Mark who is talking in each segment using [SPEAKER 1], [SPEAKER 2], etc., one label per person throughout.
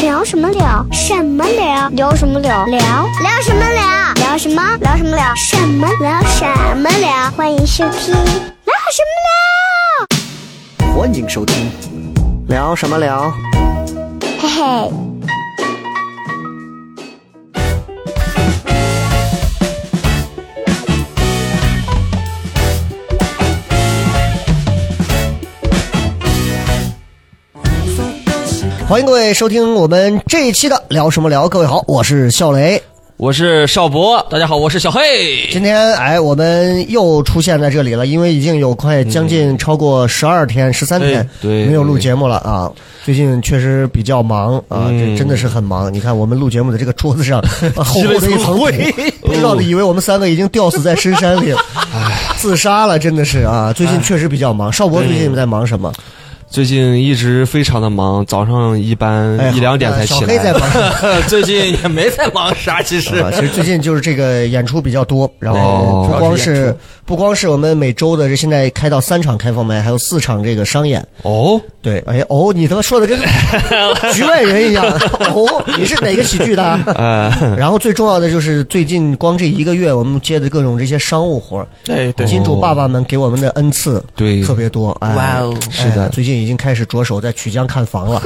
[SPEAKER 1] 聊什么聊？什么聊？聊什么聊？聊聊什么聊？聊什么？聊什么聊？什么聊？什么聊？欢迎收听聊什么
[SPEAKER 2] 欢迎收听。聊什么聊？
[SPEAKER 1] 聊？嘿嘿，
[SPEAKER 2] 欢迎各位收听我们这一期的聊什么聊。各位好，我是笑雷。
[SPEAKER 3] 我是邵博，大家好，我是小黑。
[SPEAKER 2] 今天哎，我们又出现在这里了，因为已经有快将近超过十二天、十三天
[SPEAKER 3] 对对
[SPEAKER 2] 没有录节目了啊。最近确实比较忙啊，这真的是很忙。你看我们录节目的这个桌 子上厚厚的一层灰， 不知道的以为我们三个已经吊死在深山 里，自杀了，真的是啊。最近确实比较忙。邵博最近在忙什么？
[SPEAKER 4] 最近一直非常的忙，早上一般
[SPEAKER 2] 哎
[SPEAKER 4] 一两点才起
[SPEAKER 2] 小黑在
[SPEAKER 4] 来。
[SPEAKER 2] 忙什么？
[SPEAKER 3] 最近也没在忙啥，其实
[SPEAKER 2] 啊，其实最近就是这个演出比较多，然后
[SPEAKER 4] 哦
[SPEAKER 2] 不光
[SPEAKER 3] 主要是
[SPEAKER 2] 是不光是我们每周的这现在开到三场开放麦，还有四场这个商演。
[SPEAKER 4] 哦，
[SPEAKER 2] 对，哎哦，你他妈说的跟局外人一样。哦，你是哪个喜剧的啊？
[SPEAKER 4] 呃
[SPEAKER 2] 然后最重要的就是最近光这一个月，我们接的各种这些商务活儿，
[SPEAKER 3] 对对，
[SPEAKER 2] 哎金主爸爸们给我们的恩赐
[SPEAKER 4] 哎对
[SPEAKER 2] 特别多。哎
[SPEAKER 3] 哇哦
[SPEAKER 2] 是的，最近已经开始着手在曲江看房了。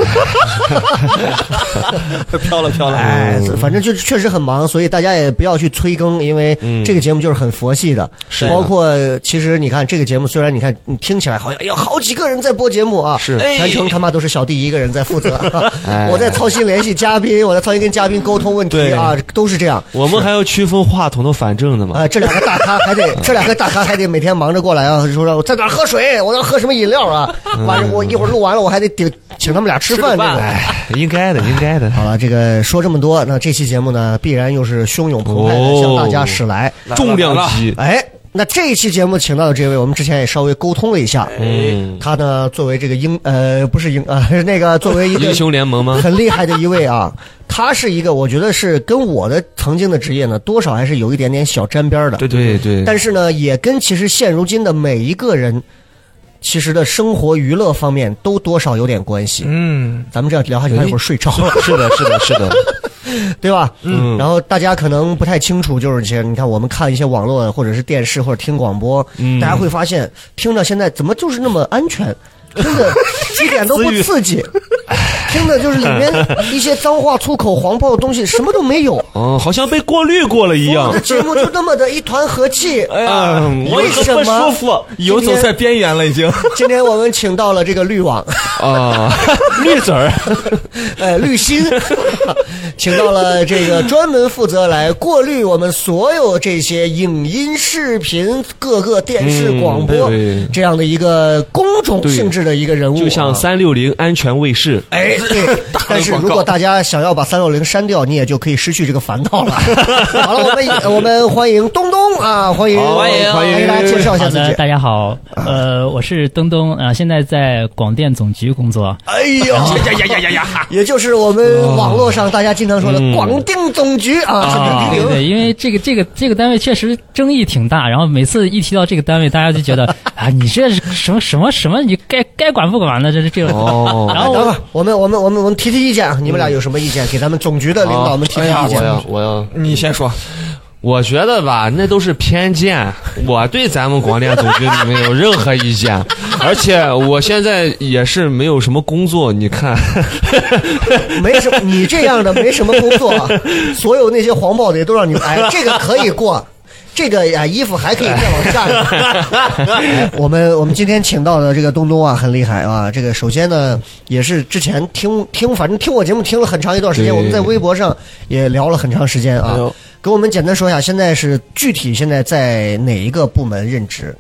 [SPEAKER 3] 飘了飘了。
[SPEAKER 2] 哎，
[SPEAKER 4] 嗯
[SPEAKER 2] 反正就是确实很忙，所以大家也不要去催更，因为这个节目就是很佛系的。
[SPEAKER 4] 嗯是
[SPEAKER 2] 包括其实你看这个节目，虽然你看你听起来好像哎呀好几个人在播节目啊，
[SPEAKER 4] 是
[SPEAKER 2] 全程他妈都是小弟一个人在负责，
[SPEAKER 4] 哎
[SPEAKER 2] 我在操心联系嘉宾，我在操心跟嘉宾沟通问题啊，都是这样。
[SPEAKER 4] 我们还要区分话筒的反正的嘛。
[SPEAKER 2] 啊，这两个大咖还 得，这两个大咖还得每天忙着过来啊，说让我在哪儿喝水，我要喝什么饮料啊，
[SPEAKER 4] 嗯
[SPEAKER 2] 完了我一会儿录完了，我还得顶请他们俩吃饭，这种。
[SPEAKER 4] 哎，应该的，应该的。
[SPEAKER 2] 好了，这个说这么多，那这期节目呢，必然又是汹涌澎湃的
[SPEAKER 4] 哦
[SPEAKER 2] 向大家驶来。
[SPEAKER 4] 重量级，
[SPEAKER 2] 哎，那这一期节目请到的这位，我们之前也稍微沟通了一下，
[SPEAKER 4] 嗯，
[SPEAKER 2] 他呢作为这个英呃不是英啊、是那个作为一个
[SPEAKER 4] 英雄联盟吗？
[SPEAKER 2] 很厉害的一位啊，他是一个我觉得是跟我的曾经的职业呢，多少还是有一点点小沾边儿的。
[SPEAKER 4] 对对对，
[SPEAKER 2] 但是呢，也跟其实现如今的每一个人，其实的生活娱乐方面都多少有点关系。
[SPEAKER 3] 嗯，
[SPEAKER 2] 咱们这样聊下去，他一会儿睡着了。
[SPEAKER 4] 是的，是的，是的，
[SPEAKER 2] 对吧？
[SPEAKER 4] 嗯
[SPEAKER 2] 然后大家可能不太清楚，就是一些你看我们看一些网络或者是电视或者听广播，大家会发现听着现在怎么就是那么安全，听着一点都不刺激， 听着就是里面一些脏话、粗口、黄暴的东西什么都没有，
[SPEAKER 4] 哦，好像被过滤过了一
[SPEAKER 2] 我
[SPEAKER 4] 样
[SPEAKER 2] 的。节目就那么的一团和气。
[SPEAKER 3] 哎呀，我
[SPEAKER 2] 为什么
[SPEAKER 3] 很不舒服，游走在边缘了已 经。
[SPEAKER 2] 今天我们请到了这个滤网，
[SPEAKER 4] 啊，绿 嘴儿，
[SPEAKER 2] 呃，滤芯， 请到了这个专门负责来过滤我们所有这些影音、视频、各个电视、
[SPEAKER 4] 嗯
[SPEAKER 2] 广播
[SPEAKER 4] 对
[SPEAKER 2] 这样的一个工种性质的一个人物啊，
[SPEAKER 4] 就像三六零安全卫士。
[SPEAKER 2] 哎，对。但是如果大家想要把三六零删掉，你也就可以失去这个烦恼了。好了，我们我们欢迎东东啊，欢迎
[SPEAKER 3] 好欢迎欢迎
[SPEAKER 2] 来给大家介绍一下
[SPEAKER 5] 好
[SPEAKER 2] 自
[SPEAKER 5] 的，
[SPEAKER 2] 己。
[SPEAKER 5] 大家好，呃，我是东东啊、呃现在在广电总局工作。
[SPEAKER 2] 哎呦，
[SPEAKER 3] 呀呀呀呀呀！
[SPEAKER 2] 也就是我们网络上大家经常说的广电总局啊，是
[SPEAKER 5] 对
[SPEAKER 2] 不是
[SPEAKER 5] 对，因为这个这个这个单位确实争议挺大，然后每次一提到这个单位，大家就觉得啊，你这是什么什么什么，你该该管不管了，这是这种。
[SPEAKER 4] 哦
[SPEAKER 5] 然后
[SPEAKER 2] 等会儿，
[SPEAKER 5] 我
[SPEAKER 2] 啊我们我们我们我们提提意见啊！你们俩有什么意见？给咱们总局的领导们提提
[SPEAKER 4] 嗯哎呀
[SPEAKER 2] 意
[SPEAKER 4] 我要
[SPEAKER 2] 见。，
[SPEAKER 4] 我要。
[SPEAKER 3] 你先说，
[SPEAKER 4] 我觉得吧，那都是偏见。我对咱们广电总局没有任何意见，而且我现在也是没有什么工作。你看，
[SPEAKER 2] 没 什么，你这样的没什么工作，啊，所有那些黄暴的都让你 哎，这个可以过。这个呀，衣服还可以再往 下面。哎我们我们今天请到的这个东东啊，很厉害啊。这个首先呢，也是之前听听，反正听我节目听了很长一段时间，
[SPEAKER 4] 对
[SPEAKER 2] 我们在微博上也聊了很长时间啊
[SPEAKER 3] 哎呦。
[SPEAKER 2] 给我们简单说一下，现在是具体现在在哪一个部门任职？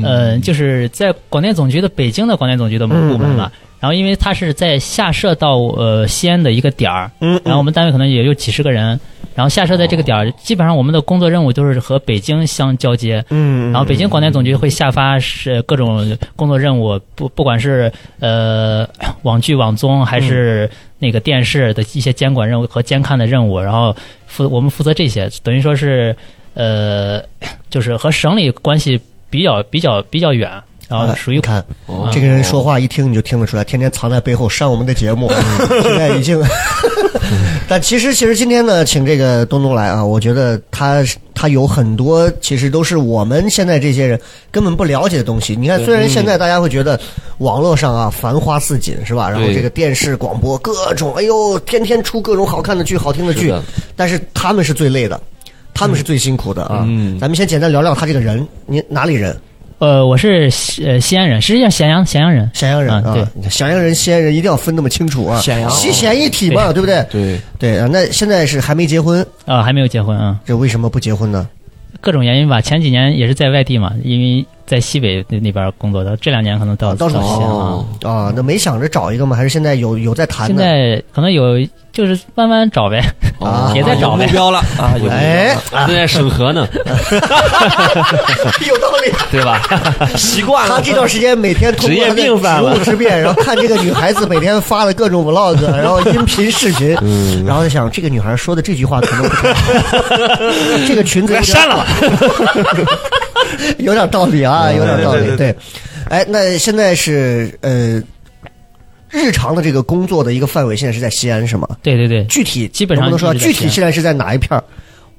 [SPEAKER 5] 呃，就是在广电总局的北京的广电总局的
[SPEAKER 2] 嗯
[SPEAKER 5] 部门嘛。然后因为它是在下设到呃西安的一个点儿，
[SPEAKER 2] 嗯
[SPEAKER 5] 然后我们单位可能也有几十个人，然后下设在这个点儿，基本上我们的工作任务都是和北京相交接。
[SPEAKER 2] 嗯
[SPEAKER 5] 然后北京广电总局会下发是各种工作任务，不不管是呃网剧、网综还是那个电视的一些监管任务和监看的任务，然后负我们负责这些，等于说是呃就是和省里关系比较比较比较远，然
[SPEAKER 4] 啊
[SPEAKER 5] 后
[SPEAKER 2] 哎
[SPEAKER 5] 属于
[SPEAKER 2] 你看
[SPEAKER 4] 哦
[SPEAKER 2] 这个人说话一听你就听得出来，天天藏在背后删我们的节目，
[SPEAKER 4] 嗯
[SPEAKER 2] 现在已经。 但其实，其实今天呢，请这个东东来啊，我觉得他他有很多其实都是我们现在这些人根本不了解的东西。你看，虽然现在大家会觉得网络上啊繁花似锦是吧？然后
[SPEAKER 4] 嗯对
[SPEAKER 2] 这个电视广播各种，哎呦，天天出各种好看的剧、好听的剧
[SPEAKER 4] 是的，
[SPEAKER 2] 但是他们是最累的。他们是最辛苦的啊！
[SPEAKER 4] 嗯
[SPEAKER 2] 咱们先简单聊聊他这个人，你哪里人？
[SPEAKER 5] 呃，我是西呃西安人，实际上咸阳咸阳人，
[SPEAKER 2] 咸阳人
[SPEAKER 5] 啊
[SPEAKER 2] 啊，
[SPEAKER 5] 对，
[SPEAKER 2] 咸阳人、西安人一定要分那么清楚啊，
[SPEAKER 3] 咸阳
[SPEAKER 2] 西咸一体嘛，对不对？
[SPEAKER 4] 对，
[SPEAKER 2] 对啊，那现在是还没结婚，
[SPEAKER 5] 啊、还没有结婚啊、
[SPEAKER 2] 这为什么不结婚呢？
[SPEAKER 5] 各种原因吧。前几年也是在外地嘛，因为在西北那那边工作的，这两年可能到、
[SPEAKER 2] 啊到
[SPEAKER 5] 到
[SPEAKER 2] 处跑
[SPEAKER 5] 西安啊。
[SPEAKER 2] 啊，那没想着找一个吗？还是现在有有在谈
[SPEAKER 5] 现
[SPEAKER 2] 呢？
[SPEAKER 5] 在可能有就是慢慢找呗，
[SPEAKER 2] 啊
[SPEAKER 5] 也在哦
[SPEAKER 3] 有
[SPEAKER 5] 找
[SPEAKER 3] 目
[SPEAKER 5] 呗。
[SPEAKER 3] 标了啊，有目标了
[SPEAKER 2] 哎，
[SPEAKER 4] 正在审核呢，
[SPEAKER 2] 有道理。
[SPEAKER 4] 对吧？
[SPEAKER 3] 习 惯
[SPEAKER 2] 他
[SPEAKER 3] 了
[SPEAKER 2] 这段时间每天通过他的
[SPEAKER 4] 职业病犯了
[SPEAKER 2] 职务之便，然后看这个女孩子每天发的各种 vlog，然后音频视频，
[SPEAKER 4] 嗯
[SPEAKER 2] 然后就想这个女孩说的这句话可能不太 好，这个裙子有点
[SPEAKER 4] 删了，
[SPEAKER 2] 有点道理啊，有点道理。
[SPEAKER 3] 对对对
[SPEAKER 2] 哎，那现在是呃，日常的这个工作的一个范围，现在是在西安是吗？
[SPEAKER 5] 对对对，
[SPEAKER 2] 具体
[SPEAKER 5] 基本上
[SPEAKER 2] 能不能说
[SPEAKER 5] 一直在
[SPEAKER 2] 具体
[SPEAKER 5] 西安
[SPEAKER 2] 现在是在哪一片儿？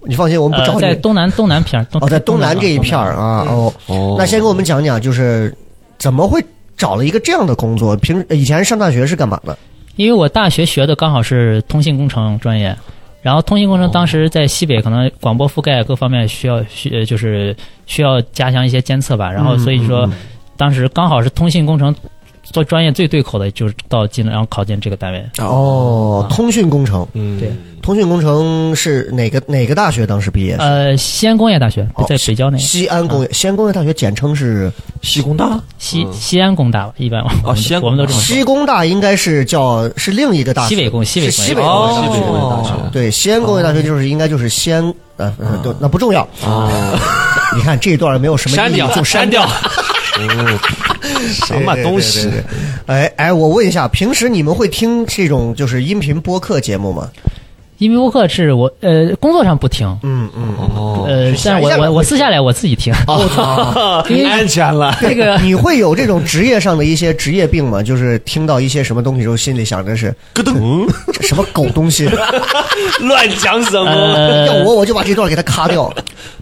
[SPEAKER 2] 你放心，我们不
[SPEAKER 5] 呃，
[SPEAKER 2] 找你。
[SPEAKER 5] 在东南东南片儿
[SPEAKER 2] 哦，在东南这一片
[SPEAKER 5] 儿。
[SPEAKER 2] 儿啊，哦，
[SPEAKER 4] 哦
[SPEAKER 2] 那先给我们讲讲，就是怎么会找了一个这样的工作？平呃以前上大学是干嘛的？
[SPEAKER 5] 因为我大学学的刚好是通信工程专业，然后通信工程当时在西北可能广播覆盖各方面需要需呃就是需要加强一些监
[SPEAKER 2] 嗯
[SPEAKER 5] 测吧，然后所以说当时刚好是通信工程做专业最对口的，就是到进然后考进这个单位，
[SPEAKER 2] 哦，通讯工程，
[SPEAKER 4] 嗯
[SPEAKER 5] 对
[SPEAKER 2] 通讯工程是哪个哪个大学当时毕业？
[SPEAKER 5] 呃，嗯西安工业大学
[SPEAKER 2] 哦
[SPEAKER 5] 在北郊那个
[SPEAKER 2] 西安工业，西安工业大学简称是
[SPEAKER 3] 西工大
[SPEAKER 5] 西西安工大吧，一般我们
[SPEAKER 3] 哦西安
[SPEAKER 5] 我们都这么说，
[SPEAKER 2] 嗯西工大，应该是叫是另一个大学，
[SPEAKER 5] 西北工西北
[SPEAKER 2] 是西
[SPEAKER 5] 工
[SPEAKER 2] 北工业大
[SPEAKER 3] 哦
[SPEAKER 2] 学
[SPEAKER 4] 西北工业大学
[SPEAKER 2] 对，西安工业大学就是应该就是西安，呃，呃都那不重要。
[SPEAKER 4] 哦，
[SPEAKER 2] 你看这一段没有什么
[SPEAKER 4] 删
[SPEAKER 2] 意义
[SPEAKER 4] 掉，
[SPEAKER 2] 就删
[SPEAKER 4] 删
[SPEAKER 2] 掉
[SPEAKER 4] 掉，嗯什么东西
[SPEAKER 2] 对？对对对对哎哎，我问一下，平时你们会听这种就是音频播客节目吗？
[SPEAKER 5] 因为播客是我呃工作上不听，
[SPEAKER 2] 嗯嗯，
[SPEAKER 4] 哦，
[SPEAKER 5] 呃，但是我我我私下来我自己听，
[SPEAKER 2] 哦
[SPEAKER 5] 因为
[SPEAKER 4] 安全了。
[SPEAKER 5] 这个
[SPEAKER 2] 你会有这种职业上的一些职业病吗？就是听到一些什么东西之后，心里想着是
[SPEAKER 4] 咯噔，
[SPEAKER 2] 这什么狗东西，
[SPEAKER 4] 乱讲什么？
[SPEAKER 2] 要
[SPEAKER 5] 呃，
[SPEAKER 2] 我我就把这段给它卡掉。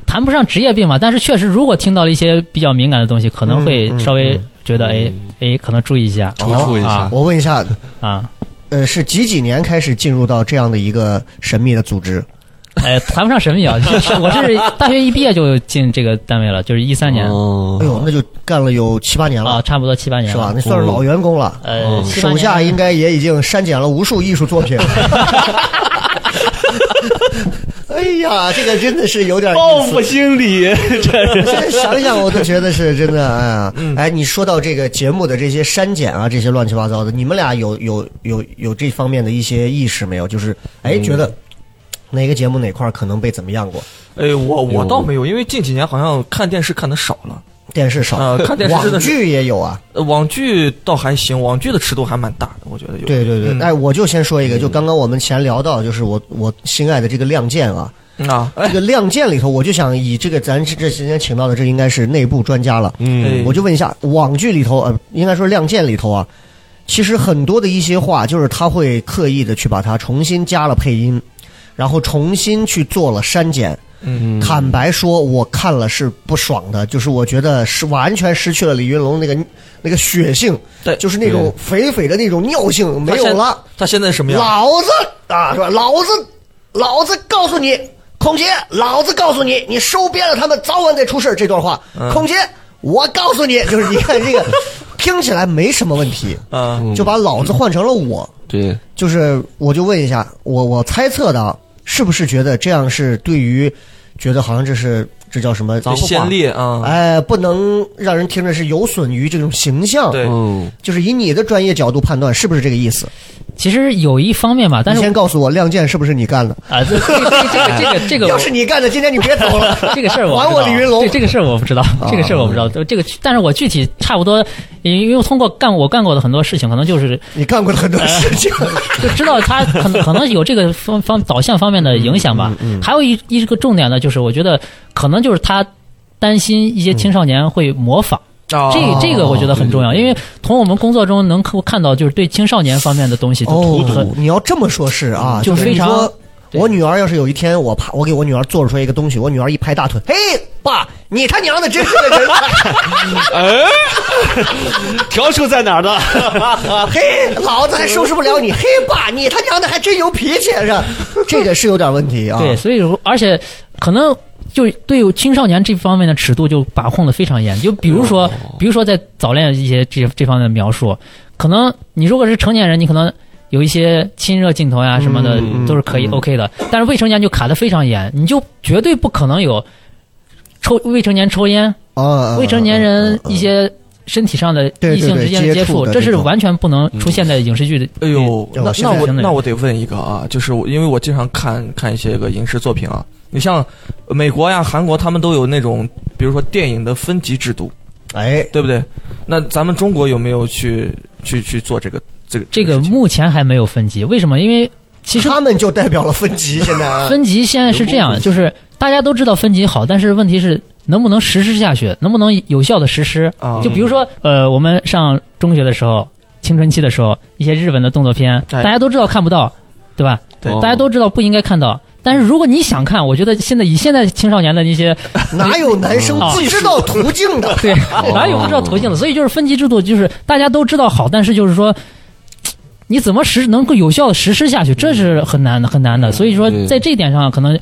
[SPEAKER 5] 谈不上职业病吧，但是确实，如果听到了一些比较敏感的东西，可能
[SPEAKER 2] 嗯
[SPEAKER 5] 会稍微觉得，哎哎，可能注意一下
[SPEAKER 4] 突出一下，
[SPEAKER 2] 哦我问一下，
[SPEAKER 5] 啊。
[SPEAKER 2] 呃，是几几年开始进入到这样的一个神秘的组织？
[SPEAKER 5] 哎，谈不上神秘啊， 就是我是大学一毕业就进这个单位了，就是一三年
[SPEAKER 4] 哦
[SPEAKER 2] 哎，呦，那就干了有七八年
[SPEAKER 5] 啊，
[SPEAKER 2] 了，
[SPEAKER 5] 差不多七八年
[SPEAKER 2] 是吧？
[SPEAKER 5] 了。哦
[SPEAKER 2] 那算是老员工了。
[SPEAKER 5] 呃，
[SPEAKER 3] 嗯
[SPEAKER 5] 七八
[SPEAKER 2] 手
[SPEAKER 5] 年
[SPEAKER 2] 下应该也已经删减了无数艺术作 品。哎呀，这个真的是有点
[SPEAKER 4] 报
[SPEAKER 2] 意思
[SPEAKER 4] 复。心理，
[SPEAKER 2] 现在想想，我都觉得是真的。哎呀，
[SPEAKER 3] 嗯
[SPEAKER 2] 哎，你说到这个节目的这些删减啊，这些乱七八糟的，你们俩有有有有这方面的一些意识没有？就是哎，觉
[SPEAKER 3] 嗯
[SPEAKER 2] 得哪个节目哪块儿可能被怎么样过？
[SPEAKER 3] 哎，我我倒没有，因为近几年好像看电视看的少了，
[SPEAKER 2] 电视少，
[SPEAKER 3] 啊看电视真
[SPEAKER 2] 网
[SPEAKER 3] 的是
[SPEAKER 2] 剧也有啊。
[SPEAKER 3] 呃网剧倒还行，网剧的尺度还蛮大的，我觉得有。
[SPEAKER 2] 对对对，
[SPEAKER 3] 嗯
[SPEAKER 2] 哎，我就先说一个，就刚刚我们前聊到，就是我我心爱的这个《亮剑》啊，
[SPEAKER 3] 嗯啊，
[SPEAKER 2] 这个《亮剑》里头，我就想以这个咱这这今天请到的，这应该是内部专家了。
[SPEAKER 4] 嗯
[SPEAKER 3] 哎
[SPEAKER 2] 我就问一下，网剧里头，呃，应该说《亮剑》里头啊，其实很多的一些话，就是他会刻意的去把它重新加了配音，然后重新去做了删减。
[SPEAKER 3] 嗯，
[SPEAKER 2] 坦白说，我看了是不爽的，就是我觉得是完全失去了李云龙那个那个血性，
[SPEAKER 3] 对
[SPEAKER 2] 就是那种肥肥的那种尿性没有了。
[SPEAKER 3] 他现在什么样？
[SPEAKER 2] 老子啊，是吧？老子，老子告诉你，孔杰，老子告诉你，你收编了他们，早晚得出事儿这段话，
[SPEAKER 3] 嗯
[SPEAKER 2] 孔杰，我告诉你，就是你看这个， 听起来没什么问题，
[SPEAKER 3] 啊，
[SPEAKER 2] 就把老子换成了我，
[SPEAKER 4] 对，
[SPEAKER 2] 就是我就问一下，我我猜测的啊，是不是觉得这样是对于，觉得好像这是这叫什么
[SPEAKER 3] 这先？例啊，
[SPEAKER 2] 哎，不能让人听着是有损于这种形象，
[SPEAKER 3] 对
[SPEAKER 4] 嗯，
[SPEAKER 2] 就是以你的专业角度判断，是不是这个意思？
[SPEAKER 5] 其实有一方面吧，但
[SPEAKER 2] 你
[SPEAKER 5] 是
[SPEAKER 2] 先告诉我，《亮剑》是不是你干的？
[SPEAKER 5] 啊，这这这这个这 个
[SPEAKER 2] 要是你干的，今天你别走了。
[SPEAKER 5] 这个事儿我
[SPEAKER 2] 还
[SPEAKER 5] 不知
[SPEAKER 2] 我
[SPEAKER 5] 道
[SPEAKER 2] 李云龙啊
[SPEAKER 5] 对这个事儿我不知道，这个事儿我不知道。这个，但是我具体差不多，因为通过干我干过的很多事情，可能就是
[SPEAKER 2] 你干过的很多事 情，
[SPEAKER 5] 就知道他可能可能有这个方方导向方面的影响吧。
[SPEAKER 2] 嗯
[SPEAKER 5] 还有一一个重点呢，就是我觉得可能就是他担心一些青少年会模仿。
[SPEAKER 2] 嗯
[SPEAKER 3] 哦
[SPEAKER 5] 这这个我觉得很重要，因为从我们工作中能看看到，就是对青少年方面的东西都
[SPEAKER 2] 哦
[SPEAKER 5] 很，
[SPEAKER 2] 你要这么说，是啊，
[SPEAKER 5] 就是非常
[SPEAKER 2] 你说
[SPEAKER 5] 对
[SPEAKER 2] 我女儿要是有一天我怕我给我女儿做出来一个东西，我女儿一拍大腿，嘿，爸，你他娘的真是 个人才！
[SPEAKER 6] 哎条数在哪儿呢？
[SPEAKER 2] 嘿，老子还收拾不了你！嘿，爸，你他娘的还真有脾气，啊是吧 这个是有点问题啊。
[SPEAKER 5] 对，所以说而且可能就对青少年这方面的尺度就把控的非常严，就比如
[SPEAKER 2] 哦
[SPEAKER 5] 说，比如说在早恋一些这这方面的描述，可能你如果是成年人，你可能。有一些亲热镜头呀什么的
[SPEAKER 2] 嗯
[SPEAKER 5] 都是可以
[SPEAKER 2] 嗯
[SPEAKER 5] OK 的，但是未成年就卡得非常严，你就绝对不可能有抽未成年抽烟、
[SPEAKER 2] 啊，
[SPEAKER 5] 未成年人
[SPEAKER 2] 嗯
[SPEAKER 5] 一些身体上的
[SPEAKER 2] 对
[SPEAKER 5] 异性之间
[SPEAKER 2] 对对
[SPEAKER 5] 的接
[SPEAKER 2] 接触
[SPEAKER 5] 触，
[SPEAKER 2] 的
[SPEAKER 5] 这是
[SPEAKER 2] 这种嗯
[SPEAKER 5] 完全不能出现在影视剧的。
[SPEAKER 3] 哎呦，那
[SPEAKER 2] 现
[SPEAKER 3] 那
[SPEAKER 2] 在
[SPEAKER 3] 我
[SPEAKER 5] 真的
[SPEAKER 3] 那我得问一个啊，就是我因为我经常看看一些个影视作品啊，你像美国呀、韩国，他们都有那种，比如说电影的分级制度，
[SPEAKER 2] 哎，
[SPEAKER 3] 对不对？那咱们中国有没有去去去做这个这个
[SPEAKER 5] 这
[SPEAKER 3] 事
[SPEAKER 5] 个
[SPEAKER 3] 情
[SPEAKER 5] 目前还没有分级，为什么？因为其实
[SPEAKER 2] 他们就代表了分级，现在 啊，
[SPEAKER 5] 分级现在是这样，就是大家都知道分级好，但是问题是能不能实施下去，能不能有效的实施？
[SPEAKER 3] 啊？
[SPEAKER 5] 就比如说，呃，我们上中学的时候，青春期的时候，一些日本的动作片，
[SPEAKER 3] 哎
[SPEAKER 5] 大家都知道看不到，对吧？
[SPEAKER 3] 对
[SPEAKER 5] 大家都知道不应该看到。但是如果你想看，我觉得现在以现在青少年的那些
[SPEAKER 2] 哪有男生不知道途径的？
[SPEAKER 5] 哎嗯啊对，哪有不知道途径的？所以就是分级制度，就是大家都知道好，但是就是说，你怎么实能够有效的实施下去，这是很难的，很难的。所以说
[SPEAKER 4] 对，
[SPEAKER 5] 在这一点上，可能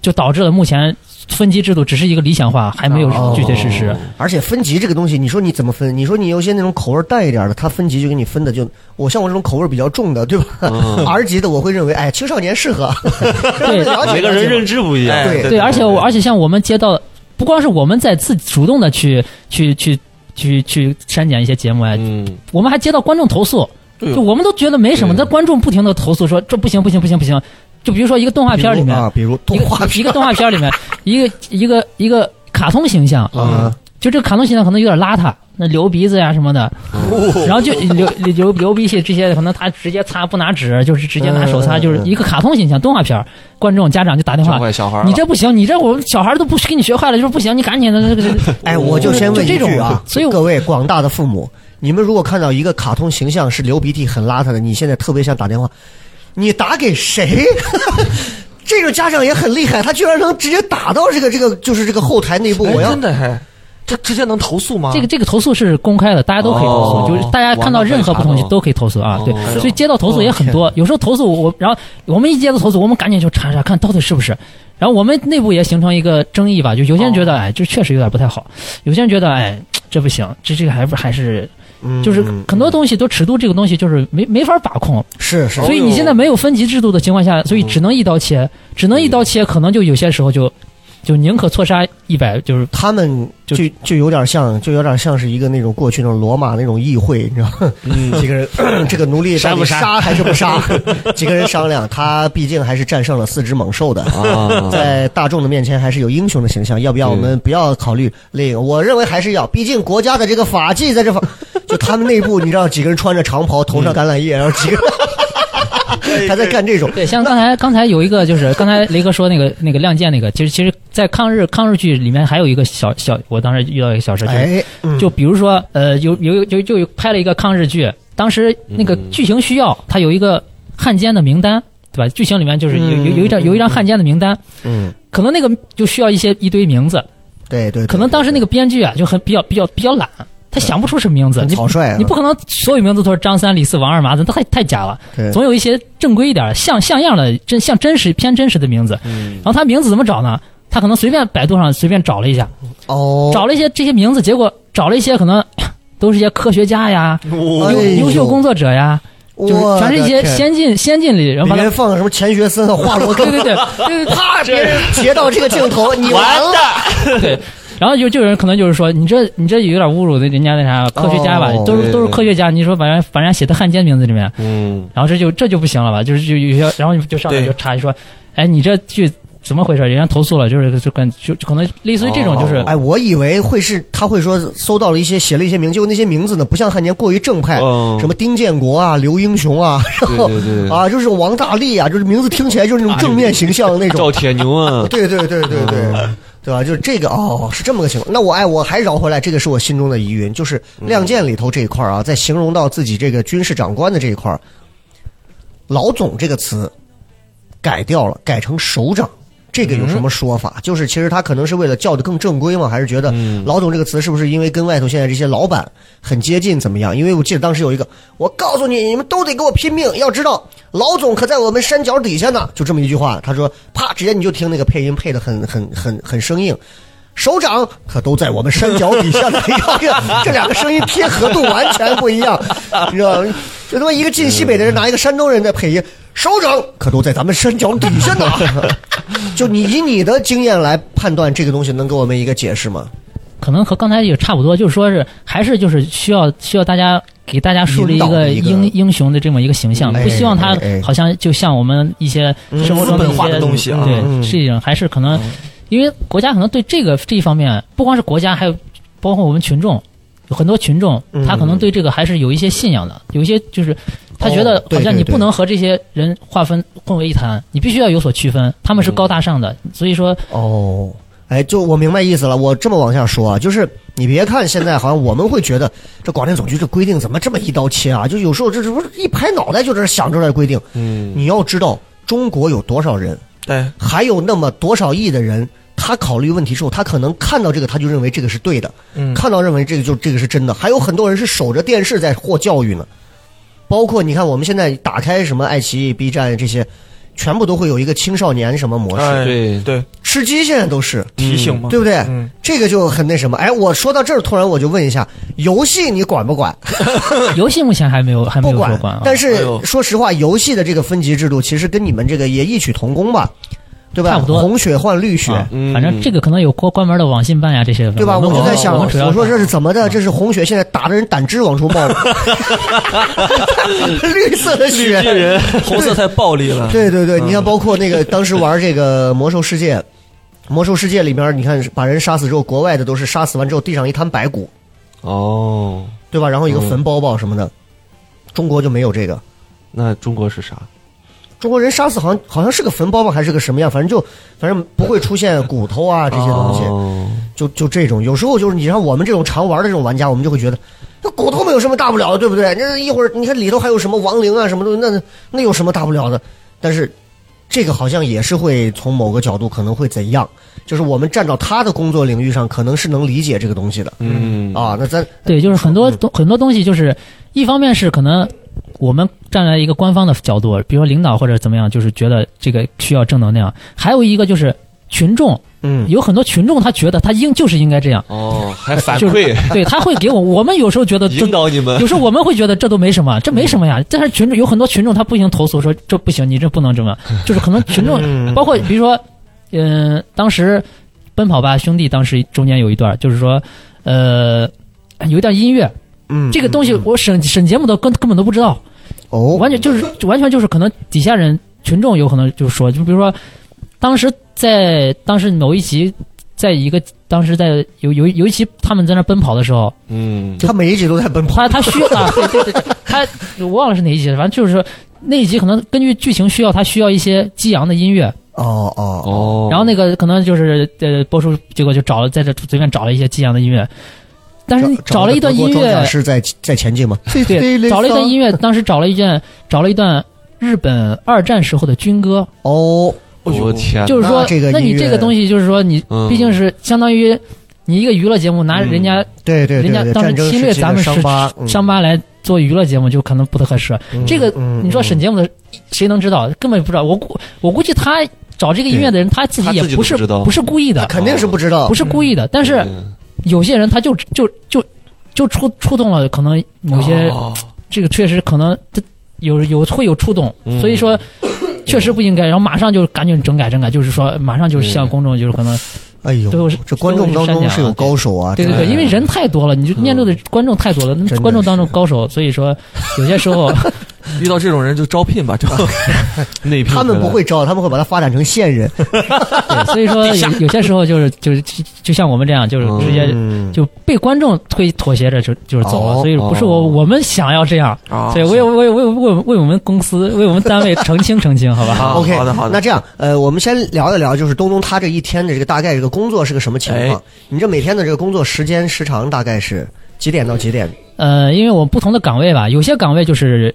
[SPEAKER 5] 就导致了目前分级制度只是一个理想化，还没有具体实施。
[SPEAKER 2] 而且分级这个东西，你说你怎么分？你说你有些那种口味淡一点的，他分级就给你分的就，我像我这种口味比较重的，对吧、r 级的我会认为，哎，青少年适合， 让
[SPEAKER 5] 对
[SPEAKER 2] 他们了解
[SPEAKER 6] 每个人认知不一样
[SPEAKER 3] 哎，
[SPEAKER 2] 对
[SPEAKER 5] 对，而且我而且像我们接到，不光是我们在自主动的去去去去去删减一些节目啊，
[SPEAKER 4] 嗯，
[SPEAKER 5] 我们还接到观众投诉，
[SPEAKER 3] 对
[SPEAKER 5] 就我们都觉得没什么，
[SPEAKER 4] 对
[SPEAKER 5] 但观众不停的投诉说这不行不行不行不行。就比如说一个动画片里面，
[SPEAKER 2] 啊，比如动画
[SPEAKER 5] 一
[SPEAKER 2] 片
[SPEAKER 5] 个动画片里 面，一个一个一个卡通形象，
[SPEAKER 2] 啊，
[SPEAKER 5] 就这个卡嗯通形象可能有点邋遢，那流鼻子呀什么的，
[SPEAKER 2] 哦
[SPEAKER 5] 然后就流流流鼻血这些，可能他直接擦不拿纸，就是直接拿手
[SPEAKER 2] 嗯
[SPEAKER 5] 擦，
[SPEAKER 2] 嗯嗯
[SPEAKER 5] 就是一个卡通形象动画片儿，观众家长就打电
[SPEAKER 4] 教
[SPEAKER 5] 话。
[SPEAKER 4] 坏小孩儿了
[SPEAKER 5] 你这不行，你这我们小孩都不给你学坏了，就是不行，你赶紧的。
[SPEAKER 2] 哎，我就先问一
[SPEAKER 5] 就这
[SPEAKER 2] 句
[SPEAKER 5] 种
[SPEAKER 2] 啊
[SPEAKER 5] 啊，所以我
[SPEAKER 2] 各位广大的父母，你们如果看到一个卡通形象是流鼻涕、很邋遢的，你现在特别想打电话，你打给谁？ 这种家长也很厉害，他居然能直接打到这个这个就是这个后台内部，
[SPEAKER 3] 哎
[SPEAKER 2] 我要
[SPEAKER 3] 真的还，这直接能投诉吗？
[SPEAKER 5] 这个这个投诉是公开的，大家都可以投诉，
[SPEAKER 4] 啊哦
[SPEAKER 5] 就是大家看到任何不同意
[SPEAKER 4] 哦
[SPEAKER 5] 都可以投诉啊。
[SPEAKER 4] 哦
[SPEAKER 5] 对，所以接到投诉也很多，有时候投诉我，然后我们一接到投诉，我们赶紧就查查看到底是不是。然后我们内部也形成一个争议吧，就有些人觉
[SPEAKER 4] 哦
[SPEAKER 5] 得，哎，这确实有点不太好；有些人觉得，哎，这不行，这这个还不还是，
[SPEAKER 2] 嗯
[SPEAKER 4] 嗯
[SPEAKER 5] 就是很多东西都尺度，这个东西就是没没法把
[SPEAKER 4] 哦
[SPEAKER 5] 控。
[SPEAKER 2] 是是
[SPEAKER 5] 所以你现在没有分级制度的情况下，所以只能一刀切，只能一刀切，可能就有些时候就就宁可错杀一百，就是
[SPEAKER 2] 他们就就有点像，就有点像是一个那种过去那种罗马那种议会，你知道吗？
[SPEAKER 5] 嗯
[SPEAKER 2] 几个人， 这个奴隶到底杀还是不杀？几个人商量，他毕竟还是战胜了四只猛兽的，
[SPEAKER 4] 啊，
[SPEAKER 2] 在大众的面前还是有英雄的形象。要不要我们不要考虑那个？我认为还是要，毕竟国家的这个法纪在这方， 就他们内部，你知道，几个人穿着长袍，头上橄榄叶， 然后几个人还在干这种。
[SPEAKER 5] 对，像刚才刚才有一个就是刚才雷哥说那个那个《亮剑》那个，其实其实，在抗日抗日剧里面还有一个小小，我当时遇到一个小事，就是、
[SPEAKER 2] 哎，嗯
[SPEAKER 5] 就比如说呃，有有有就有拍了一个抗日剧，当时那个剧情需要，它有一个汉奸的名单，对吧？剧情里面就是有有有一张有一张汉奸的名单，
[SPEAKER 2] 嗯，
[SPEAKER 5] 可能那个就需要一些一堆名字，
[SPEAKER 2] 对对，对
[SPEAKER 5] 可能当时那个编剧啊就很比较比较比较懒，他想不出什么名字，
[SPEAKER 2] 很
[SPEAKER 5] 你
[SPEAKER 2] 草率啊，
[SPEAKER 5] 你不可能所有名字都是张三、李四、王二麻子，那太太假了
[SPEAKER 2] 对。
[SPEAKER 5] 总有一些正规一点儿、像像样的、真像真实偏真实的名字。
[SPEAKER 2] 嗯
[SPEAKER 5] 然后他名字怎么找呢？他可能随便百度上随便找了一下，
[SPEAKER 2] 哦，
[SPEAKER 5] 找了一些这些名字，结果找了一些可能 都是一些科学家呀、
[SPEAKER 2] 哎呦
[SPEAKER 5] 优秀工作者呀，就是全是一些
[SPEAKER 2] 我的天
[SPEAKER 5] 先进先进里人。
[SPEAKER 2] 里
[SPEAKER 5] 把
[SPEAKER 2] 面
[SPEAKER 5] 它
[SPEAKER 2] 放什么钱学森啊、华罗
[SPEAKER 5] 对
[SPEAKER 2] 庚，
[SPEAKER 5] 对对对对
[SPEAKER 2] 啪，别人 截到这个镜头，你完了。
[SPEAKER 5] 对，然后就就有人可能就是说，你这你这有点侮辱人家那啥科学家吧
[SPEAKER 2] 哦，
[SPEAKER 5] 都是
[SPEAKER 4] 对
[SPEAKER 5] 都是科学家，你说把人把人家写的汉奸名字里面，
[SPEAKER 4] 嗯，
[SPEAKER 5] 然后这就这就不行了吧？就是就有些，然后就上来
[SPEAKER 3] 对
[SPEAKER 5] 就查说，哎，你这剧怎么回事？人家投诉了，就是就跟就就可能类似于这种，就是、
[SPEAKER 4] 哦
[SPEAKER 2] 哎，我以为会是他会说搜到了一些写了一些名，结果那些名字呢不像汉奸过于正派，
[SPEAKER 4] 嗯
[SPEAKER 2] 哎什么丁建国啊、刘英雄啊， 然 后
[SPEAKER 4] 对对对
[SPEAKER 2] 啊就是王大力啊，就是名字听起来就是那种正面形象的那种，
[SPEAKER 4] 赵。铁牛啊
[SPEAKER 2] 对对对对对，对吧？就是这个哦，是这么个情况。那我哎，我还绕回来，这个是我心中的疑云，就是《亮剑》里头这一块儿啊，在形容到自己这个军事长官的这一块儿，老总这个词改掉了，改成首长。这个有什么说法？就是其实他可能是为了叫的更正规吗？还是觉得“老总”这个词是不是因为跟外头现在这些老板很接近，怎么样？因为我记得当时有一个，我告诉你，你们都得给我拼命，要知道老总可在我们山脚底下呢，就这么一句话。他说，啪，直接你就听那个配音配的很很很很生硬。首长可都在我们山脚底下呢，这两个声音贴合度完全不一样，你知道吗？就他妈一个晋西北的人拿一个山东人在配音，首长可都在咱们山脚底下呢。就你以你的经验来判断这个东西，能给我们一个解释吗？
[SPEAKER 5] 可能和刚才也差不多，就是说是还是就是需要需要大家给大家树立一
[SPEAKER 2] 引导
[SPEAKER 5] 个
[SPEAKER 2] 一个
[SPEAKER 5] 英英雄的这么一个形象，
[SPEAKER 2] 哎
[SPEAKER 5] 不希望他
[SPEAKER 2] 哎嗯哎
[SPEAKER 5] 好像就像我们一些生活中
[SPEAKER 3] 资
[SPEAKER 5] 的
[SPEAKER 3] 本化的
[SPEAKER 5] 一些
[SPEAKER 3] 东西啊
[SPEAKER 2] 嗯
[SPEAKER 5] 对，是一种还是可能，因为国家可能对这个这一方面，不光是国家，还有包括我们群众，有很多群众
[SPEAKER 2] 嗯
[SPEAKER 5] 他可能对这个还是有一些信仰的，有一些就是。他觉
[SPEAKER 2] 哦
[SPEAKER 5] 得
[SPEAKER 2] 对
[SPEAKER 5] 好像
[SPEAKER 2] 对
[SPEAKER 5] 你
[SPEAKER 2] 对
[SPEAKER 5] 不能和这些人划分混为一谈，你必须要有所区分，他们是高大上的，所以说
[SPEAKER 2] 哦，哎，就我明白意思了。我这么往下说啊，就是你别看现在好像我们会觉得这广电总局这规定怎么这么一刀切啊？就有时候这这不是一拍脑袋就这想出来的规定。
[SPEAKER 4] 嗯，
[SPEAKER 2] 你要知道，中国有多少人，
[SPEAKER 3] 对，
[SPEAKER 2] 还有那么多少亿的人，他考虑问题时候，他可能看到这个他就认为这个是对的，
[SPEAKER 3] 嗯，
[SPEAKER 2] 看到认为这个就这个是真的，还有很多人是守着电视在获教育呢。包括你看，我们现在打开什么爱奇艺、B 站这些，全部都会有一个青少年什么模式，
[SPEAKER 3] 哎
[SPEAKER 4] 对
[SPEAKER 3] 对，
[SPEAKER 2] 吃鸡现在都是，
[SPEAKER 3] 提醒嘛，
[SPEAKER 2] 对 不对？
[SPEAKER 3] 嗯，
[SPEAKER 2] 这个就很那什么。哎，我说到这儿，突然我就问一下，游戏你管不管？
[SPEAKER 5] 游戏目前还没有还没
[SPEAKER 2] 不
[SPEAKER 5] 有
[SPEAKER 2] 管
[SPEAKER 5] 说管啊，。
[SPEAKER 2] 但
[SPEAKER 3] 哎
[SPEAKER 2] 是
[SPEAKER 3] 呦
[SPEAKER 2] 说实话，游戏的这个分级制度其实跟你们这个也异曲同工吧，对吧？
[SPEAKER 5] 差不多
[SPEAKER 2] 红血换绿血。
[SPEAKER 5] 啊
[SPEAKER 4] 嗯
[SPEAKER 5] 反正这个可能有关关门的网信办呀这些，
[SPEAKER 2] 对吧？
[SPEAKER 5] 我
[SPEAKER 2] 我
[SPEAKER 5] 们
[SPEAKER 2] 就在想，
[SPEAKER 5] 我
[SPEAKER 2] 我
[SPEAKER 5] 们主要
[SPEAKER 2] 说这是怎么的？这是红血现在打的人胆汁往出冒，绿色的血，
[SPEAKER 3] 红色太暴力了，
[SPEAKER 2] 对对对，你看，包括那个当时玩这个《魔兽世界》，《魔兽世界》里面，你看把人杀死之后，国外的都是杀死完之后地上一滩白骨，
[SPEAKER 4] 哦，
[SPEAKER 2] 对吧？然后一个坟包包什么的，中国就没有这个。
[SPEAKER 4] 那中国是啥？
[SPEAKER 2] 中国人杀死好像好像是个坟包吧，还是个什么样？反正就反正不会出现骨头啊这些东西，
[SPEAKER 4] 哦，
[SPEAKER 2] 就就这种。有时候就是你像我们这种常玩的这种玩家，我们就会觉得那骨头没有什么大不了的，对不对？那一会儿你看里头还有什么亡灵啊什么东西，那那有什么大不了的？但是这个好像也是会从某个角度可能会怎样，就是我们站到他的工作领域上，可能是能理解这个东西的
[SPEAKER 4] 嗯，
[SPEAKER 2] 啊。那咱
[SPEAKER 5] 对，就是很
[SPEAKER 2] 嗯
[SPEAKER 5] 多东很多东西，就是一方面是可能我们站在一个官方的角度，比如说领导或者怎么样，就是觉得这个需要正能量；还有一个就是群众，
[SPEAKER 2] 嗯，
[SPEAKER 5] 有很多群众他觉得他应就是应该这样，
[SPEAKER 4] 哦，还反
[SPEAKER 5] 就是
[SPEAKER 4] 馈
[SPEAKER 5] 对他会给我，我们有时候觉得这
[SPEAKER 4] 引导嗯你们
[SPEAKER 5] 有时候我们会觉得这都没什么，这没什么呀。但是群众有很多群众他不行投诉说这不行，你这不能这么，就是可能 群
[SPEAKER 2] 嗯
[SPEAKER 5] 众
[SPEAKER 4] 嗯
[SPEAKER 5] 包括比如说，嗯、当时《奔跑吧兄弟》当时中间有一段就是说，呃，有一段音乐，
[SPEAKER 2] 嗯
[SPEAKER 5] 这个东西我审审节目都根根本都不知道，
[SPEAKER 2] 哦，
[SPEAKER 5] 完全就是完全就是可能底下人群众有可能就说，就比如说当时在当时某一集。在一个当时在有有有一期他们在那奔跑的时候，
[SPEAKER 4] 嗯，
[SPEAKER 2] 他每一集都在 奔跑，
[SPEAKER 5] 他他需要啊，对对对，对他我忘了是哪一集了，反正就是说那一集可能根据剧情需要，他需要一些激昂的音乐，
[SPEAKER 2] 哦哦，
[SPEAKER 4] 哦，
[SPEAKER 5] 然后那个可能就是呃播出结果就找了在这随便找了一些激昂的音乐，但是
[SPEAKER 2] 找
[SPEAKER 5] 哦找了一段音乐，
[SPEAKER 2] 是在在前进吗？
[SPEAKER 5] 对，找了一段音乐，当时找了一件找了一段日本二战时候的军歌，
[SPEAKER 2] 哦，
[SPEAKER 3] 哎呦
[SPEAKER 4] 我天，
[SPEAKER 5] 就是说
[SPEAKER 2] 那这个，
[SPEAKER 5] 那你
[SPEAKER 2] 音乐
[SPEAKER 5] 这个东西就是说你
[SPEAKER 4] 嗯
[SPEAKER 5] 毕竟是相当于你一个娱乐节目拿人家
[SPEAKER 2] 对对对
[SPEAKER 5] 人家
[SPEAKER 2] 对，
[SPEAKER 5] 当
[SPEAKER 2] 战
[SPEAKER 5] 时
[SPEAKER 2] 争
[SPEAKER 5] 侵略
[SPEAKER 2] 时期的
[SPEAKER 5] 咱们
[SPEAKER 2] 伤
[SPEAKER 5] 是
[SPEAKER 2] 疤，嗯
[SPEAKER 5] 伤疤来做娱乐节目，就可能不太合适。这个
[SPEAKER 2] 嗯
[SPEAKER 5] 你说审节目的谁能知道？根本不知道。我估我估计他找这个音乐的人，他自己
[SPEAKER 4] 他
[SPEAKER 5] 也
[SPEAKER 4] 自己都
[SPEAKER 5] 不是
[SPEAKER 4] 不知道
[SPEAKER 5] 不是故意的，
[SPEAKER 2] 肯定是不知道，
[SPEAKER 5] 不是故意的。但是
[SPEAKER 4] 嗯
[SPEAKER 5] 有些人他就就就就触触动了，可能某些
[SPEAKER 3] 哦
[SPEAKER 5] 这个确实可能他有有会有触动，
[SPEAKER 4] 嗯
[SPEAKER 5] 所以说确实不应该。然后马上就赶紧整改整改，就是说马上就是向公众就是可能
[SPEAKER 2] 哎呦
[SPEAKER 5] 最后是，
[SPEAKER 2] 嗯这观众当中是有高手啊！
[SPEAKER 5] 对对对，
[SPEAKER 2] 真的嗯
[SPEAKER 5] 因为人太多了，你就面对的观众太多了，那
[SPEAKER 2] 真的
[SPEAKER 5] 观众当中
[SPEAKER 2] 是
[SPEAKER 5] 高手，所以说有些时候
[SPEAKER 3] 遇到这种人就招聘 吧，招
[SPEAKER 4] 内聘
[SPEAKER 2] 他们
[SPEAKER 4] 回来
[SPEAKER 2] 不会招，他们会把它发展成线人。
[SPEAKER 5] 对，所以说有有些时候就是就是就像我们这样，就是直接
[SPEAKER 2] 嗯，
[SPEAKER 5] 就被观众推妥协着就就是走了，
[SPEAKER 2] 哦
[SPEAKER 5] 所以不是我我们想要这样，
[SPEAKER 3] 啊。
[SPEAKER 5] 对，我也我也为为为我们公司为我们单位澄清澄清，好吧？
[SPEAKER 3] 啊
[SPEAKER 2] 嗯 OK，
[SPEAKER 3] 好的好的
[SPEAKER 2] 那这样，呃，我们先聊一聊，就是东东他这一天的这个大概这个工作是个什么情况？
[SPEAKER 3] 哎
[SPEAKER 2] 你这每天的这个工作时间时长大概是几点到几点？
[SPEAKER 5] 呃，因为我不同的岗位吧，有些岗位就是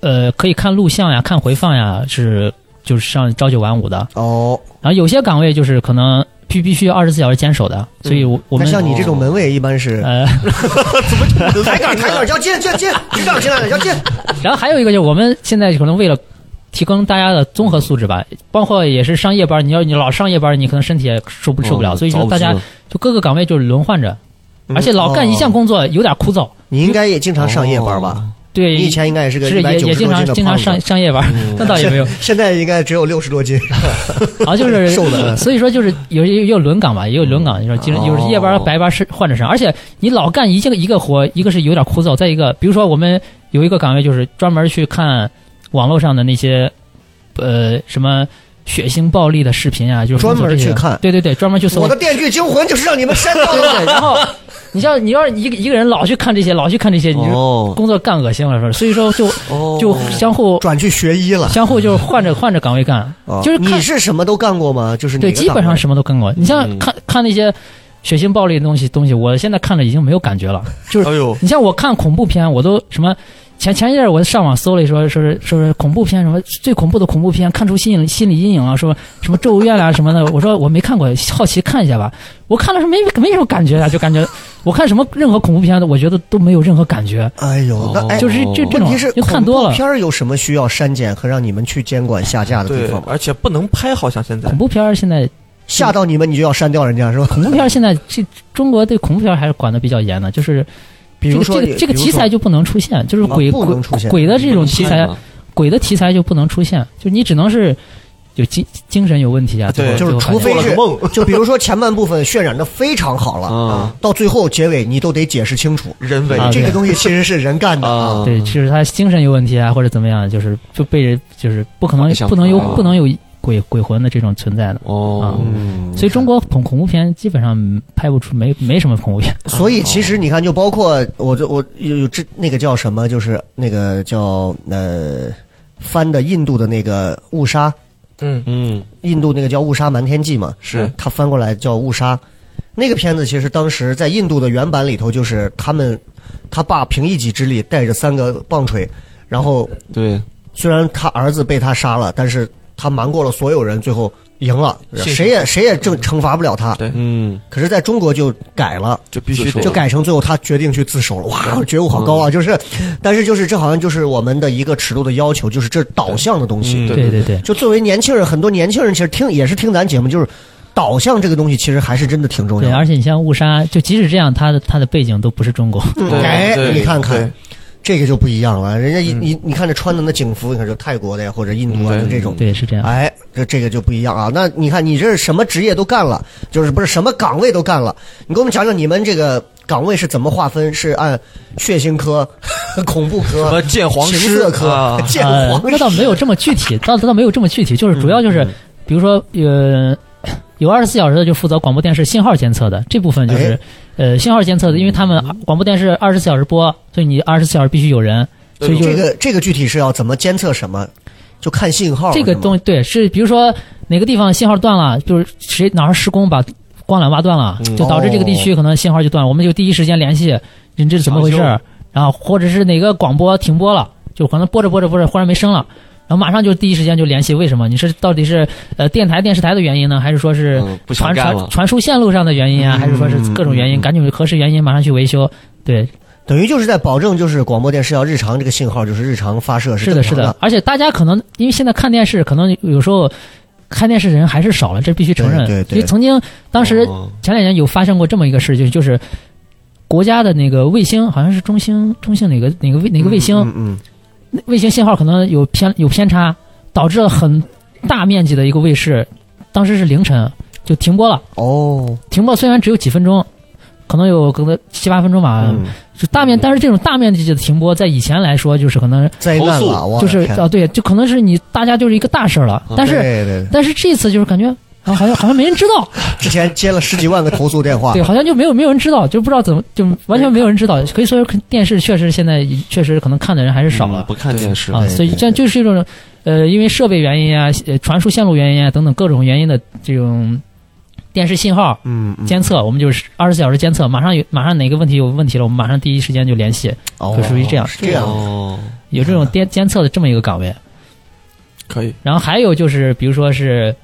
[SPEAKER 5] 呃可以看录像呀、看回放呀，是就是上朝九晚五的，
[SPEAKER 2] 哦，
[SPEAKER 5] 然后有些岗位就是可能必必须二十四小时坚守的，所以我我
[SPEAKER 2] 嗯那
[SPEAKER 5] 们
[SPEAKER 2] 像你这种门卫一般是哎
[SPEAKER 5] 呃，
[SPEAKER 2] 抬杠抬杠，要进进进，局长进来了，要进。
[SPEAKER 5] 然后还有一个就是我们现在可能为了提高大家的综合素质吧，包括也是上夜班，你要你老上夜班，你可能身体也受不受不了，
[SPEAKER 4] 哦
[SPEAKER 5] 所以
[SPEAKER 4] 早
[SPEAKER 5] 说
[SPEAKER 4] 不
[SPEAKER 5] 大家
[SPEAKER 4] 知道
[SPEAKER 5] 就各个岗位就是轮换着，而且老干一项
[SPEAKER 2] 哦，
[SPEAKER 5] 工作有点枯燥。
[SPEAKER 2] 你应该也经常上夜班吧？
[SPEAKER 5] 对，
[SPEAKER 2] 你以前应该也是个
[SPEAKER 5] 是
[SPEAKER 2] 一百
[SPEAKER 5] 也
[SPEAKER 2] 九
[SPEAKER 5] 也
[SPEAKER 2] 十
[SPEAKER 5] 经
[SPEAKER 2] 多
[SPEAKER 5] 常
[SPEAKER 2] 斤的
[SPEAKER 5] 经
[SPEAKER 2] 胖
[SPEAKER 5] 常上
[SPEAKER 2] 子，
[SPEAKER 5] 上夜班，那倒也没有，
[SPEAKER 2] 现在应该只有六十多斤。
[SPEAKER 5] 然后就
[SPEAKER 2] 瘦
[SPEAKER 5] 是
[SPEAKER 2] 的
[SPEAKER 5] 所以说就是有也有轮岗吧，也有轮岗，就是经常
[SPEAKER 2] 哦
[SPEAKER 5] 有时夜班白班是换着上，而且你老干一个一个活，一个是有点枯燥，再一个比如说我们有一个岗位就是专门去看网络上的那些呃什么血腥暴力的视频啊，就是
[SPEAKER 2] 专门
[SPEAKER 5] 搜索这些
[SPEAKER 2] 去看
[SPEAKER 5] 对对对，专门去搜
[SPEAKER 2] 我的电锯惊魂就是让你们删掉
[SPEAKER 5] 对 对
[SPEAKER 2] 的
[SPEAKER 5] 对，然后你像你要是一个一个人老去看这些，老去看这些，你就
[SPEAKER 4] 哦
[SPEAKER 5] 工作干恶心了，是吧？所以说就
[SPEAKER 4] 哦
[SPEAKER 5] 就相互
[SPEAKER 2] 转去学医了。哦
[SPEAKER 5] 相互就是换着换着岗位干，就是看
[SPEAKER 2] 啊你是什么都干过吗？就是
[SPEAKER 5] 对，基本上什么都干过。你像
[SPEAKER 4] 嗯
[SPEAKER 5] 看看那些血腥暴力的东西东西，我现在看着已经没有感觉了。就是
[SPEAKER 3] 哎呦，
[SPEAKER 5] 你像我看恐怖片，我都什么前前一阵儿我上网搜了一说，说是说是恐怖片什么最恐怖的恐怖片，看出心理心理阴影啊，说什么咒怨啊什么的。我说我没看过，好奇看一下吧。我看了是没没什么感觉啊，就感觉我看什么任何恐怖片的，我觉得都没有任何感觉。
[SPEAKER 2] 哎呦，那哎，
[SPEAKER 5] 就是这这
[SPEAKER 2] 问
[SPEAKER 5] 种
[SPEAKER 2] 题是，
[SPEAKER 5] 哦就看多了
[SPEAKER 2] 片。儿有什么需要删减和让你们去监管下架的地
[SPEAKER 3] 对
[SPEAKER 5] 哎
[SPEAKER 2] 方，吗？
[SPEAKER 3] 而且不能拍，好像现在
[SPEAKER 5] 恐怖片儿现在，
[SPEAKER 2] 吓到你们，你就要删掉人家是吧？
[SPEAKER 5] 恐怖片儿现在这中国对恐怖片儿还是管的比较严的，就是
[SPEAKER 2] 比如说
[SPEAKER 5] 这个这个题材就不能出现，就是
[SPEAKER 2] 啊
[SPEAKER 5] 鬼
[SPEAKER 2] 不
[SPEAKER 5] 鬼
[SPEAKER 2] 能出现
[SPEAKER 5] 鬼的这种题材，
[SPEAKER 4] 嗯
[SPEAKER 5] 鬼的题材就不能出现，就你只能是有精精神有问题啊，
[SPEAKER 3] 对
[SPEAKER 5] 最
[SPEAKER 2] 就
[SPEAKER 5] 后
[SPEAKER 2] 是
[SPEAKER 5] 最
[SPEAKER 2] 除
[SPEAKER 5] 后发
[SPEAKER 2] 非
[SPEAKER 5] 现
[SPEAKER 3] 做了
[SPEAKER 2] 是
[SPEAKER 3] 个梦
[SPEAKER 2] 就比如说前半部分渲染的非常好了，
[SPEAKER 4] 啊
[SPEAKER 2] 到最后结尾你都得解释清楚，
[SPEAKER 3] 人为
[SPEAKER 5] 啊
[SPEAKER 2] 这
[SPEAKER 5] 对
[SPEAKER 2] 个东西其实是人干的啊。
[SPEAKER 4] 啊，
[SPEAKER 5] 对，就是他精神有问题啊，或者怎么样，就是就被人就是不可能
[SPEAKER 4] 想
[SPEAKER 5] 不能有
[SPEAKER 4] 不到
[SPEAKER 5] 不能有鬼鬼魂的这种存在的。
[SPEAKER 4] 哦，
[SPEAKER 2] 嗯
[SPEAKER 5] 所以中国恐恐怖片基本上拍不出没没什么恐怖片，
[SPEAKER 2] 所以其实你看，就包括我就我有有这那个叫什么，就是那个叫呃翻的印度的那个误杀，
[SPEAKER 3] 嗯
[SPEAKER 4] 嗯，
[SPEAKER 2] 印度那个叫《误杀瞒天记》嘛，
[SPEAKER 3] 是
[SPEAKER 2] 他翻过来叫《误杀》。那个片子其实当时在印度的原版里头，就是他们他爸凭一己之力带着三个棒槌，然后
[SPEAKER 4] 对，
[SPEAKER 2] 虽然他儿子被他杀了，但是他瞒过了所有人，最后赢了，
[SPEAKER 3] 是
[SPEAKER 2] 谁也谁也正惩罚不了他。
[SPEAKER 3] 对
[SPEAKER 4] 嗯，
[SPEAKER 2] 可是，在中国就改了，
[SPEAKER 3] 就必须
[SPEAKER 4] 自首
[SPEAKER 3] 得
[SPEAKER 2] 就改成最后他决定去自首了。哇，觉悟好高啊！就是，但是就是这好像就是我们的一个尺度的要求，就是这导向的东西。
[SPEAKER 4] 嗯
[SPEAKER 5] 对对对，
[SPEAKER 2] 就作为年轻人，很多年轻人其实听也是听咱节目，就是导向这个东西其实还是真的挺重
[SPEAKER 5] 对，
[SPEAKER 2] 要
[SPEAKER 5] 而
[SPEAKER 2] 的。
[SPEAKER 5] 且你像误杀，就即使这样，他的他的背景都不是中国，
[SPEAKER 2] 嗯
[SPEAKER 3] 对
[SPEAKER 2] 哎
[SPEAKER 3] 对，
[SPEAKER 2] 你看看
[SPEAKER 3] 对，嗯
[SPEAKER 2] 这个就不一样了，人家一你你看这穿的那警服，你看这泰国的呀或者印度啊，
[SPEAKER 4] 嗯对
[SPEAKER 2] 就这种。
[SPEAKER 5] 对，是这样。
[SPEAKER 2] 哎，这这个就不一样啊！那你看，你这是什么职业都干了，就是不是什么岗位都干了？你给我们讲讲你们这个岗位是怎么划分？是按血腥科、 恐怖
[SPEAKER 3] 什
[SPEAKER 2] 科
[SPEAKER 3] 么、鉴黄
[SPEAKER 2] 情
[SPEAKER 3] 师
[SPEAKER 2] 色科
[SPEAKER 3] 啊、
[SPEAKER 2] 鉴
[SPEAKER 5] 呃
[SPEAKER 2] 黄，
[SPEAKER 5] 那倒没有这么具体，倒倒没有这么具体，就是主要就是，比如说呃，有二十四小时的就负责广播电视信号监测的这部分，就是呃信号监测的，因为他们广播电视二十四小时播，所以你二十四小时必须有人，所以就
[SPEAKER 2] 这个这个具体是要怎么监测什么？就看信号
[SPEAKER 5] 这个
[SPEAKER 2] 是吗
[SPEAKER 5] 东西对是，比如说哪个地方信号断了，就是谁哪儿施工把光缆挖断了，就导致这个地区可能信号就断了，我们就第一时间联系人这是怎么回事儿，然后或者是哪个广播停播了，就可能播着播着播着忽然没声了。然后马上就第一时间就联系，为什么？你是到底是呃电台、电视台的原因呢，还是说是
[SPEAKER 4] 嗯不想
[SPEAKER 5] 传
[SPEAKER 4] 干
[SPEAKER 5] 传
[SPEAKER 4] 了，
[SPEAKER 5] 传输线路上的原因啊，还是说是各种原因？赶紧核实原因，马上去维修。对，
[SPEAKER 2] 等于就是在保证，就是广播电视要日常这个信号就是日常发射
[SPEAKER 5] 是
[SPEAKER 2] 正
[SPEAKER 5] 的，
[SPEAKER 2] 常
[SPEAKER 5] 是
[SPEAKER 2] 的
[SPEAKER 5] 的，。而且大家可能因为现在看电视，可能有时候看电视的人还是少了，这必须承认。
[SPEAKER 2] 对对对
[SPEAKER 5] 因为曾经当时
[SPEAKER 4] 哦
[SPEAKER 5] 前两年有发生过这么一个事，就就是国家的那个卫星，好像是中兴中兴哪个哪个卫哪个卫星，
[SPEAKER 2] 嗯嗯，
[SPEAKER 5] 那卫星信号可能有偏有偏差，导致了很大面积的一个卫视，当时是凌晨就停播了。
[SPEAKER 2] 哦，
[SPEAKER 5] 停播虽然只有几分钟，可能有可能七八分钟吧，
[SPEAKER 2] 嗯，
[SPEAKER 5] 就大面，但是这种大面积的停播，在以前来说，就是可能
[SPEAKER 2] 灾难
[SPEAKER 6] 投
[SPEAKER 2] 了，
[SPEAKER 6] 诉
[SPEAKER 2] 我
[SPEAKER 5] 就是
[SPEAKER 2] 的天哦
[SPEAKER 5] 啊，对，就可能是你大家就是一个大事儿了，但是
[SPEAKER 2] 对 对对，
[SPEAKER 5] 但是这次就是感觉啊，好像好像没人知道，
[SPEAKER 2] 之前接了十几万个投诉电话
[SPEAKER 5] 对，，好像就没有没有人知道，就不知道怎么就完全没有人知道，可以说电视确实现在确实可能看的人还是少了
[SPEAKER 4] 嗯不看电视
[SPEAKER 2] 嗯
[SPEAKER 5] 啊，
[SPEAKER 2] 对
[SPEAKER 5] 所以这样就是一种呃，因为设备原因啊、呃传输线路原因啊等等各种原因的这种电视信号
[SPEAKER 2] 嗯，嗯
[SPEAKER 5] 监测，我们就是二十四小时监测，马上有马上哪个问题有问题了，我们马上第一时间就联系，
[SPEAKER 2] 哦
[SPEAKER 5] 就属于这样
[SPEAKER 2] 是这样，
[SPEAKER 4] 哦，
[SPEAKER 5] 有
[SPEAKER 2] 嗯
[SPEAKER 5] 这种监监测的这么一个岗位。
[SPEAKER 3] 可以，
[SPEAKER 5] 然后还有就是，比如说是，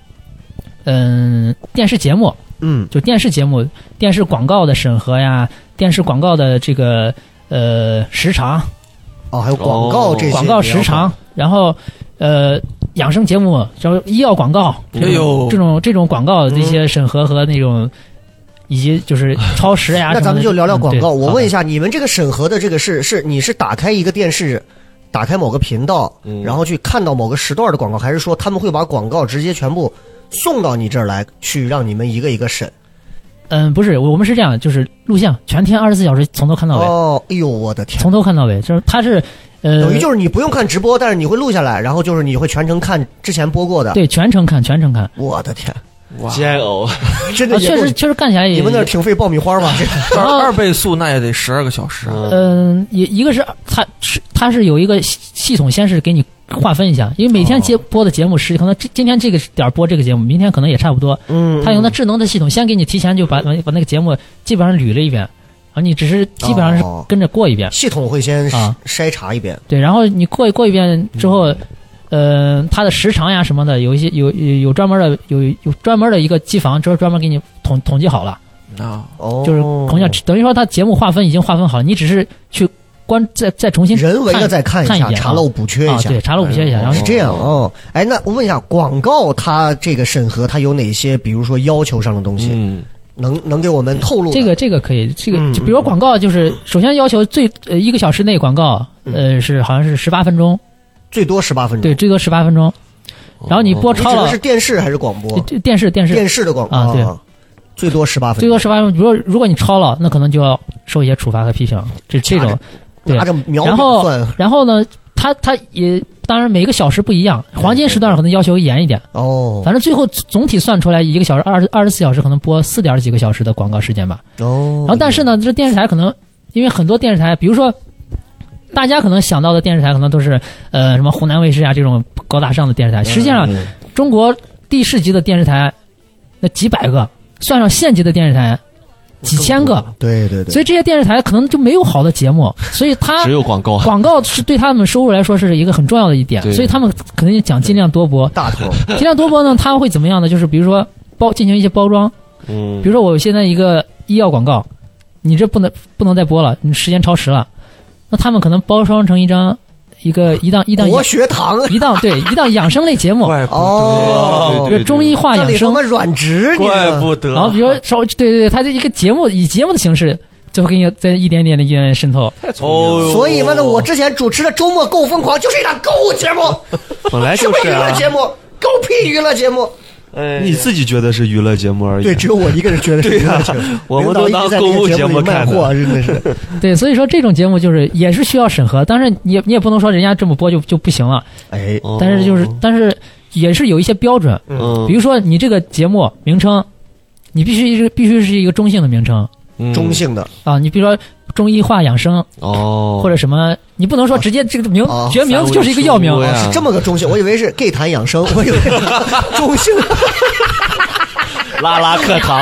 [SPEAKER 5] 嗯，电视节目，
[SPEAKER 2] 嗯，
[SPEAKER 5] 就电视节目、电视广告的审核呀，电视广告的这个呃时长、
[SPEAKER 2] 哦，还有广告这些，
[SPEAKER 5] 广告时长，然后呃养生节目，然后医药广告，
[SPEAKER 3] 哎呦
[SPEAKER 5] 这
[SPEAKER 2] 哦
[SPEAKER 5] 种这种广告的一些审核和那种，以及就是超时呀。
[SPEAKER 2] 那
[SPEAKER 5] 什么
[SPEAKER 2] 咱们
[SPEAKER 5] 的
[SPEAKER 2] 就聊聊广告。
[SPEAKER 5] 嗯对
[SPEAKER 2] 我
[SPEAKER 5] 好
[SPEAKER 2] 问一下，你们这个审核的这个是是你是打开一个电视，打开某个频道，
[SPEAKER 4] 嗯
[SPEAKER 2] 然后去看到某个时段的广告，还是说他们会把广告直接全部送到你这儿来，去让你们一个一个审？
[SPEAKER 5] 嗯，不是，我们是这样，就是录像全天二十四小时从头看到尾，
[SPEAKER 2] 哦，哎呦，我的天！
[SPEAKER 5] 从头看到尾，就是它是呃，
[SPEAKER 2] 等于就是你不用看直播，但是你会录下来，然后就是你会全程看之前播过的。
[SPEAKER 5] 对全程看，全程看。
[SPEAKER 2] 我的天，
[SPEAKER 3] 哇，
[SPEAKER 4] 煎熬，
[SPEAKER 2] 真的
[SPEAKER 5] 啊，
[SPEAKER 2] 也
[SPEAKER 5] 确
[SPEAKER 2] 够
[SPEAKER 5] 实确实干起来也
[SPEAKER 2] 你们那儿挺费爆米花吧？这 个
[SPEAKER 3] 二二倍速那也得十二个小时啊，
[SPEAKER 5] 嗯，也一个是它是它是有一个系系统，先是给你划分一下，因为每天接播的节目是可能这今天这个点儿播这个节目，明天可能也差不多。
[SPEAKER 2] 嗯，
[SPEAKER 5] 它用它智能的系统先给你提前就把把把那个节目基本上捋了一遍，然后你只是基本上是
[SPEAKER 2] 哦
[SPEAKER 5] 跟着过一遍，
[SPEAKER 2] 系统会先
[SPEAKER 5] 啊
[SPEAKER 2] 筛查一遍。
[SPEAKER 5] 对，然后你过一过一遍之后。呃，它的时长呀什么的，有一些有有有专门的有有专门的一个机房，就是专门给你统统计好了。
[SPEAKER 3] 啊，
[SPEAKER 2] 哦，
[SPEAKER 5] 就是同样，等于说它节目划分已经划分好了，你只是去关再再重新
[SPEAKER 2] 人为的再看
[SPEAKER 5] 看
[SPEAKER 2] 一
[SPEAKER 5] 一
[SPEAKER 2] 下，
[SPEAKER 5] 眼啊
[SPEAKER 2] 查漏补缺一
[SPEAKER 5] 啊，
[SPEAKER 2] 下。
[SPEAKER 5] 对，查漏补缺一下，然后
[SPEAKER 2] 是这样哦，哎，那我问一下，广告它这个审核它有哪些，比如说要求上的东西，
[SPEAKER 4] 嗯，
[SPEAKER 2] 能能给我们透露的？
[SPEAKER 5] 这个这个可以，这个
[SPEAKER 2] 嗯
[SPEAKER 5] 就比如说广告，就是首先要求最呃一个小时内广告，
[SPEAKER 2] 嗯
[SPEAKER 5] 呃是好像是十八分钟，
[SPEAKER 2] 最多十八分钟。
[SPEAKER 5] 对，，最多十八分钟。然后你
[SPEAKER 4] 嗯
[SPEAKER 5] 播
[SPEAKER 2] 你
[SPEAKER 5] 超
[SPEAKER 2] 指的
[SPEAKER 5] 了
[SPEAKER 2] 是电视还是广播？
[SPEAKER 5] 呃电视电视
[SPEAKER 2] 电视的广告
[SPEAKER 5] 啊对
[SPEAKER 2] 最多十八分
[SPEAKER 5] 最
[SPEAKER 2] 钟
[SPEAKER 5] 多，十八分钟，如果如果你超了，那可能就要受一些处罚和批评，这这
[SPEAKER 2] 掐
[SPEAKER 5] 种
[SPEAKER 2] 着。
[SPEAKER 5] 对
[SPEAKER 2] 拿着秒
[SPEAKER 5] 然
[SPEAKER 2] 表
[SPEAKER 5] 后
[SPEAKER 2] 算
[SPEAKER 5] 然后呢，它它也当然每个小时不一样，黄金时段可能要求严一点，
[SPEAKER 2] 哦
[SPEAKER 5] 反正最后总体算出来一个小时二十二十四小时可能播四点几个小时的广告时间吧。
[SPEAKER 2] 哦
[SPEAKER 4] 嗯
[SPEAKER 5] 然后，但是呢，这电视台可能因为很多电视台，比如说大家可能想到的电视台，可能都是呃什么湖南卫视啊这种高大上的电
[SPEAKER 4] 嗯
[SPEAKER 5] 视台。实际上，
[SPEAKER 2] 嗯
[SPEAKER 5] 中国地市级的电视台那几百个，算上县级的电视台几千个，
[SPEAKER 4] 嗯
[SPEAKER 2] 对对对，
[SPEAKER 5] 所以这些电视台可能就没有好的节目，所以它
[SPEAKER 4] 只有广告，
[SPEAKER 5] 广告是对他们收入来说是一个很重要的一点，
[SPEAKER 4] 对
[SPEAKER 5] 所以他们肯定讲尽量多播。
[SPEAKER 2] 大头
[SPEAKER 5] 尽量多播呢，它会怎么样呢？就是比如说包进行一些包装，
[SPEAKER 4] 嗯
[SPEAKER 5] 比如说我现在一个医药广告，你这不能不能再播了，你时间超时了，那他们可能包装成一张一个一档一档
[SPEAKER 2] 国
[SPEAKER 5] 养
[SPEAKER 2] 学堂
[SPEAKER 5] 一档对一档养生类节目，
[SPEAKER 3] 怪不
[SPEAKER 2] 哦
[SPEAKER 3] 得，
[SPEAKER 5] 比如中医化
[SPEAKER 2] 这
[SPEAKER 5] 养
[SPEAKER 2] 里什
[SPEAKER 5] 生，
[SPEAKER 2] 么软植，你知道
[SPEAKER 3] 怪
[SPEAKER 2] 吗
[SPEAKER 3] 不得，
[SPEAKER 5] 然后比如说稍微对对对，它这一个节目以节目的形式，就会给你再一点点的一点点渗透。
[SPEAKER 3] 哦呦，
[SPEAKER 2] 所以嘛呢，我之前主持的《周末购物疯狂》就是一档购物节目，
[SPEAKER 4] 本
[SPEAKER 5] 哎
[SPEAKER 4] 来
[SPEAKER 2] 什
[SPEAKER 4] 就
[SPEAKER 2] 么娱
[SPEAKER 4] 是
[SPEAKER 2] 乐
[SPEAKER 4] 啊，
[SPEAKER 2] 节目，狗屁娱乐节目。
[SPEAKER 6] 你自己觉得是娱乐节目
[SPEAKER 4] 哎
[SPEAKER 6] 而已。
[SPEAKER 2] 对，只有我一个人觉得是娱乐节目。
[SPEAKER 4] 我们都
[SPEAKER 2] 领导一直
[SPEAKER 4] 当
[SPEAKER 2] 在
[SPEAKER 4] 购
[SPEAKER 2] 这
[SPEAKER 4] 物
[SPEAKER 2] 个节
[SPEAKER 4] 节
[SPEAKER 2] 目
[SPEAKER 4] 目
[SPEAKER 2] 里卖
[SPEAKER 4] 看的
[SPEAKER 2] 货，真的 是。
[SPEAKER 5] 对，所以说这种节目就是也是需要审核，当然你也你也不能说人家这么播就就不行了，
[SPEAKER 2] 哎，
[SPEAKER 4] 哦
[SPEAKER 5] 但是就是但是也是有一些标准，
[SPEAKER 4] 嗯
[SPEAKER 5] 比如说你这个节目名称，你必须是必须是一个中性的名称
[SPEAKER 4] 嗯
[SPEAKER 2] 中性的
[SPEAKER 5] 啊，你比如说中医化养生
[SPEAKER 4] 哦，
[SPEAKER 5] 或者什么，你不能说直接这个名
[SPEAKER 2] 哦
[SPEAKER 5] 学名就是一个药名
[SPEAKER 4] 三，味
[SPEAKER 2] 哦，
[SPEAKER 4] 啊
[SPEAKER 2] 是这么个中性，我以为是 gay 谈养生，我以为 中性
[SPEAKER 4] 拉拉课 堂，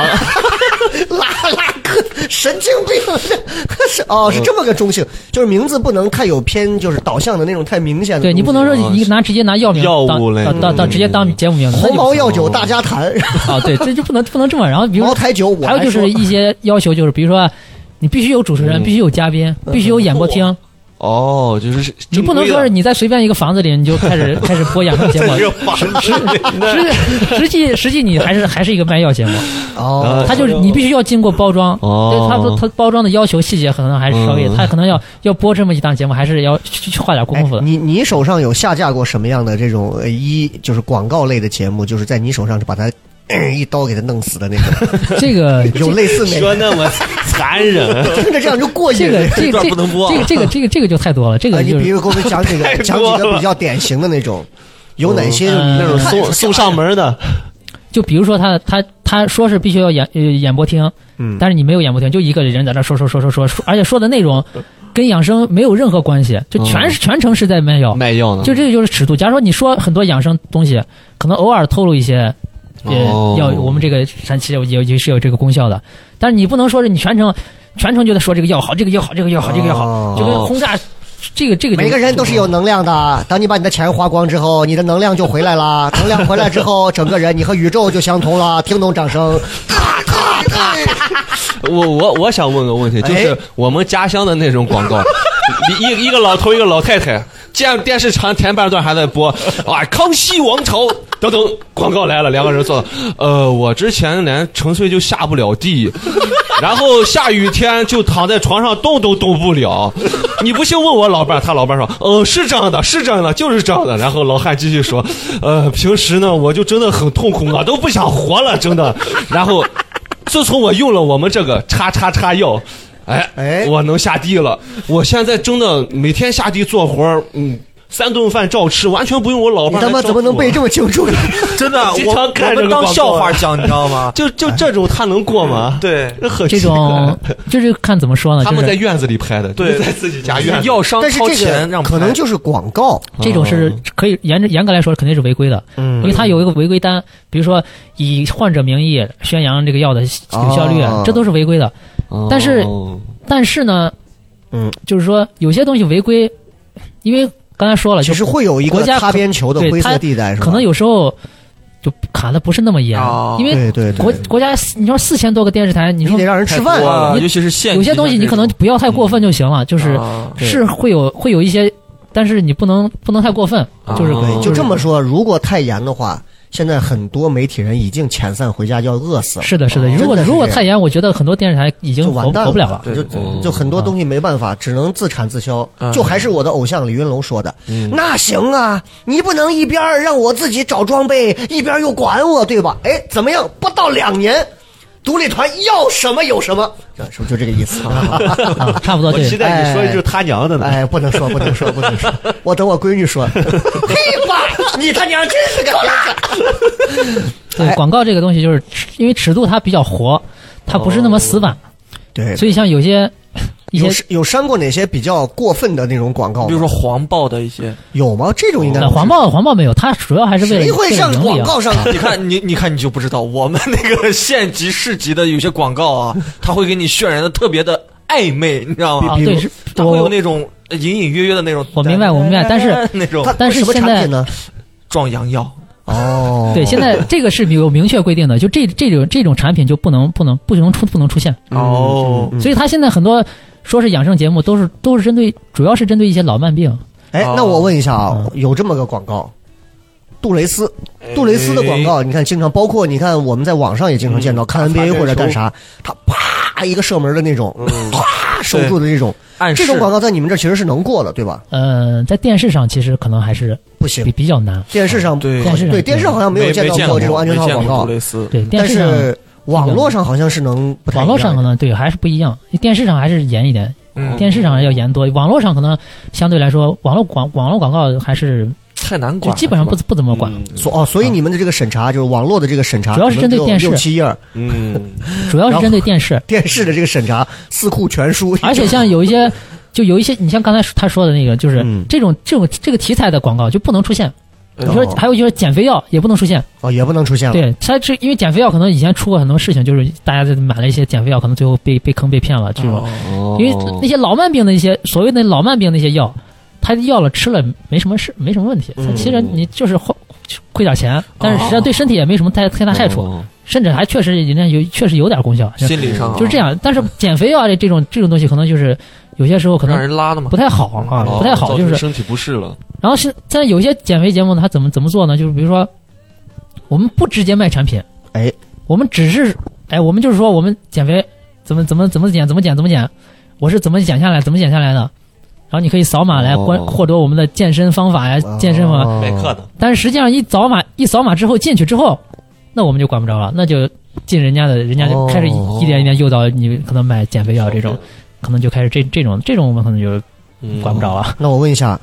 [SPEAKER 2] 拉拉哥神经病，是哦，是这么个中性，就是名字不能太有偏，就是导向的那种太明显的东西。
[SPEAKER 5] 对你不能说你拿直接拿药名
[SPEAKER 4] 药物
[SPEAKER 5] 当
[SPEAKER 4] 类
[SPEAKER 5] 当当当直接当节目名，那
[SPEAKER 2] 红
[SPEAKER 5] 就
[SPEAKER 2] 毛药酒大家谈，
[SPEAKER 5] 啊，对，这就不能不能这么。然后比如
[SPEAKER 2] 茅
[SPEAKER 5] 说
[SPEAKER 2] 台酒我
[SPEAKER 5] 还有就是一些要求，就是比如说你必须有主持人，
[SPEAKER 4] 嗯
[SPEAKER 5] 必须有嘉宾，必须有演播厅，
[SPEAKER 4] 哦，就是
[SPEAKER 5] 你不能说
[SPEAKER 4] 啊
[SPEAKER 5] 是你在随便一个房子里你就开始开始播养生 节目。实实际实际你还是还是一个卖药节目，
[SPEAKER 2] 哦，
[SPEAKER 5] 它就是你必须要经过包装，
[SPEAKER 4] 哦
[SPEAKER 5] 对它不它包装的要求细节可能还是稍微，
[SPEAKER 4] 嗯
[SPEAKER 5] 它可能要要播这么一档节目，还是要去去花点
[SPEAKER 2] 哎
[SPEAKER 5] 功夫的。
[SPEAKER 2] 你你手上有下架过什么样的这种呃一就是广告类的节目，就是在你手上是把它嗯一刀给他弄死的那 种，
[SPEAKER 5] 这个
[SPEAKER 2] 有类似美
[SPEAKER 4] 说那么残 忍，
[SPEAKER 5] 嗯
[SPEAKER 2] 听着这样就过瘾
[SPEAKER 5] 这个
[SPEAKER 2] 了。
[SPEAKER 5] 这
[SPEAKER 3] 段
[SPEAKER 5] 这
[SPEAKER 3] 不能播
[SPEAKER 5] 这个这个这个这个就太多了，这
[SPEAKER 2] 啊，
[SPEAKER 5] 个
[SPEAKER 2] 你
[SPEAKER 5] 就
[SPEAKER 2] 比
[SPEAKER 5] 是
[SPEAKER 2] 如给我们讲几个，讲几个比较典型的那种，有哪些
[SPEAKER 5] 嗯
[SPEAKER 4] 那种
[SPEAKER 2] 看
[SPEAKER 4] 送送上门的，
[SPEAKER 5] 就比如说他他他说是必须要演呃演播厅，
[SPEAKER 6] 嗯，
[SPEAKER 5] 但是你没有演播厅，就一个人在那说说说说说说，而且说的内容跟养生没有任何关系，就全是全程是在卖药，
[SPEAKER 4] 卖药呢，
[SPEAKER 5] 就这个就是尺度。假如说你说很多养生东西，可能偶尔透露一些，
[SPEAKER 4] 哦
[SPEAKER 5] 呃，要我们这个神奇有有有是有这个功效的，但是你不能说是你全程全程就在说这个药好，这个药好，这个药好，这个药好，就跟轰炸这个 这个就
[SPEAKER 2] 哦每个人都是有能量的。当你把你的钱花光之后，你的能量就回来 啦。能量回来之后，整个人你和宇宙就相通了。听懂掌声？
[SPEAKER 4] 我我我想问个问题，就是
[SPEAKER 2] 哎
[SPEAKER 4] 我们家乡的那种广告，一一个老头一个老太太，见电视长前半段还在播，啊，康熙王朝等等广告来了，两个人坐，呃，我之前连沉睡就下不了地，然后下雨天就躺在床上动都动不了，你不信问我老伴儿，他老伴儿说，呃，是这样的，是这样的，就是这样的。然后老汉继续说，呃，平时呢我就真的很痛苦啊，都不想活了，真的。然后。自从我用了我们这个叉叉叉药，哎
[SPEAKER 2] 哎
[SPEAKER 4] 我能下地了。我现在真的每天下地做活儿，嗯，三顿饭照吃，完全不用我老
[SPEAKER 2] 你
[SPEAKER 4] 伴。
[SPEAKER 2] 他妈怎么能背？
[SPEAKER 5] 啊
[SPEAKER 2] 这么清楚呢？
[SPEAKER 3] 真的，
[SPEAKER 4] 经
[SPEAKER 3] 我
[SPEAKER 4] 常看这
[SPEAKER 3] 我
[SPEAKER 4] 个
[SPEAKER 3] 们当
[SPEAKER 4] 广告
[SPEAKER 3] 笑话
[SPEAKER 4] 啊
[SPEAKER 3] 讲，你知道 吗？
[SPEAKER 4] 就
[SPEAKER 2] 哎
[SPEAKER 4] 就这种他能过吗？，
[SPEAKER 2] 嗯
[SPEAKER 3] 对
[SPEAKER 4] 那很
[SPEAKER 5] 这
[SPEAKER 4] 奇怪
[SPEAKER 5] 种就是看怎么说呢，
[SPEAKER 4] 他
[SPEAKER 5] 就
[SPEAKER 4] 们在
[SPEAKER 5] 是
[SPEAKER 4] 院子里拍的，
[SPEAKER 3] 对，
[SPEAKER 4] 在自己家院子里。
[SPEAKER 3] 药商
[SPEAKER 2] 但是
[SPEAKER 3] 掏
[SPEAKER 2] 这
[SPEAKER 3] 钱
[SPEAKER 2] 个
[SPEAKER 3] 让
[SPEAKER 2] 可能就是广告，
[SPEAKER 5] 这种是
[SPEAKER 2] 哦
[SPEAKER 5] 可以严严格来说肯定是违规的，
[SPEAKER 2] 嗯
[SPEAKER 5] 因为它有一个违规单，比如说以患者名义宣扬这个药的有效率啊
[SPEAKER 2] 哦，
[SPEAKER 5] 这都是违规的。
[SPEAKER 4] 哦，
[SPEAKER 5] 但是但是呢，
[SPEAKER 2] 嗯，
[SPEAKER 5] 就是说有些东西违规，因为刚才说了，
[SPEAKER 2] 其
[SPEAKER 5] 就
[SPEAKER 2] 实会有一个
[SPEAKER 5] 国家可
[SPEAKER 2] 擦边球的
[SPEAKER 5] 对
[SPEAKER 2] 灰
[SPEAKER 5] 它
[SPEAKER 2] 色地带，是吧？
[SPEAKER 5] 可能有时候就卡的不是那么严
[SPEAKER 3] 哦，
[SPEAKER 5] 因为
[SPEAKER 2] 对对
[SPEAKER 5] 国
[SPEAKER 2] 对，
[SPEAKER 5] 国家你说四千多个电视台，你
[SPEAKER 2] 你
[SPEAKER 5] 说
[SPEAKER 2] 得让人
[SPEAKER 3] 太
[SPEAKER 2] 吃饭
[SPEAKER 3] 多
[SPEAKER 2] 啊。
[SPEAKER 3] 了
[SPEAKER 5] 你
[SPEAKER 3] 尤其是县
[SPEAKER 5] 有些东西你可能
[SPEAKER 3] 啊
[SPEAKER 5] 不要太过分就行了，就
[SPEAKER 3] 就是
[SPEAKER 6] 嗯
[SPEAKER 5] 是会有会有一些，但是你不能不能太过分，
[SPEAKER 6] 啊
[SPEAKER 5] 就是
[SPEAKER 4] 哦
[SPEAKER 2] 对，就这么说，如果太严的话，现在很多媒体人已经遣散回家，要饿死了。
[SPEAKER 5] 是的，是的。如
[SPEAKER 2] 真
[SPEAKER 5] 果
[SPEAKER 2] 的是
[SPEAKER 5] 如果
[SPEAKER 2] 这样
[SPEAKER 5] 太严，我觉得很多电视台已经
[SPEAKER 2] 就
[SPEAKER 5] 活
[SPEAKER 2] 完蛋
[SPEAKER 5] 活不了了。
[SPEAKER 3] 对
[SPEAKER 2] 就
[SPEAKER 4] 对
[SPEAKER 2] 就很多东西没办法，只能自产自销。
[SPEAKER 3] 嗯
[SPEAKER 2] 就还是我的偶像李云龙说的，那行啊，你不能一边儿让我自己找装备，一边儿又管我，对吧？哎，怎么样？不到两年，独立团要什么有什么，这 是不是就这个意思？
[SPEAKER 5] 啊，差不多
[SPEAKER 6] 我期
[SPEAKER 5] 对。
[SPEAKER 6] 待你说一句他娘的呢。
[SPEAKER 2] 哎，不能说，不能说，不能说，我等我闺女 说。嘿吧，你他娘真是个骗子！
[SPEAKER 5] 对广告这个东西，就是因为尺度它比较活，它不是那么死板，
[SPEAKER 2] 哦对，
[SPEAKER 5] 所以像有些一
[SPEAKER 2] 有
[SPEAKER 5] 些
[SPEAKER 2] 删有删过哪些比较过分的那种广告吗？
[SPEAKER 3] 比如说黄暴的 一些，
[SPEAKER 2] 有吗？这种应该
[SPEAKER 5] 呃
[SPEAKER 2] 不是
[SPEAKER 5] 黄报黄报没有，它主要还是为
[SPEAKER 2] 谁
[SPEAKER 5] 了
[SPEAKER 2] 会
[SPEAKER 5] 为了
[SPEAKER 2] 上
[SPEAKER 5] 盈利
[SPEAKER 2] 广
[SPEAKER 5] 啊。
[SPEAKER 2] 告上？
[SPEAKER 3] 你看你你看你就不知道，我们那个县级市级的有些广告啊，它会给你渲染的特别的暧昧，你知道
[SPEAKER 5] 啊，
[SPEAKER 3] 吗？
[SPEAKER 5] 对，是
[SPEAKER 3] 它会有
[SPEAKER 5] 我
[SPEAKER 3] 那种隐隐约约的那种。
[SPEAKER 5] 我明白我明白但是
[SPEAKER 3] 那种
[SPEAKER 2] 它
[SPEAKER 5] 哦但是
[SPEAKER 2] 什么
[SPEAKER 5] 现
[SPEAKER 2] 产
[SPEAKER 5] 在
[SPEAKER 2] 品呢？
[SPEAKER 3] 壮阳药，
[SPEAKER 2] 哦，
[SPEAKER 5] 对现在这个是有明确规定的，就这这种这种产品就不能不能不能出不能出现，
[SPEAKER 3] 哦，
[SPEAKER 5] 所以它现在很多说是养生节目都是都是针对主要是针对一些老慢病，
[SPEAKER 2] 哎，
[SPEAKER 3] 哦
[SPEAKER 2] 那我问一下啊，
[SPEAKER 5] 嗯
[SPEAKER 2] 有这么个广告，杜蕾斯，
[SPEAKER 3] 哎
[SPEAKER 2] 杜蕾斯的广告，你看经常，包括你看我们在网上也经常
[SPEAKER 3] 嗯
[SPEAKER 2] 见到，看 NBA 或者干啥，他啪一个射门的那种，
[SPEAKER 3] 嗯
[SPEAKER 2] 啪守住的这种，
[SPEAKER 3] 暗示
[SPEAKER 2] 这种广告在你们这其实是能过的，对吧？
[SPEAKER 5] 呃，在电视上其实可能还是
[SPEAKER 2] 不
[SPEAKER 5] 比
[SPEAKER 2] 行，
[SPEAKER 5] 比较难，
[SPEAKER 2] 电视上
[SPEAKER 3] 对
[SPEAKER 2] 好像
[SPEAKER 5] 电视上
[SPEAKER 2] 对电视上好像没有见到
[SPEAKER 3] 过
[SPEAKER 2] 这种安全套
[SPEAKER 3] 没见
[SPEAKER 2] 广
[SPEAKER 3] 过
[SPEAKER 2] 告
[SPEAKER 3] 杜，蕾斯，
[SPEAKER 5] 对电
[SPEAKER 2] 但
[SPEAKER 5] 视上
[SPEAKER 2] 是网络上好像是能不太一
[SPEAKER 5] 网
[SPEAKER 2] 样
[SPEAKER 5] 络上可能对还是不一样，电视上还是严一点，
[SPEAKER 3] 嗯，
[SPEAKER 5] 电视上要严多，网络上可能相对来说，网络广网络广告还是
[SPEAKER 3] 太难
[SPEAKER 5] 就
[SPEAKER 3] 管了，
[SPEAKER 5] 基本上不不怎么管，
[SPEAKER 4] 嗯
[SPEAKER 2] 所哦，所以你们的这个审查就是网络的这个审查，
[SPEAKER 5] 嗯主要是针对
[SPEAKER 2] 可能
[SPEAKER 5] 电
[SPEAKER 2] 只
[SPEAKER 5] 视
[SPEAKER 2] 有六七页儿，
[SPEAKER 4] 嗯，
[SPEAKER 5] 主要是针对电视，
[SPEAKER 2] 电视的这个审查四库全书，
[SPEAKER 5] 而且像有一些。就有一些，你像刚才他说的那个，就是
[SPEAKER 6] 嗯
[SPEAKER 5] 这种这种这个题材的广告就不能出现。
[SPEAKER 3] 哦
[SPEAKER 5] 你说还有就是减肥药也不能出现，
[SPEAKER 2] 哦也不能出
[SPEAKER 4] 啊
[SPEAKER 2] 现了。
[SPEAKER 5] 对，它这因为减肥药可能以前出过很多事情，就是大家买了一些减肥药，可能最后被被坑被骗了这种。
[SPEAKER 4] 哦
[SPEAKER 5] 因为那些老慢病的一些所谓的老慢病那些药，他要了吃了没什么事，没什么问
[SPEAKER 4] 嗯
[SPEAKER 5] 题。它其实你就是花亏点钱，但是实际上对身体也没什么太太大害处，
[SPEAKER 4] 哦
[SPEAKER 5] 甚至还确实人家有确实有点功效，
[SPEAKER 3] 心理上啊
[SPEAKER 5] 就是这，
[SPEAKER 4] 哦
[SPEAKER 5] 样。但是减肥药啊这这种这种东西，可能就是有些时候可
[SPEAKER 3] 让
[SPEAKER 5] 能
[SPEAKER 3] 人拉的嘛
[SPEAKER 5] 不。太好啊，
[SPEAKER 4] 哦
[SPEAKER 5] 不太好，
[SPEAKER 4] 造
[SPEAKER 5] 就
[SPEAKER 4] 成
[SPEAKER 5] 是
[SPEAKER 4] 身体不适了。
[SPEAKER 5] 然后是现在有一些减肥节目呢，它怎么怎么做呢？就是比如说，我们不直接卖产品，
[SPEAKER 2] 哎，
[SPEAKER 5] 我们只是哎，我们就是说我们减肥怎么怎么怎么减，怎么减怎么减，我是怎么减下来，怎么减下来的。然后你可以扫码来
[SPEAKER 4] 哦
[SPEAKER 5] 关获得我们的健身方法呀，健身方法。
[SPEAKER 2] 哦
[SPEAKER 4] 卖课的，
[SPEAKER 5] 但是实际上一扫码一扫码之后进去之后，那我们就管不着了，那就进人家的，人家就开始
[SPEAKER 2] 哦
[SPEAKER 5] 一点一点诱导你，可能买减肥药这种，可能就开始这这种这种我们可能就嗯管不着了。
[SPEAKER 2] 那我问一下，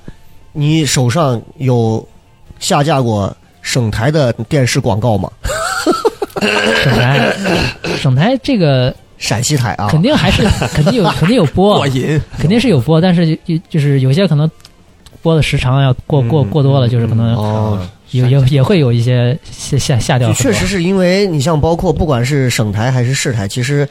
[SPEAKER 2] 你手上有下架过省台的电视广告吗？嗯
[SPEAKER 5] 省台，省台这个
[SPEAKER 2] 陕西台啊，
[SPEAKER 5] 肯 定还是肯定有肯定有播
[SPEAKER 3] 过，瘾，
[SPEAKER 5] 肯定是有播，但是就就是有些可能播的时长要过过
[SPEAKER 3] 嗯
[SPEAKER 5] 过多了，就是可能
[SPEAKER 4] 哦，
[SPEAKER 5] 有有也会有一些下下下掉
[SPEAKER 2] 就
[SPEAKER 5] 很多。
[SPEAKER 2] 确实是因为你像包括不管是省台还是市台，其实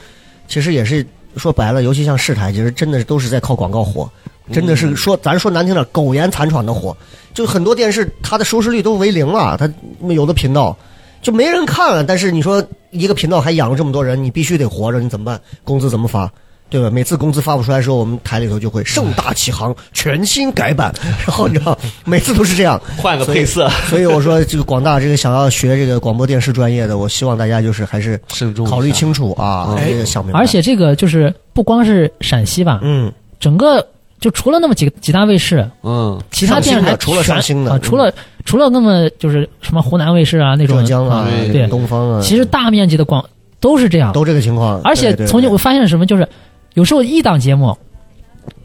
[SPEAKER 2] 其实也是说白了，尤其像市台，其实真的都是在靠广告火，真的是说咱说难听点，苟延残喘的火。就很多电视它的收视率都为零了，它有的频道就没人看了。但是你说一个频道还养了这么多人，你必须得活着，你怎么办？工资怎么发？对吧？每次工资发不出来的时候，我们台里头就会盛大启航，全新改版，然后你知道，每次都是这样。
[SPEAKER 4] 嗯换个配色，
[SPEAKER 2] 所以我说，这个广大这个想要学这个广播电视专业的，我希望大家就是还是
[SPEAKER 4] 慎重
[SPEAKER 2] 考虑清楚啊，这个想明白。
[SPEAKER 5] 而，且这个就是不光是陕西吧，
[SPEAKER 2] 嗯，
[SPEAKER 5] 整个就除了那么几个几大卫视，
[SPEAKER 4] 嗯，
[SPEAKER 5] 其他电
[SPEAKER 2] 上
[SPEAKER 5] 视台
[SPEAKER 2] 星的除了上星的嗯
[SPEAKER 5] 啊，除了除了那么就是什么湖南卫视啊那种
[SPEAKER 2] 浙江啊，
[SPEAKER 5] 对，
[SPEAKER 2] 东方啊，
[SPEAKER 5] 其实大面积的广都是这样。
[SPEAKER 2] 都这个情
[SPEAKER 4] 嗯
[SPEAKER 2] 况。
[SPEAKER 5] 而且
[SPEAKER 2] 对
[SPEAKER 5] 从我发现什么，就是有时候一档节目，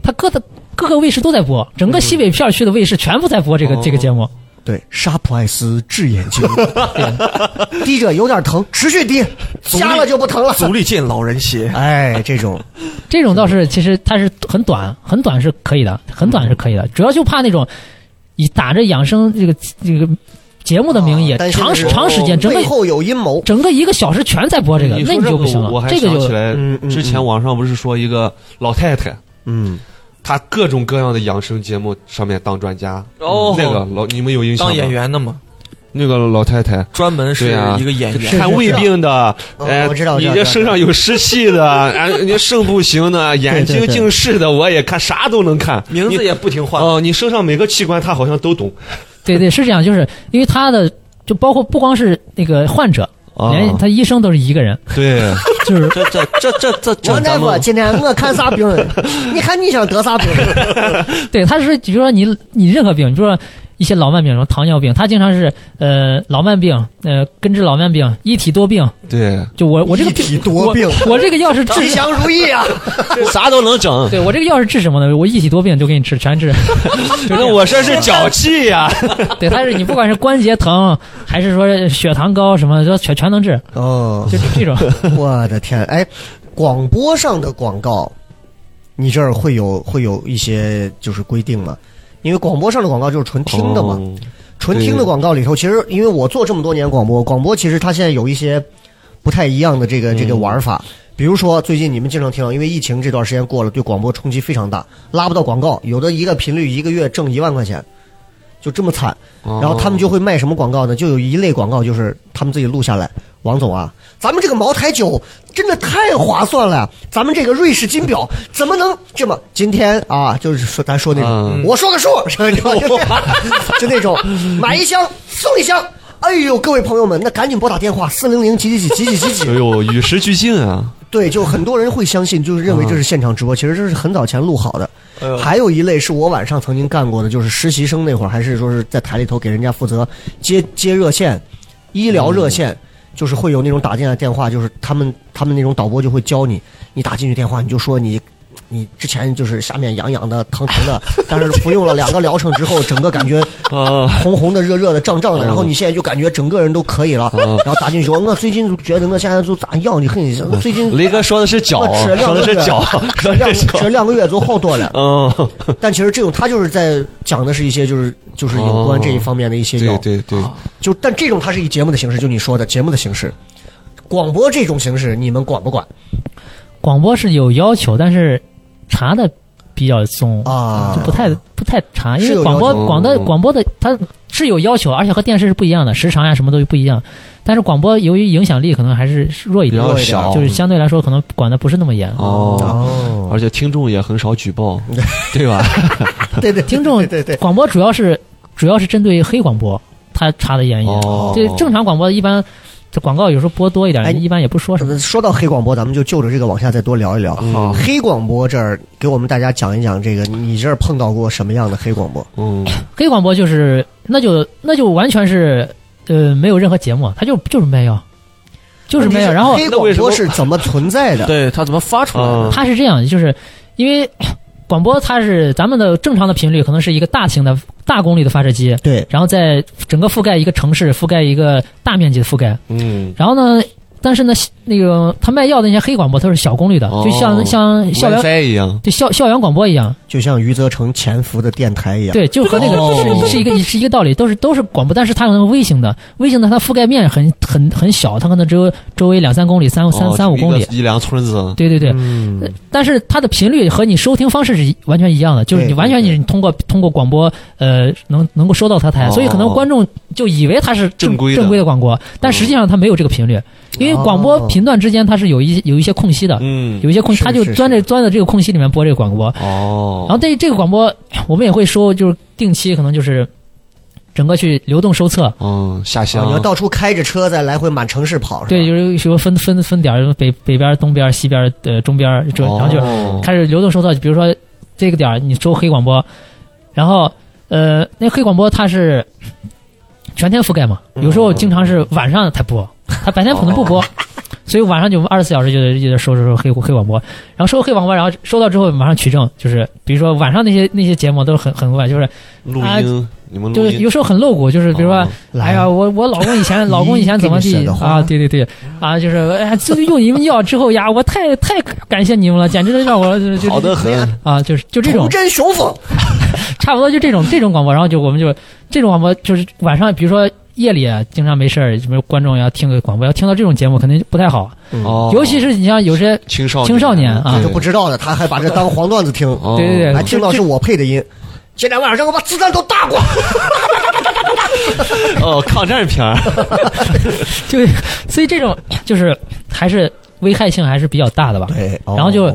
[SPEAKER 5] 它各的各个卫视都在播，整
[SPEAKER 4] 嗯
[SPEAKER 5] 个西北片区的卫视全部在播这个
[SPEAKER 4] 哦
[SPEAKER 5] 这个节目。
[SPEAKER 2] 对对沙普爱斯治眼 睛，滴着有点疼，持续滴，瞎了就不疼了。
[SPEAKER 3] 足力健老人鞋，
[SPEAKER 2] 哎，这种
[SPEAKER 5] 这种倒是其实它是很短，很短是可以的，很短是可以
[SPEAKER 4] 嗯
[SPEAKER 5] 的，主要就怕那种以打着养生这个这个节目的名
[SPEAKER 4] 哦
[SPEAKER 5] 义，
[SPEAKER 2] 啊但是
[SPEAKER 5] 长
[SPEAKER 2] 那
[SPEAKER 5] 时
[SPEAKER 2] 种
[SPEAKER 5] 长时间整个
[SPEAKER 2] 背后有阴谋。
[SPEAKER 5] 整个一个小时全在播这个，
[SPEAKER 4] 你
[SPEAKER 5] 那
[SPEAKER 4] 说
[SPEAKER 5] 你就
[SPEAKER 4] 这
[SPEAKER 5] 不行
[SPEAKER 4] 个我还
[SPEAKER 5] 了，这个
[SPEAKER 4] 想起
[SPEAKER 5] 就
[SPEAKER 4] 来
[SPEAKER 2] 嗯嗯，
[SPEAKER 4] 之前网上不是说一个老太太，
[SPEAKER 2] 嗯，
[SPEAKER 4] 她各种各样的养生节目上面当专家，嗯
[SPEAKER 3] 哦
[SPEAKER 4] 那个老你们有印象吗
[SPEAKER 3] 当演，员的嘛，
[SPEAKER 4] 那个老太太。
[SPEAKER 3] 专门是
[SPEAKER 4] 对啊
[SPEAKER 3] 一个演员。
[SPEAKER 4] 看胃病的，
[SPEAKER 2] 哦
[SPEAKER 4] 哎，
[SPEAKER 2] 我知道我知
[SPEAKER 4] 你
[SPEAKER 2] 道
[SPEAKER 4] 这
[SPEAKER 2] 我知道
[SPEAKER 4] 身上有湿气的，啊，你肾不行的，眼睛近视的，我也看，啥都能看，
[SPEAKER 3] 名字
[SPEAKER 4] 你
[SPEAKER 3] 也不停换，
[SPEAKER 4] 哦，你身上每个器官她好像都懂，
[SPEAKER 5] 对对是这样，就是因为他的就包括不光是那个患者，
[SPEAKER 4] 啊
[SPEAKER 2] 哎
[SPEAKER 5] 连他医生都是一个人，
[SPEAKER 4] 对，
[SPEAKER 5] 就是
[SPEAKER 3] 这这这这这这
[SPEAKER 2] 王大
[SPEAKER 3] 咱
[SPEAKER 2] 夫，啊
[SPEAKER 3] 们
[SPEAKER 2] 今天我看啥病？ 你看你想得啥病？
[SPEAKER 5] 对，他是比如说你你任何病，比如说一些老慢病，什么糖尿病，他经常是呃老慢病，呃根治老慢病，一体多病。
[SPEAKER 4] 对，
[SPEAKER 5] 就我我这个
[SPEAKER 2] 一体多病
[SPEAKER 5] 我，我这个药 是治
[SPEAKER 2] 吉。祥如意啊！
[SPEAKER 4] 啥都能整。
[SPEAKER 5] 对我这个药是治什么呢？我一体多病就给你治，全治。
[SPEAKER 4] 那我这是脚气呀、
[SPEAKER 5] 对，他是你不管是关节疼，还是说血糖高什么，就全全能治，
[SPEAKER 2] 哦，
[SPEAKER 5] 就 这种。
[SPEAKER 2] 我的天，哎，广播上的广告，你这儿会有会有一些就是规定吗？因为广播上的广告就是纯听的嘛，
[SPEAKER 4] 哦
[SPEAKER 2] 纯听的广告里头，其实因为我做这么多年广播，广播其实它现在有一些不太一样的这个这个玩法。比如说，最近你们经常听到，因为疫情这段时间过了，对广播冲击非常大，拉不到广告，有的一个频率一个月挣一万块钱，就这么惨。
[SPEAKER 4] 哦
[SPEAKER 2] 然后他们就会卖什么广告呢？就有一类广告就是他们自己录下来。王总啊，咱们这个茅台酒真的太划算了呀！咱们这个瑞士金表怎么能这么？今天啊，就是说咱说那种，
[SPEAKER 4] 嗯
[SPEAKER 2] 我说个数，你知道吗 就那种买一箱送一箱。哎呦，各位朋友们，那赶紧拨打电话四零零几几几几几几
[SPEAKER 4] 哎
[SPEAKER 2] 几。
[SPEAKER 4] 呦，与时俱进 啊！
[SPEAKER 2] 对，就很多人会相信，就是认为这是现场直播，其实这是很早前录好的。还有一类是我晚上曾经干过的，就是实习生那会儿，还是说是在台里头给人家负责接接热线、医疗热线，就是会有那种打进来电话，就是他们他们那种导播就会教你，你打进去电话你就说你。你之前就是下面痒痒的、疼疼的，但是服用了两个疗程之后，整个感觉
[SPEAKER 4] 啊，
[SPEAKER 2] 红红的、热热的、胀胀的，然后你现在就感觉整个人都可以了。然后打进去说，我最近就觉得我现在就咋样，你很最近
[SPEAKER 4] 雷哥说的是脚，
[SPEAKER 2] 我吃了
[SPEAKER 4] 说的是脚， 说
[SPEAKER 2] 两
[SPEAKER 4] 的是
[SPEAKER 2] 这
[SPEAKER 4] 脚。。
[SPEAKER 2] 两个月就好多了
[SPEAKER 4] 嗯，
[SPEAKER 2] 但其实这种他就是在讲的是一些就是就是有关这一方面的一些药，
[SPEAKER 4] 哦对对对，
[SPEAKER 5] 啊
[SPEAKER 2] 就但这种它是以节目的形式，就你说的节目的形式。广播这种形式，你们管不管
[SPEAKER 5] 广播是有要求，但是查的比较松
[SPEAKER 2] 啊
[SPEAKER 5] 就？不太不太查，因
[SPEAKER 2] 是
[SPEAKER 5] 为
[SPEAKER 2] 有
[SPEAKER 5] 广播
[SPEAKER 2] 要
[SPEAKER 4] 求
[SPEAKER 5] 广的
[SPEAKER 4] 嗯
[SPEAKER 5] 广播的它是有要求，而且和电视是不一样的，时长呀什么都不一样。但是广播由于影响力可能还是弱一
[SPEAKER 4] 比
[SPEAKER 5] 点，
[SPEAKER 2] 弱
[SPEAKER 4] 较
[SPEAKER 2] 一点
[SPEAKER 4] 小，
[SPEAKER 5] 就是啊相对来说可能管的不是那么严。
[SPEAKER 4] 哦，
[SPEAKER 2] 哦，
[SPEAKER 4] 而且听众也很少举报， 对吧？
[SPEAKER 2] 对对，
[SPEAKER 5] 听众
[SPEAKER 2] 对对对，
[SPEAKER 5] 广播主要是主要是针对黑广播，它查的严一点。
[SPEAKER 4] 哦，
[SPEAKER 5] 哎对正常广播一般，这广告有时候播多一点，
[SPEAKER 2] 哎
[SPEAKER 5] 一般也不说什么。
[SPEAKER 2] 说到黑广播，咱们就就着这个往下再多聊一聊。
[SPEAKER 4] 好，
[SPEAKER 2] 黑广播这儿给我们大家讲一讲，这个你这儿碰到过什么样的黑广播？
[SPEAKER 4] 嗯，
[SPEAKER 5] 黑广播就是那就那就完全是呃没有任何节目，它就就是卖药，就是
[SPEAKER 4] 哦
[SPEAKER 5] 没有。然后
[SPEAKER 2] 黑广播是怎么存在 的？
[SPEAKER 3] 对他怎么发出来的？
[SPEAKER 4] 嗯
[SPEAKER 5] 它是这样，就是因为 广播它是咱们的正常的频率，可能是一个大型的大功率的发射机，
[SPEAKER 2] 对，
[SPEAKER 5] 然后在整个覆盖一个城市，覆盖一个大面积的覆盖。
[SPEAKER 4] 嗯，
[SPEAKER 5] 然后呢，但是呢，那个他卖药的那些黑广播，它是小功率的，
[SPEAKER 4] 哦
[SPEAKER 5] 就像像校园
[SPEAKER 4] WiFi 一样，
[SPEAKER 5] 对校校园广播一样，
[SPEAKER 2] 就像余则成潜伏的电台一样。
[SPEAKER 5] 对，就和那
[SPEAKER 2] 哦
[SPEAKER 5] 个是是一个是一个道理，都是都是广播，但是它有那个微型的，微型的它覆盖面很很很小，它可能只有周围两三公里、三三
[SPEAKER 4] 哦
[SPEAKER 5] 三五公
[SPEAKER 4] 一
[SPEAKER 5] 里
[SPEAKER 4] 个。一两村子，
[SPEAKER 5] 对对对，
[SPEAKER 4] 嗯，
[SPEAKER 5] 但是它的频率和你收听方式是一完全一样的，就是
[SPEAKER 2] 对
[SPEAKER 5] 你完全
[SPEAKER 2] 对对
[SPEAKER 5] 你通过通过广播呃能能够收到它台，
[SPEAKER 4] 哦
[SPEAKER 5] 所以可能观众就以为它是正
[SPEAKER 4] 正规的
[SPEAKER 5] 正规的广播，但实际上它没有这个频率，因为广播
[SPEAKER 2] 哦
[SPEAKER 5] 频段之间它是有一有一些空隙的，
[SPEAKER 4] 嗯，
[SPEAKER 5] 有一些空隙，
[SPEAKER 2] 是
[SPEAKER 5] 它就是钻
[SPEAKER 2] 是
[SPEAKER 5] 着钻在这个空隙里面播这个广播，
[SPEAKER 4] 哦，
[SPEAKER 5] 然后对于这个广播，我们也会收，就是定期可能就是整个去流动收测，
[SPEAKER 4] 嗯，下乡，
[SPEAKER 2] 啊
[SPEAKER 5] 啊
[SPEAKER 2] 你要到处开着车在来回满城市跑，
[SPEAKER 5] 哦对，
[SPEAKER 2] 是
[SPEAKER 5] 就
[SPEAKER 2] 吧？
[SPEAKER 5] 是说分分分点儿，北北边儿、东边儿、西边儿、呃中边儿，就然后就
[SPEAKER 4] 哦
[SPEAKER 5] 开始流动收到，比如说这个点儿你收黑广播，然后呃，那黑广播它是全天覆盖嘛，
[SPEAKER 2] 嗯
[SPEAKER 5] 有时候经常是晚上才 播，它白天可能不
[SPEAKER 2] 哦
[SPEAKER 5] 播，所以晚上就二十四小时就得就得收收收黑黑广播，然后收黑广播，然后收到之后马上取证，就是比如说晚上那些那些节目都是很很晚，就是
[SPEAKER 4] 录
[SPEAKER 5] 啊
[SPEAKER 4] 音，你们
[SPEAKER 5] 就
[SPEAKER 4] 录
[SPEAKER 5] 是
[SPEAKER 4] 音，
[SPEAKER 5] 有时候很露骨，就是比如说
[SPEAKER 4] 哦。
[SPEAKER 5] 哎呀，我我老公以前老公以前怎么
[SPEAKER 2] 给你
[SPEAKER 5] 地
[SPEAKER 2] 写的话
[SPEAKER 5] 啊？对对对，啊，就是哎呀，自从用你们药之后呀，我太太感谢你们了，简直让我就就
[SPEAKER 4] 好的很，
[SPEAKER 5] 啊，就是就这
[SPEAKER 2] 来，
[SPEAKER 5] 种
[SPEAKER 2] 图真雄风，
[SPEAKER 5] 差不多就这种这种广播，然后就我们就这种广播就是晚上，比如说夜里啊经常没事儿，什么观众要听个广播，要听到这种节目肯定不太好，
[SPEAKER 4] 哦，
[SPEAKER 5] 尤其是你像有些
[SPEAKER 4] 青少
[SPEAKER 5] 青少年啊
[SPEAKER 2] 都不知道的，他还把这当黄段子听，
[SPEAKER 4] 哦
[SPEAKER 5] 对对对
[SPEAKER 2] 还听到是我配的音。今天晚上我把子弹都打过，
[SPEAKER 4] 哦，抗战片儿，
[SPEAKER 5] 就所以这种就是还是危害性还是比较大的吧。
[SPEAKER 2] 对，哦
[SPEAKER 5] 然后就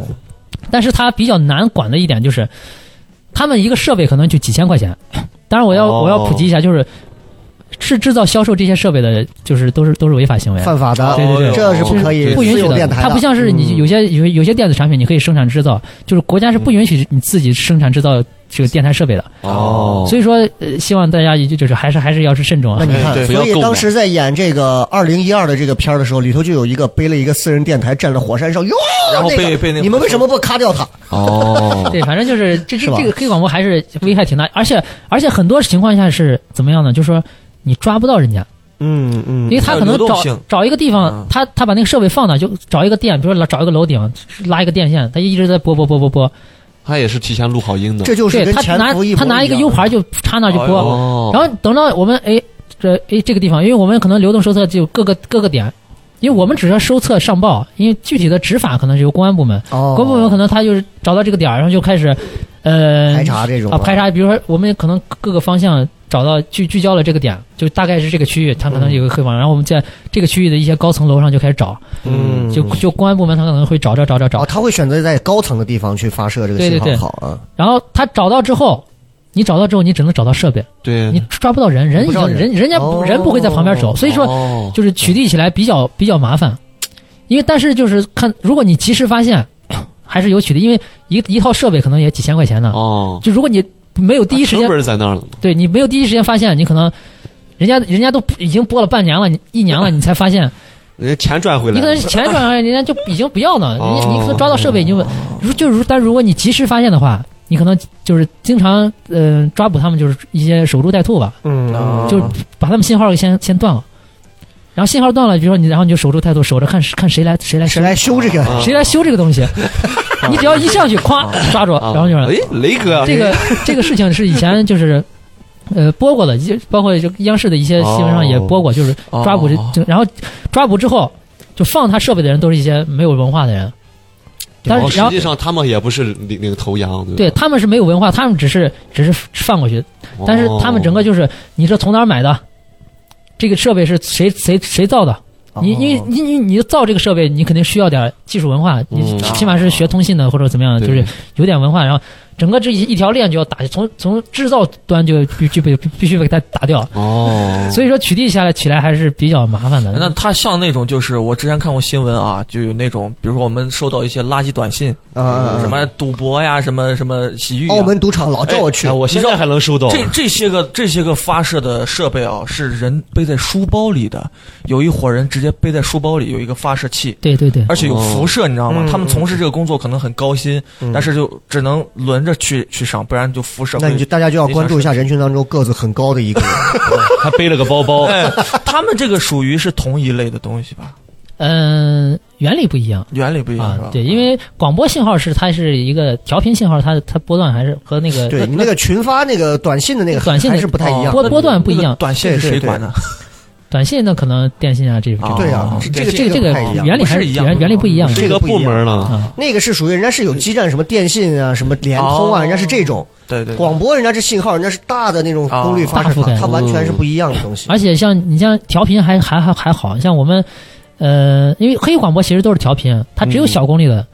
[SPEAKER 5] 但是它比较难管的一点就是，他们一个设备可能就几千块钱。当然，我要、
[SPEAKER 4] 哦
[SPEAKER 5] 我要普及一下，就是是制造、销售这些设备的，就是都是都是违法行为，啊
[SPEAKER 2] 犯法
[SPEAKER 3] 哦
[SPEAKER 2] 的，
[SPEAKER 5] 对对对
[SPEAKER 2] 这是不可以
[SPEAKER 4] 对
[SPEAKER 5] 不允
[SPEAKER 2] 私
[SPEAKER 5] 许
[SPEAKER 2] 有
[SPEAKER 5] 的。
[SPEAKER 2] 电台
[SPEAKER 5] 它不像是
[SPEAKER 3] 嗯
[SPEAKER 5] 你有些有有些电子产品，你可以生产制造，就是国家是不允许你自己生产制造这个电台设备的。
[SPEAKER 4] 哦，
[SPEAKER 5] 所以说，呃希望大家也就就是还是还是要是慎重
[SPEAKER 2] 那
[SPEAKER 5] 啊。
[SPEAKER 2] 你看
[SPEAKER 4] 哎，对
[SPEAKER 2] 所
[SPEAKER 4] 不要
[SPEAKER 2] 以
[SPEAKER 4] 购买
[SPEAKER 2] 当时在演这个二零一二的这个片儿的时候，里头就有一个背了一个私人电台，站在火山上，哟，
[SPEAKER 3] 然后
[SPEAKER 2] 那个
[SPEAKER 3] 被被那个
[SPEAKER 2] 你们为什么不咔掉他？
[SPEAKER 4] 哦，
[SPEAKER 5] 对，反 正就是这
[SPEAKER 2] 是
[SPEAKER 5] 这
[SPEAKER 2] 吧
[SPEAKER 5] 这个黑广播还是危害挺大，而且而且很多情况下是怎么样呢？就是说你抓不到人家，
[SPEAKER 2] 嗯嗯
[SPEAKER 5] 因为他可能
[SPEAKER 3] 还有流动
[SPEAKER 5] 找
[SPEAKER 3] 性
[SPEAKER 5] 找一个地
[SPEAKER 3] 嗯
[SPEAKER 5] 方，他他把那个设备放那，就找一个店，比如说找一个楼顶，拉一个电线，他一直在播播播播播，
[SPEAKER 4] 他也是提前录好音的，
[SPEAKER 2] 这就是
[SPEAKER 5] 对
[SPEAKER 2] 跟
[SPEAKER 5] 他
[SPEAKER 2] 潜
[SPEAKER 5] 拿
[SPEAKER 2] 伏一模
[SPEAKER 5] 他拿一个
[SPEAKER 2] 样
[SPEAKER 5] U 盘就插那就播，
[SPEAKER 4] 哦，
[SPEAKER 5] 然后等到我们哎这哎这个地方，因为我们可能流动收测就各个各个点，因为我们只是收测上报，因为具体的执法可能是由公安部门，
[SPEAKER 2] 哦，
[SPEAKER 5] 公安部门可能他就是找到这个点儿，然后就开始呃
[SPEAKER 2] 排查这种
[SPEAKER 5] 啊，排查，比如说我们可能各个方向找到聚聚焦了这个点，就大概是这个区域，它可能有个黑网，然后我们在这个区域的一些高层楼上就开始找，
[SPEAKER 2] 嗯
[SPEAKER 5] 就就公安部门他可能会找找找找
[SPEAKER 2] 哦，
[SPEAKER 5] 找，
[SPEAKER 2] 他会选择在高层的地方去发射这个
[SPEAKER 5] 对
[SPEAKER 2] 信
[SPEAKER 5] 对
[SPEAKER 2] 号好
[SPEAKER 5] 对
[SPEAKER 2] 啊，
[SPEAKER 5] 然后他找到之后。你找到之后，你只能找到设备，
[SPEAKER 4] 对，
[SPEAKER 5] 你抓不到人，
[SPEAKER 2] 嗯
[SPEAKER 5] 人
[SPEAKER 2] 不
[SPEAKER 5] 已
[SPEAKER 2] 知道
[SPEAKER 5] 经
[SPEAKER 2] 人哦
[SPEAKER 5] 人人家不人不会在旁边守，所以说
[SPEAKER 4] 哦
[SPEAKER 5] 就是取缔起来比较比较麻烦，因为但是就是看，如果你及时发现，还是有取缔，因为一一套设备可能也几千块钱呢，
[SPEAKER 4] 哦，啊
[SPEAKER 5] 就如果你没有第一时间
[SPEAKER 4] 成本在那儿了，
[SPEAKER 5] 对你没有第一时间发现，你可能人家人家都已经播了半年了，你一年了，你才发现，
[SPEAKER 4] 人家钱赚回来
[SPEAKER 5] 你可能
[SPEAKER 4] 了，
[SPEAKER 5] 前转上人家就已经不要了，人家
[SPEAKER 4] 哦
[SPEAKER 5] 你可能抓到设备已经，如就如但如果你及时发现的话，你可能就是经常嗯、呃抓捕他们就是一些守株待兔吧，
[SPEAKER 2] 嗯
[SPEAKER 5] 就是把他们信号给先先断了，然后信号断了，比如说你然后你就守株待兔，守着看看谁来谁来
[SPEAKER 2] 谁来修这个？
[SPEAKER 4] 啊
[SPEAKER 5] 谁来修这个东西， 你只要一上去咵抓住，
[SPEAKER 4] 啊
[SPEAKER 5] 然后就是
[SPEAKER 4] 哎，雷哥，
[SPEAKER 5] 这个这个事情是以前就是。呃，播过的，就包括就央视的一些新闻上也播过，就是
[SPEAKER 4] 哦
[SPEAKER 5] 抓捕这，就然后抓捕之后，就放他设备的人都是一些没有文化的人，但
[SPEAKER 4] 哦
[SPEAKER 5] 是然
[SPEAKER 4] 实
[SPEAKER 5] 后
[SPEAKER 4] 际上他们也不是领领头羊，
[SPEAKER 5] 对
[SPEAKER 4] 对吧，
[SPEAKER 5] 他们是没有文化，他们只是只是放过去，
[SPEAKER 4] 哦
[SPEAKER 5] 但是他们整个就是你是从哪儿买的，这个设备是谁谁谁造的，
[SPEAKER 2] 哦
[SPEAKER 5] 你你你你你造这个设备，你肯定需要点技术文化，你
[SPEAKER 4] 嗯
[SPEAKER 5] 起码是学通信的或者怎么样的，
[SPEAKER 4] 对
[SPEAKER 5] 就是有点文化，然后整个这一一条链就要打，从从制造端就必须被必须被它打掉。
[SPEAKER 4] 哦，
[SPEAKER 2] 哎
[SPEAKER 5] 所以说取缔下来起来还是比较麻烦的。
[SPEAKER 3] 那它像那种，就是我之前看过新闻啊，就有那种，比如说我们收到一些垃圾短信，
[SPEAKER 2] 啊
[SPEAKER 3] 什么赌博呀，什么什么洗浴、啊，
[SPEAKER 2] 澳门赌场老叫我去
[SPEAKER 4] 哎，我现在还能收到。
[SPEAKER 3] 这这些个这些个发射的设备啊，是人背在书包里的，有一伙人直接背在书包里有一个发射器，
[SPEAKER 5] 对对对，
[SPEAKER 3] 而且有辐射，你知道吗？
[SPEAKER 2] 嗯
[SPEAKER 3] 他们从事这个工作可能很高薪，但是就只能轮着去去上，不然就辐射会。
[SPEAKER 2] 那你就大家就要关注一下人群当中个子很高的一个人。
[SPEAKER 4] 还背了个包包，
[SPEAKER 3] 哎，他们这个属于是同一类的东西吧？
[SPEAKER 5] 嗯、原理不一样。
[SPEAKER 3] 原理不一样是吧
[SPEAKER 5] 啊，？对，因为广播信号是它是一个调频信号，它它波段还是和那 个
[SPEAKER 2] 对你那个群发那个短信的哦那个
[SPEAKER 5] 短信的
[SPEAKER 2] 还是不太一样。
[SPEAKER 5] 波波段不一
[SPEAKER 3] 那个
[SPEAKER 5] 样，
[SPEAKER 3] 短信是谁管的？
[SPEAKER 5] 短信呢可能电信啊这种。
[SPEAKER 3] 哦
[SPEAKER 2] 对啊
[SPEAKER 3] 哦，
[SPEAKER 2] 这个
[SPEAKER 5] 这
[SPEAKER 2] 这
[SPEAKER 5] 个
[SPEAKER 2] 不太一样。
[SPEAKER 5] 原理
[SPEAKER 3] 不是
[SPEAKER 5] 还是
[SPEAKER 3] 一样
[SPEAKER 5] 原原理不一样
[SPEAKER 2] 不是
[SPEAKER 4] 这
[SPEAKER 2] 这个
[SPEAKER 4] 个
[SPEAKER 2] 不一
[SPEAKER 4] 部
[SPEAKER 2] 样
[SPEAKER 4] 门了。
[SPEAKER 5] 啊。
[SPEAKER 2] 那个是属于人家是有基站，什么电信啊，什么联通啊，
[SPEAKER 3] 哦
[SPEAKER 2] 人家是这种
[SPEAKER 3] 对 对，
[SPEAKER 2] 广播，人家是信号，人家是哦大哦的那种功率发射
[SPEAKER 5] 哦大覆
[SPEAKER 2] 法
[SPEAKER 5] 盖，
[SPEAKER 2] 它完全是不一样的东西。
[SPEAKER 5] 而且像你像调频还还还还好像我们，呃，因为黑广播其实都是调频，它
[SPEAKER 4] 嗯
[SPEAKER 5] 只有小功率的。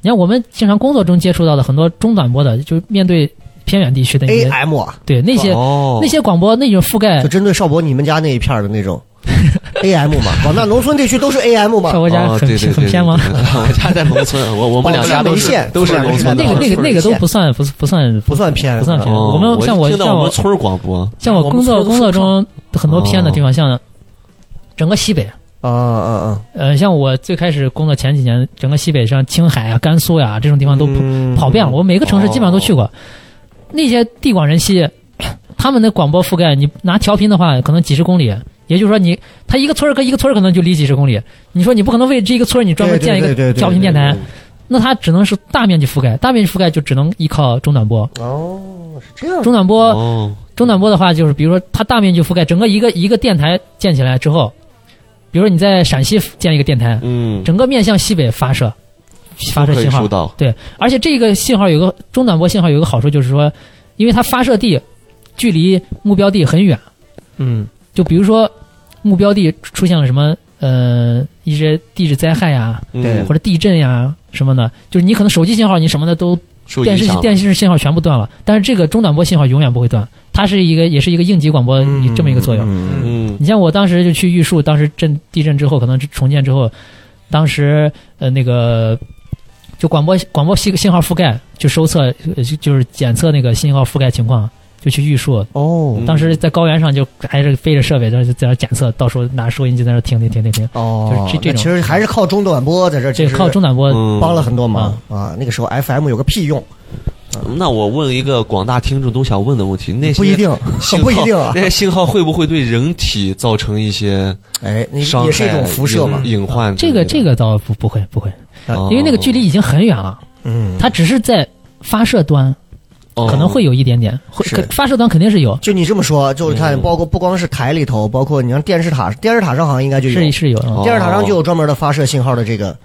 [SPEAKER 5] 你看我们经常工作中接触到的很多中短波的，就是面对偏远地区的一些，
[SPEAKER 2] AM 啊，
[SPEAKER 5] 对那些、
[SPEAKER 4] 哦
[SPEAKER 5] 那些广播那种覆盖
[SPEAKER 2] 就，针对邵博你们家那一片儿的那种 AM 嘛，广大农村地区都是 AM 嘛
[SPEAKER 5] 像。我家
[SPEAKER 4] 哦
[SPEAKER 5] 很、
[SPEAKER 4] 对对对
[SPEAKER 5] 很偏吗？
[SPEAKER 4] 对对对 我家在农村，我我
[SPEAKER 2] 哦
[SPEAKER 4] 们两家都
[SPEAKER 2] 保障
[SPEAKER 4] 是
[SPEAKER 2] 没
[SPEAKER 4] 都是
[SPEAKER 2] 限
[SPEAKER 4] 农
[SPEAKER 5] 那
[SPEAKER 4] 村的。
[SPEAKER 5] 个那个那个都不算不不算
[SPEAKER 2] 不算偏，
[SPEAKER 5] 不算偏
[SPEAKER 4] 哦
[SPEAKER 5] 我们像我
[SPEAKER 4] 听到
[SPEAKER 5] 像
[SPEAKER 4] 我
[SPEAKER 5] 我
[SPEAKER 4] 们村儿广播，
[SPEAKER 5] 像我工作
[SPEAKER 3] 我们
[SPEAKER 5] 工
[SPEAKER 3] 村
[SPEAKER 5] 作
[SPEAKER 3] 儿都
[SPEAKER 5] 中很多偏的
[SPEAKER 4] 哦
[SPEAKER 5] 地方，像整个西北，
[SPEAKER 2] 啊啊啊！
[SPEAKER 5] 呃，像我最开始工作前几年，整个西北上青海啊、甘肃呀、这种地方都跑、
[SPEAKER 2] 嗯
[SPEAKER 5] 跑遍了，我每个城市基本上都去过。那些地广人稀， 他们的广播覆盖，你拿调频的话，可能几十公里。也就是说你，他一个村儿跟一个村儿可能就离几十公里。你说你不可能为这一个村儿你专门建一
[SPEAKER 2] 对对对
[SPEAKER 5] 个
[SPEAKER 2] 对对
[SPEAKER 5] 调频电台
[SPEAKER 2] 对对，
[SPEAKER 5] 那它只能是大面积覆盖，大面积覆盖就只能依靠中短波。
[SPEAKER 2] 哦，是这样
[SPEAKER 5] 中短波
[SPEAKER 4] 哦，
[SPEAKER 5] 中短波的话，就是比如说它大面积覆盖整个一个一个电台建起来之后，比如说你在陕西建一个电台，
[SPEAKER 4] 嗯，
[SPEAKER 5] 整个面向西北发射，发射
[SPEAKER 4] 都可以
[SPEAKER 5] 信
[SPEAKER 4] 收
[SPEAKER 5] 号。
[SPEAKER 4] 到，
[SPEAKER 5] 对，而且这个信号有个中短波信号有个好处就是说，因为它发射地距离目标地很远，
[SPEAKER 3] 嗯，
[SPEAKER 5] 就比如说目标地出现了什么呃一些地质灾害呀、
[SPEAKER 4] 嗯
[SPEAKER 2] 对
[SPEAKER 5] 或者地震呀什么的，就是你可能手机信号你什么的都
[SPEAKER 4] 者
[SPEAKER 5] 电视电视信号全部断了，但是这个中短波信号永远不会断，它是一个也是一个应急广播
[SPEAKER 2] 嗯
[SPEAKER 5] 这么一个作用。
[SPEAKER 2] 嗯
[SPEAKER 4] 嗯，
[SPEAKER 5] 你像我当时就去玉树，当时震地震之后，可能是重建之后，当时呃那个就广播广播信信号覆盖，就收测呃就就是检测那个信号覆盖情况，就去玉树。
[SPEAKER 2] 哦
[SPEAKER 5] 当时在高原上就还是背着设备，在那在那检测，到时候拿收音机在那听听听听听，
[SPEAKER 2] 哦，
[SPEAKER 5] 就是这这
[SPEAKER 2] 那
[SPEAKER 5] 种
[SPEAKER 2] 其实还是靠中短波在这儿，
[SPEAKER 5] 这靠中短波。
[SPEAKER 4] 嗯
[SPEAKER 2] 呃帮了很多忙啊。那个时候 FM 有个屁用，
[SPEAKER 4] 那我问一个广大听众都想问的问题，那些
[SPEAKER 2] 不一定，
[SPEAKER 4] 信 号
[SPEAKER 2] 不一定啊
[SPEAKER 4] 那。些信号会不会对人体造成一些
[SPEAKER 2] 哎，那
[SPEAKER 4] 伤害？
[SPEAKER 2] 也是一种辐射嘛。
[SPEAKER 4] 隐隐患之
[SPEAKER 5] 这
[SPEAKER 4] 类的。
[SPEAKER 5] 个这个倒不不会不会，
[SPEAKER 2] 呃
[SPEAKER 4] 哦，
[SPEAKER 5] 因为那个距离已经很远了，
[SPEAKER 2] 嗯，
[SPEAKER 5] 它只是在发射端
[SPEAKER 4] 哦
[SPEAKER 5] 可能会有一点点，会
[SPEAKER 2] 是
[SPEAKER 5] 可发射端肯定是有，
[SPEAKER 2] 就你这么说，就是
[SPEAKER 4] 嗯
[SPEAKER 2] 看，包括不光是台里头，包括你像电视塔，电视塔上好像应该就有
[SPEAKER 5] 是，是有。嗯
[SPEAKER 4] 哦
[SPEAKER 2] 电视塔上就有专门的发射信号的这个，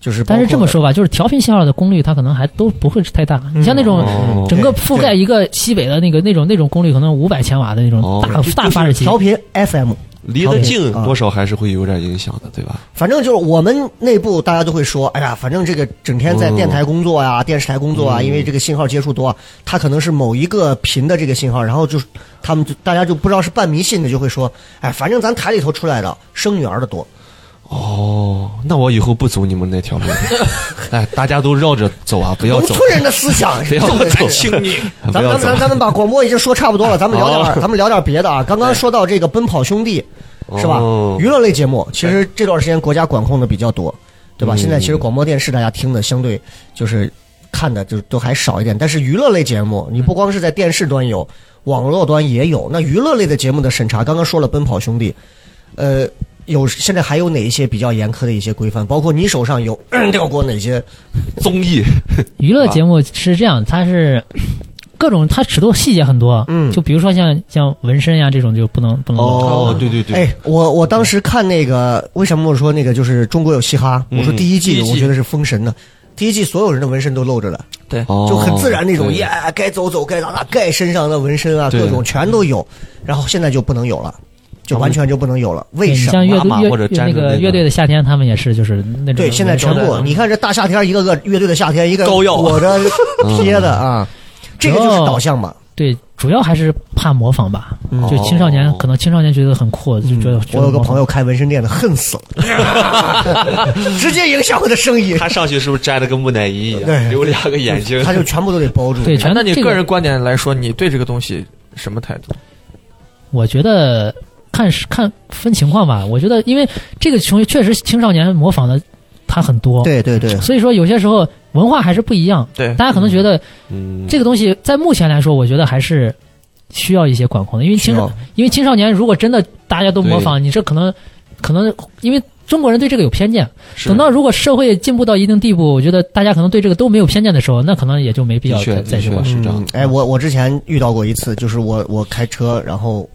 [SPEAKER 2] 就是。
[SPEAKER 5] 但是这么，说吧，就是调频信号的功率，它可能还都不会是太大。你像那种
[SPEAKER 2] 嗯
[SPEAKER 4] 哦
[SPEAKER 5] 整个覆盖一个西北的那个那种那种功率，可能五百千瓦的那种
[SPEAKER 2] 嗯
[SPEAKER 4] 哦
[SPEAKER 5] 大大发射器，
[SPEAKER 2] 调频 FM，
[SPEAKER 4] 离得近
[SPEAKER 2] 啊
[SPEAKER 4] 多少还是会有点影响的，对吧？
[SPEAKER 2] 反正就是我们内部大家都会说，哎呀，反正这个整天在电台工作呀、电视台工作啊，因为这个信号接触多，啊它可能是某一个频的这个信号，然后就是他们就大家就不知道是半迷信的，就会说，哎，反正咱台里头出来的生女儿的多，
[SPEAKER 4] 哦，那我以后不走你们那 条路。哎，大家都绕着走啊，不要
[SPEAKER 2] 农
[SPEAKER 4] 走
[SPEAKER 2] 村，人的思想
[SPEAKER 4] 不
[SPEAKER 2] 是
[SPEAKER 4] 要
[SPEAKER 2] 这么
[SPEAKER 4] 走，
[SPEAKER 2] 回事。
[SPEAKER 4] 你，不
[SPEAKER 2] 咱
[SPEAKER 4] 要
[SPEAKER 2] 咱
[SPEAKER 4] 走
[SPEAKER 2] 咱。咱们把广播已经说差不多了，咱们聊点儿、咱们聊点儿别的啊。刚刚说到这个《奔跑兄弟》，是吧？
[SPEAKER 4] 哦
[SPEAKER 2] 娱乐类节目其实这段时间国家管控的比较多，对吧？
[SPEAKER 4] 嗯
[SPEAKER 2] 现在其实广播电视大家听的相对就是看的就都还少一点，但是娱乐类节目你不光是在电视端有，网络端也有。那娱乐类的节目的审查，刚刚说了《奔跑兄弟》，呃，有现在还有哪一些比较严苛的一些规范？包括你手上有 掉过哪些？
[SPEAKER 4] 综艺
[SPEAKER 5] 娱乐节目是这样，它是各种它尺度细节很多，
[SPEAKER 2] 嗯
[SPEAKER 5] 就比如说像像纹身呀这种就不能不能弄，
[SPEAKER 4] 哦，对对对，
[SPEAKER 2] 哎，我我当时看那个，为什么我说那个就是中国有嘻哈？我说第一
[SPEAKER 4] 嗯第
[SPEAKER 2] 季
[SPEAKER 4] 一季
[SPEAKER 2] 我觉得是封神的，第一季所有人的纹身都露着的，
[SPEAKER 3] 对，
[SPEAKER 4] 哦
[SPEAKER 2] 就很自然那种，
[SPEAKER 4] 对
[SPEAKER 2] 耶，该走走，该打打，该身上的纹身啊，
[SPEAKER 4] 对
[SPEAKER 2] 各种全都有。然后现在就不能有了，就完全就不能有了。为
[SPEAKER 5] 你
[SPEAKER 2] 什
[SPEAKER 5] 像
[SPEAKER 2] 么？
[SPEAKER 5] 乐
[SPEAKER 4] 妈妈
[SPEAKER 5] 队乐
[SPEAKER 4] 或者
[SPEAKER 5] 乐
[SPEAKER 4] 粘
[SPEAKER 5] 那
[SPEAKER 4] 着那
[SPEAKER 5] 个
[SPEAKER 4] 个
[SPEAKER 5] 乐队的夏天，他们也是就是那种
[SPEAKER 2] 对，现在全
[SPEAKER 5] 纹身
[SPEAKER 2] 部，
[SPEAKER 5] 的
[SPEAKER 2] 你看这大夏天，一个个乐队的夏天，一个
[SPEAKER 3] 膏药
[SPEAKER 2] 我的贴的啊，这个就是导向嘛。
[SPEAKER 5] 对，主要还是怕模仿吧。就
[SPEAKER 4] 哦
[SPEAKER 5] 青少年，可能青少年觉得很酷，哦就觉得。
[SPEAKER 2] 哦嗯我有个朋友开纹身店的，恨死 了，直接影响我的生意，
[SPEAKER 4] 他上去是不是摘了个木乃伊一
[SPEAKER 2] 对
[SPEAKER 4] 样，留两个眼睛？
[SPEAKER 2] 他就全部都给包住。
[SPEAKER 5] 对，全
[SPEAKER 3] 哎那你
[SPEAKER 5] 这
[SPEAKER 3] 个人观点来说，你对这个东西什么态度？
[SPEAKER 5] 我觉得看是看分情况吧。我觉得，因为这个穷确实青少年模仿的他很多，
[SPEAKER 2] 对对对，
[SPEAKER 5] 所以说有些时候文化还是不一样。
[SPEAKER 3] 对，
[SPEAKER 5] 大家可能觉得
[SPEAKER 4] 嗯，
[SPEAKER 5] 这个东西在目前来说，我觉得还是需要一些管控的，因为青少因为青少年如果真的大家都模仿，你这可能可能因为中国人对这个有偏见。
[SPEAKER 4] 是
[SPEAKER 5] 等到如果社会进步到一定地步，我觉得大家可能对这个都没有偏见的时候，那可能也就没必要
[SPEAKER 4] 的确
[SPEAKER 5] 再再
[SPEAKER 4] 的
[SPEAKER 5] 去
[SPEAKER 4] 确
[SPEAKER 5] 管。
[SPEAKER 4] 是这样
[SPEAKER 2] 嗯。哎，我我之前遇到过一次，就是我我开车，然后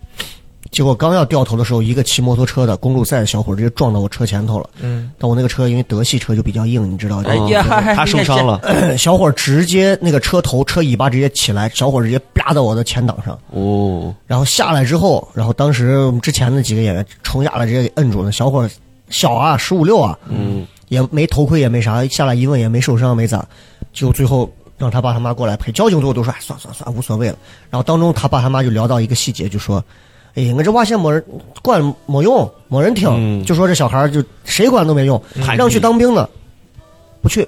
[SPEAKER 2] 结果刚要掉头的时候，一个骑摩托车的公路赛的小伙直接撞到我车前头了。
[SPEAKER 3] 嗯，
[SPEAKER 2] 但我那个车因为德系车就比较硬，你知道，
[SPEAKER 3] 哎呀，
[SPEAKER 6] 他受伤了，
[SPEAKER 2] 小伙直接那个车头车尾巴直接起来，小伙直接啪到我的前挡上，
[SPEAKER 4] 哦，
[SPEAKER 2] 然后下来之后，然后当时我们之前的几个演员冲下来直接给摁住了，小伙小啊十五六啊，
[SPEAKER 4] 嗯，
[SPEAKER 2] 也没头盔也没啥，下来一问也没受伤没咋，就最后让他爸他妈过来陪。交警最后都说哎算算算无所谓了。然后当中他爸他妈就聊到一个细节，就说：“哎，我这娃现在没人管没用，没人听，
[SPEAKER 4] 嗯
[SPEAKER 2] 就说这小孩儿就谁管都没用，
[SPEAKER 4] 叛逆
[SPEAKER 2] 让去当兵的，不去，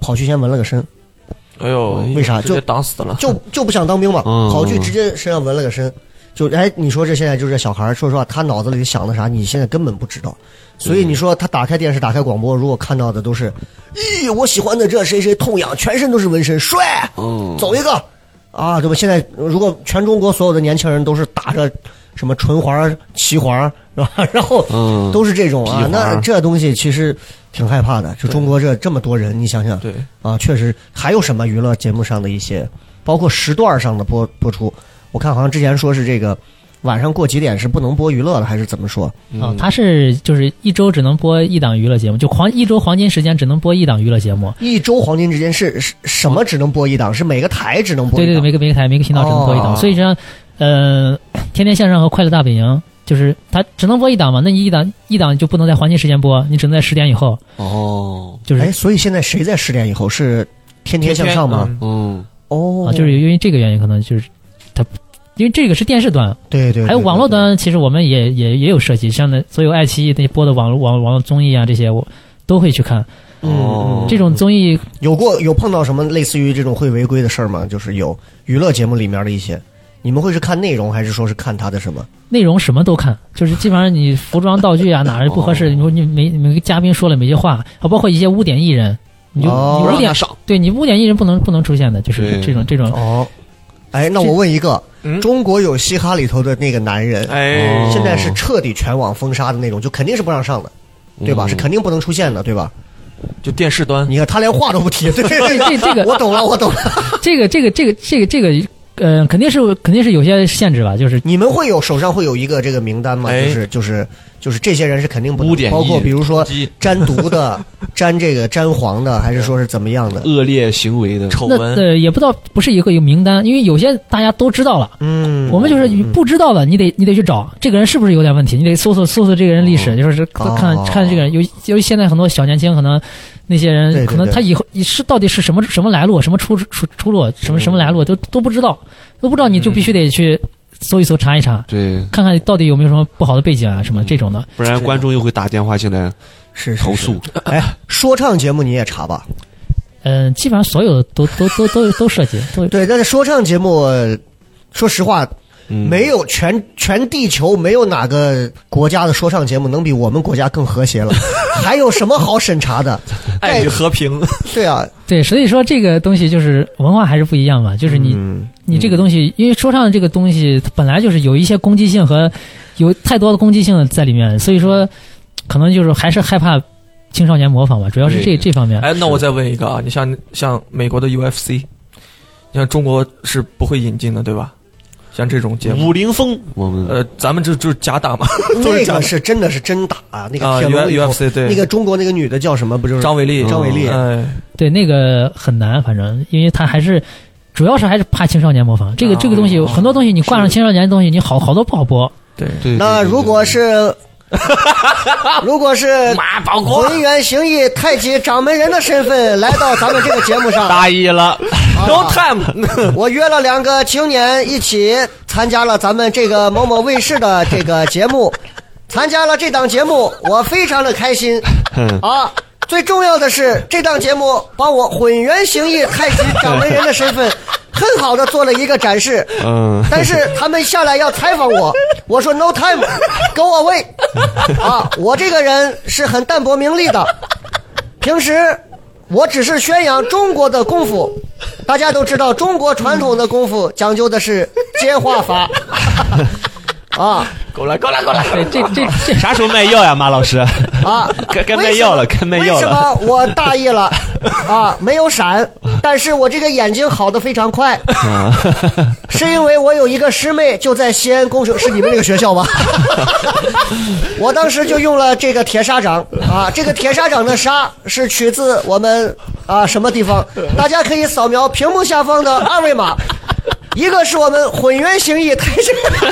[SPEAKER 2] 跑去先纹了个身，
[SPEAKER 3] 哎呦，
[SPEAKER 2] 为啥
[SPEAKER 3] 直
[SPEAKER 2] 就
[SPEAKER 3] 接挡 死了？
[SPEAKER 2] 就就不想当兵嘛，
[SPEAKER 4] 嗯
[SPEAKER 2] 跑去直接身上纹了个身。”就哎，你说这现在就是这小孩儿，说实话，他脑子里想的啥，你现在根本不知道。所
[SPEAKER 4] 嗯
[SPEAKER 2] 以你说他打开电视、打开广播，如果看到的都是，咦，我喜欢的这谁谁痛痒，全身都是纹身，帅，
[SPEAKER 4] 嗯，
[SPEAKER 2] 走一个啊，对吧？现在如果全中国所有的年轻人都是打着什么唇环儿、旗环儿，是吧？ 然后
[SPEAKER 4] 嗯
[SPEAKER 2] 都是这种啊，
[SPEAKER 4] 鼻环儿
[SPEAKER 2] 那这东西其实挺害怕的。就中国这这么多人，你想想，
[SPEAKER 3] 对，
[SPEAKER 2] 啊，确实还有什么娱乐节目上的一些，包括时段上的播播出，我看好像之前说是这个晚上过几点是不能播娱乐了，还是怎么说？
[SPEAKER 4] 嗯
[SPEAKER 5] 啊，他是就是一周只能播一档娱乐节目，就黄一周黄金时间只能播一档娱乐节目。
[SPEAKER 2] 一周黄金之间是是什么只能播一档？是每个台只能播
[SPEAKER 5] 对
[SPEAKER 2] 一
[SPEAKER 5] 对对，
[SPEAKER 2] 档？
[SPEAKER 5] 每个每个台每个频道只能播一档，
[SPEAKER 2] 哦
[SPEAKER 5] 所以这样，呃，天天向上和快乐大本营就是它只能播一档嘛，那你一档一档就不能在黄金时间播，你只能在十点以后，
[SPEAKER 4] 哦，
[SPEAKER 5] 就是
[SPEAKER 2] 哎，所以现在谁在十点以后是天天向上吗？
[SPEAKER 3] 嗯
[SPEAKER 4] 嗯，
[SPEAKER 2] 哦、
[SPEAKER 5] 啊，就是因为这个原因，可能就是它，因为这个是电视端，
[SPEAKER 2] 对对对，
[SPEAKER 5] 还有网络端，其实我们也也也有涉及，像那所有爱奇艺那些播的网络网网络综艺啊这些，我都会去看。
[SPEAKER 2] 对，对嗯，
[SPEAKER 4] 哦
[SPEAKER 5] 这种综艺
[SPEAKER 2] 有过有碰到什么类似于这种会违规的事儿吗？就是有娱乐节目里面的一些，你们会是看内容还是说是看他的什么？
[SPEAKER 5] 内容什么都看，就是基本上你服装道 具啊哪儿不合
[SPEAKER 2] 哦
[SPEAKER 5] 适，你说你每每个嘉宾说了每句话，啊，包括一些污点艺人，你就
[SPEAKER 2] 哦
[SPEAKER 5] 你
[SPEAKER 4] 不
[SPEAKER 5] 污
[SPEAKER 4] 让
[SPEAKER 5] 点
[SPEAKER 4] 他上，
[SPEAKER 5] 对你污点艺人不能不能出现的，就是
[SPEAKER 4] 对
[SPEAKER 5] 这种这种
[SPEAKER 2] 哦，哎，那我问一个，
[SPEAKER 3] 嗯
[SPEAKER 2] 中国有嘻哈里头的那个男人，
[SPEAKER 3] 哎，
[SPEAKER 2] 现在是彻底全网封杀的那种，就肯定是不让上的，对吧？
[SPEAKER 4] 嗯
[SPEAKER 2] 是肯定不能出现的，对吧？
[SPEAKER 3] 就电视端，
[SPEAKER 2] 你看他连话都不提，对对
[SPEAKER 5] 这这个
[SPEAKER 2] 我懂了，我懂了。
[SPEAKER 5] 这个这个这个这个这个，呃，肯定是肯定是有些限制吧，就是
[SPEAKER 2] 你们会有手上会有一个这个名单吗？
[SPEAKER 3] 哎
[SPEAKER 2] 就是就是就是这些人是肯定不
[SPEAKER 4] 污点艺
[SPEAKER 2] 能，
[SPEAKER 4] 人
[SPEAKER 2] 包括比如 说
[SPEAKER 4] 鸡
[SPEAKER 2] 沾毒的、沾这个沾黄的，还是说是怎么样的？
[SPEAKER 4] 恶劣行为的
[SPEAKER 3] 丑
[SPEAKER 5] 那
[SPEAKER 3] 闻，
[SPEAKER 5] 呃也不知道不是一个有名单，因为有些大家都知道了。
[SPEAKER 2] 嗯，
[SPEAKER 5] 我们就是你不知道的，你得你得去找这个人是不是有点问题，你得搜索搜索这个人历史，就是
[SPEAKER 2] 哦
[SPEAKER 5] 看看这个人，尤尤其现在很多小年轻，可能那些
[SPEAKER 2] 对对
[SPEAKER 5] 人可能他以后是到底是什么什么来路，什么出出出路，什么什么
[SPEAKER 2] 嗯
[SPEAKER 5] 来路都都不知道，都不知道你就必须得去搜一搜查一
[SPEAKER 2] 嗯
[SPEAKER 5] 查，
[SPEAKER 4] 对，
[SPEAKER 5] 看看到底有没有什么不好的背景啊什么这种的。
[SPEAKER 4] 不然观众又会打电话进来
[SPEAKER 2] 是是
[SPEAKER 4] 投
[SPEAKER 2] 是
[SPEAKER 4] 诉。
[SPEAKER 2] 哎，说唱节目你也查吧？
[SPEAKER 5] 嗯，基本上所有的都都都都都涉及，都
[SPEAKER 2] 对，但是说唱节目，呃说实话，
[SPEAKER 4] 嗯
[SPEAKER 3] 嗯
[SPEAKER 2] 没有全全地球没有哪个国家的说唱节目能比我们国家更和谐 了，还有什么好审查的？
[SPEAKER 3] 爱与和平，
[SPEAKER 2] 对啊，
[SPEAKER 5] 对，所以说这个东西就是文化还是不一样嘛，
[SPEAKER 4] 嗯
[SPEAKER 5] 就是你、你这个东西，因为说唱这个东西它本来就是有一些攻击性和有太多的攻击性在里面，所以说可能就是还是害怕青少年模仿吧，主要是这
[SPEAKER 4] 对
[SPEAKER 5] 这方面。
[SPEAKER 3] 哎，那我再问一个啊，你像像美国的 UFC，你像中国是不会引进的，对吧？像这种节目，
[SPEAKER 4] 武林风，我们
[SPEAKER 3] 呃，咱们这就是假打嘛， 都
[SPEAKER 2] 那
[SPEAKER 3] 是假
[SPEAKER 2] 个
[SPEAKER 3] 打
[SPEAKER 2] 是真的是真打啊，那
[SPEAKER 3] 啊
[SPEAKER 2] 个铁笼里头
[SPEAKER 3] UFC 对
[SPEAKER 2] 那个中国那个女的叫什么？不就是
[SPEAKER 3] 张伟丽，
[SPEAKER 2] 张伟丽
[SPEAKER 3] 哎，
[SPEAKER 5] 对，那个很难，反正因为他还是。主要是还是怕青少年模仿这个这个东西，
[SPEAKER 3] 哦
[SPEAKER 4] 啊
[SPEAKER 5] 很多东西你挂上青少年的东西，你好好多不好播。
[SPEAKER 3] 对，
[SPEAKER 4] 对，
[SPEAKER 2] 那
[SPEAKER 4] 对
[SPEAKER 2] 如果是 如果是
[SPEAKER 4] 妈宝锅
[SPEAKER 2] 浑元形意太极掌门人的身份来到咱们这个节目上，
[SPEAKER 4] 大意了，no time，
[SPEAKER 2] 我约了两个青年一起参加了咱们这个某某卫视的这个节目，参加了这档节目，我非常的开心啊。最重要的是，这档节目把我混元形意太极掌门人的身份很好的做了一个展示。
[SPEAKER 4] 嗯，
[SPEAKER 2] 但是他们下来要采访我，我说 no time，go away。啊，我这个人是很淡泊名利的，平时我只是宣扬中国的功夫。大家都知道，中国传统的功夫讲究的是接化法。啊
[SPEAKER 4] 够了够了 够了，
[SPEAKER 5] 对，这这这
[SPEAKER 6] 啥时候卖药呀，马老师？
[SPEAKER 2] 啊！
[SPEAKER 6] 该该
[SPEAKER 2] 为
[SPEAKER 6] 卖
[SPEAKER 2] 什
[SPEAKER 6] 药了
[SPEAKER 2] 么
[SPEAKER 6] 该卖药
[SPEAKER 2] 为什
[SPEAKER 6] 了
[SPEAKER 2] 么我大 意了啊？没有闪，但是我这个眼睛好的非常快，
[SPEAKER 6] 啊
[SPEAKER 2] 是因为我有一个师妹就在西安工程，是你们这个学校吗？ 我当时就用了这个铁砂掌啊，这个铁砂掌的砂是取自我们啊什么地方？大家可以扫描屏幕下方的二维码。一个是我们混元形意 太极，我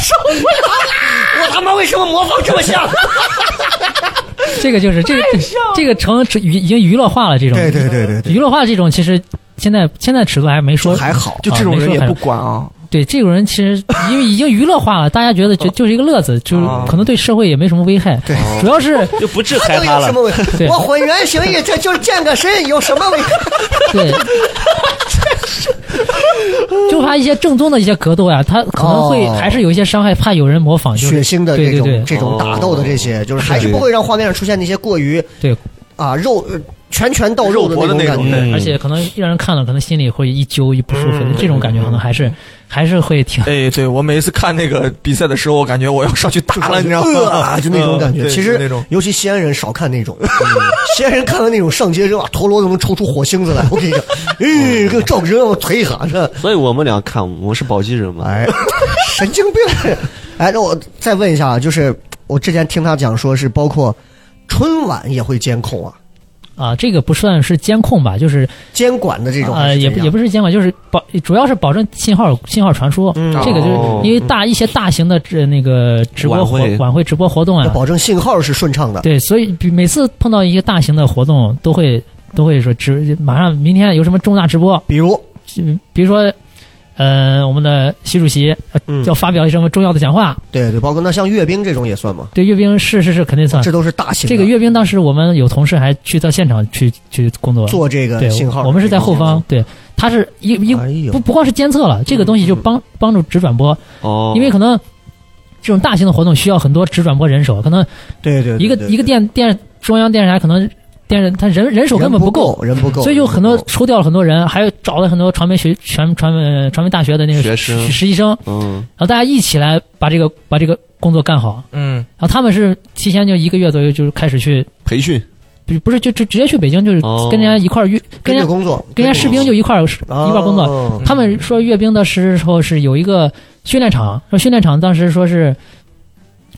[SPEAKER 2] 受不了！我他妈为什么模仿这么像？
[SPEAKER 5] 这个就是这个这个成娱已经娱乐化了，这种
[SPEAKER 2] 对对对对对
[SPEAKER 5] 娱乐化这种其实现在现在尺度还没说
[SPEAKER 2] 还好，
[SPEAKER 3] 就这种人也不
[SPEAKER 5] 啊没说
[SPEAKER 3] 管 啊，
[SPEAKER 5] 对这种人其实因为已经娱乐化了，大家觉得就就是一个乐子，就是
[SPEAKER 3] 啊
[SPEAKER 5] 可能对社会也没什么危害。
[SPEAKER 2] 哦对，
[SPEAKER 5] 主 要是
[SPEAKER 6] 就不制
[SPEAKER 2] 他
[SPEAKER 6] 裁
[SPEAKER 2] 能
[SPEAKER 6] 他
[SPEAKER 2] 有
[SPEAKER 6] 了
[SPEAKER 2] 什。么问题？
[SPEAKER 5] 对
[SPEAKER 2] 我混元形意，这就是健个身，有什么问题？
[SPEAKER 5] 对，就怕一些正宗的一些格斗呀，他可能会
[SPEAKER 2] 哦
[SPEAKER 5] 还是有一些伤害，怕有人模仿， 就是
[SPEAKER 2] 血腥的
[SPEAKER 5] 对
[SPEAKER 2] 这
[SPEAKER 5] 对
[SPEAKER 2] 种
[SPEAKER 5] 对哦
[SPEAKER 2] 这种打斗的这些，就是还是
[SPEAKER 6] 对
[SPEAKER 2] 不会让画面上出现那些过于
[SPEAKER 5] 对，
[SPEAKER 2] 啊肉呃拳拳到肉
[SPEAKER 3] 啊肉搏的
[SPEAKER 2] 那
[SPEAKER 3] 那
[SPEAKER 2] 种
[SPEAKER 3] 种
[SPEAKER 2] 感觉。
[SPEAKER 6] 嗯
[SPEAKER 5] 而且可能让人看了，可能心里会一揪一不舒服，这种感觉可能还
[SPEAKER 2] 嗯
[SPEAKER 5] 是还是会挺。
[SPEAKER 3] 哎，对我每一次看那个比赛的时候，我感觉我要上去打了，你知道吗？
[SPEAKER 2] 呃就那种感
[SPEAKER 3] 嗯
[SPEAKER 2] 觉。
[SPEAKER 3] 对
[SPEAKER 2] 其
[SPEAKER 3] 就
[SPEAKER 2] 实
[SPEAKER 3] 那种，
[SPEAKER 2] 尤其西安人少看那种， 西安人看完那种上街扔啊，陀螺都能抽出火星子来。我跟你讲，哎，给赵哥我腿一下这，
[SPEAKER 6] 所以我们俩看，我是宝鸡人嘛。
[SPEAKER 2] 哎，神经病！哎，那我再问一下啊，就是我之前听他讲说是包括春晚也会监控啊，
[SPEAKER 5] 啊，这个不算是监控吧，就是
[SPEAKER 2] 监管的这种还
[SPEAKER 5] 呃，
[SPEAKER 2] 是
[SPEAKER 5] 也
[SPEAKER 2] 怎
[SPEAKER 5] 不
[SPEAKER 2] 样
[SPEAKER 5] 也不是监管，就是保主要是保证信号信号传输。
[SPEAKER 2] 嗯
[SPEAKER 5] 这个就是
[SPEAKER 6] 哦
[SPEAKER 5] 因为大一些大型的这那个直播
[SPEAKER 6] 晚
[SPEAKER 5] 活
[SPEAKER 6] 会
[SPEAKER 5] 晚会直播活动
[SPEAKER 2] 要
[SPEAKER 5] 啊，
[SPEAKER 2] 保证信号是顺畅的。
[SPEAKER 5] 对，所以比每次碰到一个大型的活动，都会都会说直马上明天有什么重大直播，
[SPEAKER 2] 比如，
[SPEAKER 5] 嗯比如说。呃，我们的习主席呃
[SPEAKER 2] 嗯
[SPEAKER 5] 要发表什么重要的讲话？
[SPEAKER 2] 对对，包括那像阅兵这种也算吗？
[SPEAKER 5] 对阅兵是是是肯定算。
[SPEAKER 2] 这都是大型的。
[SPEAKER 5] 这个阅兵当时我们有同事还去到现场去去工作，
[SPEAKER 2] 做这个
[SPEAKER 5] 对，
[SPEAKER 2] 信号，
[SPEAKER 5] 我们是在后方。。对，他是一一
[SPEAKER 2] 哎呦嗯
[SPEAKER 5] 不，不光是监测了，这个东西就帮、帮助直转播，
[SPEAKER 6] 哦，
[SPEAKER 5] 因为可能这种大型的活动需要很多直转播人手，可能
[SPEAKER 2] 对对，对
[SPEAKER 5] 一个
[SPEAKER 2] 对对
[SPEAKER 5] 一个电电中央电视台可能电视它人人手根
[SPEAKER 2] 人
[SPEAKER 5] 本
[SPEAKER 2] 不
[SPEAKER 5] 够，，
[SPEAKER 2] 人不够，
[SPEAKER 5] 所以就很多
[SPEAKER 2] 人不够
[SPEAKER 5] 抽调了很多人，还有找了很多传媒学传传媒传媒大学的那个
[SPEAKER 6] 学生
[SPEAKER 5] 实实习生，
[SPEAKER 6] 嗯，
[SPEAKER 5] 然后大家一起来把这个把这个工作干好。
[SPEAKER 3] 嗯，
[SPEAKER 5] 然后他们是提前就一个月左右就是开始去，
[SPEAKER 6] 培训
[SPEAKER 5] 不是不是就就直接去北京，就是
[SPEAKER 6] 哦
[SPEAKER 5] 跟人家一块儿约，
[SPEAKER 2] 跟
[SPEAKER 5] 跟人
[SPEAKER 2] 这
[SPEAKER 5] 家
[SPEAKER 2] 工作，
[SPEAKER 5] 跟人家士兵就一块儿一
[SPEAKER 2] 哦
[SPEAKER 5] 块儿工作。他们说阅兵的时候是有一个训练场，说训练场当时说是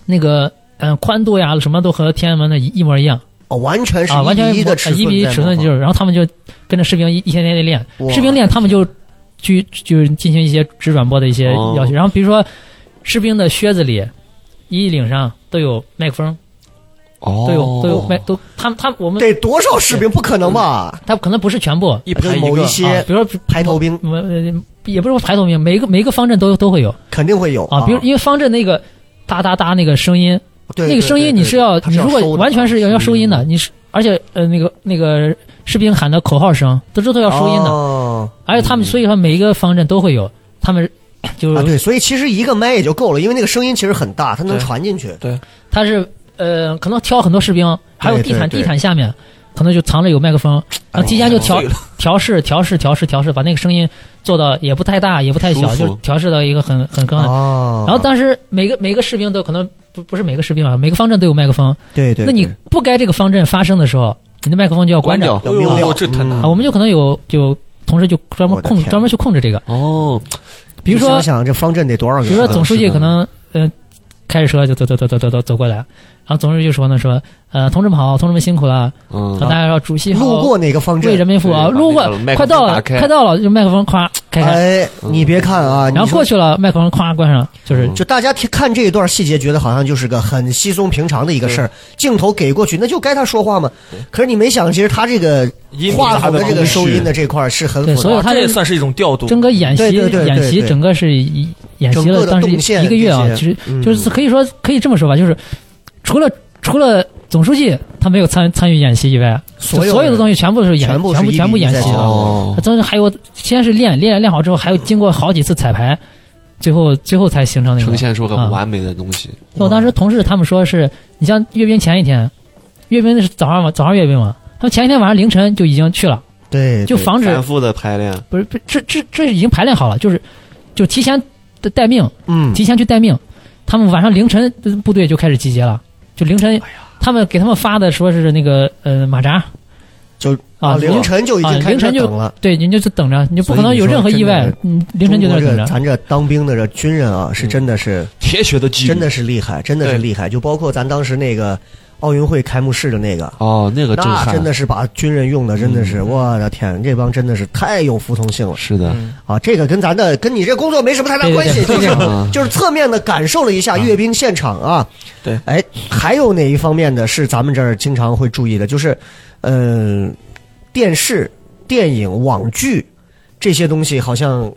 [SPEAKER 5] 那个嗯、呃宽度呀什么都和天安门的一一模一样
[SPEAKER 2] 哦完全是
[SPEAKER 5] 啊，完全
[SPEAKER 2] 一比一的尺
[SPEAKER 5] 呃一比一尺寸就是是，然后他们就跟着士兵一一天天的练，
[SPEAKER 2] 哇
[SPEAKER 5] 士兵练他们就去就是进行一些直转播的一些
[SPEAKER 6] 哦
[SPEAKER 5] 要求，然后比如说士兵的靴子里、衣领上都有麦克风，
[SPEAKER 6] 哦
[SPEAKER 5] 都有都有麦都他们他们我们
[SPEAKER 2] 得多少士兵？不可能吧？
[SPEAKER 5] 他可能不是全部。
[SPEAKER 3] 一
[SPEAKER 2] 就
[SPEAKER 3] 排
[SPEAKER 2] 是
[SPEAKER 3] 一
[SPEAKER 2] 某
[SPEAKER 3] 个
[SPEAKER 2] 一
[SPEAKER 5] 啊
[SPEAKER 2] 些，
[SPEAKER 5] 比如说
[SPEAKER 2] 排头兵
[SPEAKER 5] 我呃也不是说排头名，每一个每一个方阵都都会有
[SPEAKER 2] 肯定会有
[SPEAKER 5] 啊。比如因为方阵那个哒哒哒那个声音，
[SPEAKER 2] 对
[SPEAKER 5] 那个声音你是要，你如果完全是要要收音的，你是而且呃那个那个士兵喊的口号声，都知道要收音
[SPEAKER 2] 哦
[SPEAKER 5] 的，
[SPEAKER 2] 的。
[SPEAKER 5] 而且他们所以说每一个方阵都会有，他们 就
[SPEAKER 2] 啊，
[SPEAKER 5] 是
[SPEAKER 2] 对，所以其实一个麦也就够了，因为那个声音其实很大，它能
[SPEAKER 3] 对
[SPEAKER 2] 传进去。
[SPEAKER 5] 他是呃可能挑很多士兵，还有地毯
[SPEAKER 2] 哎对哎对
[SPEAKER 5] 地毯下面可能就藏着有麦克风，然后提前就调
[SPEAKER 3] 醉了
[SPEAKER 5] 调试调试调试调试，把那个声音做到也不太大也不太小，
[SPEAKER 6] 舒服
[SPEAKER 5] 就是调试到一个很很刚的。
[SPEAKER 2] 哦，
[SPEAKER 5] 然后当时每个每个士兵都可能不不是每个士兵啊，每个方阵都有麦克风。
[SPEAKER 2] 对对，
[SPEAKER 5] 那你
[SPEAKER 2] 对
[SPEAKER 5] 不该这个方阵发声的时候，你的麦克风就要关
[SPEAKER 6] 关
[SPEAKER 5] 着
[SPEAKER 6] 掉
[SPEAKER 2] 要明
[SPEAKER 3] 哎
[SPEAKER 2] 了
[SPEAKER 3] 呦这太难
[SPEAKER 5] 啊。我们就可能有有同事就专门
[SPEAKER 2] 我的
[SPEAKER 5] 控
[SPEAKER 2] 天
[SPEAKER 5] 专门去控制这个，
[SPEAKER 6] 哦，
[SPEAKER 5] 比如
[SPEAKER 2] 你
[SPEAKER 5] 说
[SPEAKER 2] 想想这方阵得多少个？啊
[SPEAKER 5] 比如说
[SPEAKER 6] 的
[SPEAKER 5] 总书
[SPEAKER 6] 是
[SPEAKER 5] 记
[SPEAKER 6] 的
[SPEAKER 5] 可能呃开着车就走走走走走走走过来，然后总书记就说呢说呃，同志们好，同志们辛苦了，
[SPEAKER 6] 嗯
[SPEAKER 5] 大，家要主席好，
[SPEAKER 2] 路过哪个方
[SPEAKER 5] 为
[SPEAKER 2] 阵？
[SPEAKER 5] 人民服务啊，
[SPEAKER 6] 对把
[SPEAKER 5] 路过
[SPEAKER 6] 那个麦克
[SPEAKER 5] 快到
[SPEAKER 6] 风
[SPEAKER 5] 了，
[SPEAKER 6] 打开
[SPEAKER 5] 快到了，就麦克风夸开开，
[SPEAKER 2] 哎，
[SPEAKER 5] 嗯
[SPEAKER 2] 你别看啊，
[SPEAKER 5] 然
[SPEAKER 2] 你
[SPEAKER 5] 后
[SPEAKER 2] 说嗯
[SPEAKER 5] 过去了，麦克风夸关上，就是
[SPEAKER 2] 就大家听看这一段细节，觉得好像就是个很稀松平常的一个事儿，镜头给过去，那就该他说话嘛。可是你没想，其实他这个
[SPEAKER 3] 音
[SPEAKER 2] 话筒的这个
[SPEAKER 3] 方
[SPEAKER 2] 收
[SPEAKER 3] 式
[SPEAKER 2] 音的这块儿是很
[SPEAKER 5] 对
[SPEAKER 2] 复
[SPEAKER 5] 所有
[SPEAKER 2] 杂。
[SPEAKER 5] 他
[SPEAKER 3] 这也
[SPEAKER 5] 的
[SPEAKER 3] 算是一种调度。
[SPEAKER 5] 整个演习
[SPEAKER 2] 对对对对
[SPEAKER 5] 演习
[SPEAKER 2] 对
[SPEAKER 5] 整个是一演习
[SPEAKER 2] 整
[SPEAKER 5] 了，
[SPEAKER 2] 个的
[SPEAKER 5] 当时
[SPEAKER 2] 动线
[SPEAKER 5] 一个月啊
[SPEAKER 2] 这，些嗯
[SPEAKER 5] 其
[SPEAKER 6] 嗯
[SPEAKER 5] 实就是可以说可以这么说吧，就是除了除了总书记他没有参参与演习以外，啊
[SPEAKER 2] 所有
[SPEAKER 5] 所有的
[SPEAKER 2] 人
[SPEAKER 5] 东西全部是演
[SPEAKER 2] 全部是
[SPEAKER 5] 全
[SPEAKER 2] 一
[SPEAKER 5] 部
[SPEAKER 2] 比
[SPEAKER 5] 全部
[SPEAKER 2] 一
[SPEAKER 5] 演
[SPEAKER 2] 在
[SPEAKER 5] 习
[SPEAKER 2] 做
[SPEAKER 5] 的。
[SPEAKER 6] 哦，
[SPEAKER 5] 他当时还有先是练练练好之后，还有经过好几次彩排，最后最后才形成那个
[SPEAKER 6] 呈。现出很完美的东西。
[SPEAKER 5] 那我当时同事他们说是，你像阅兵前一天，阅兵是早上嘛，早上阅兵嘛，他们前一天晚上凌晨就已经去了，
[SPEAKER 2] 对，
[SPEAKER 5] 就防止
[SPEAKER 6] 反复的排练，
[SPEAKER 5] 不是不是这这这已经排练好了，就是就提前的待命，
[SPEAKER 2] 嗯，
[SPEAKER 5] 提前去待命。他们晚上凌晨呃部队就开始集结了，就凌晨，他们给他们发的说是那个呃马扎，
[SPEAKER 2] 就
[SPEAKER 5] 啊
[SPEAKER 2] 凌晨就已
[SPEAKER 5] 啊
[SPEAKER 2] 经开
[SPEAKER 5] 凌
[SPEAKER 2] 始
[SPEAKER 5] 晨就
[SPEAKER 2] 等了。
[SPEAKER 5] 对，你就等着，你就不可能有任何意外，嗯，凌晨就在那
[SPEAKER 2] 中国这
[SPEAKER 5] 等着。嗯
[SPEAKER 2] 咱这当兵的这军人啊，是真的是
[SPEAKER 4] 铁血的基
[SPEAKER 2] 真的是厉害，真的是厉害。就包括咱当时那个奥运会开幕式的那个，
[SPEAKER 6] 哦，那个震
[SPEAKER 2] 那
[SPEAKER 6] 撼，嗯
[SPEAKER 2] 真的是把军人用的真的是，我的天，这帮真的是太有服从性了。
[SPEAKER 6] 是的，
[SPEAKER 2] 啊，这个跟咱的跟你这工作没什么太大关系，
[SPEAKER 5] 对对
[SPEAKER 2] 就是
[SPEAKER 5] 对对
[SPEAKER 6] 对对
[SPEAKER 2] 就是侧面的感受了一下阅兵现场啊。
[SPEAKER 3] 对
[SPEAKER 2] 哎，还有哪一方面的是咱们这儿经常会注意的？就是，嗯、电视、电影、网剧这些东西，好像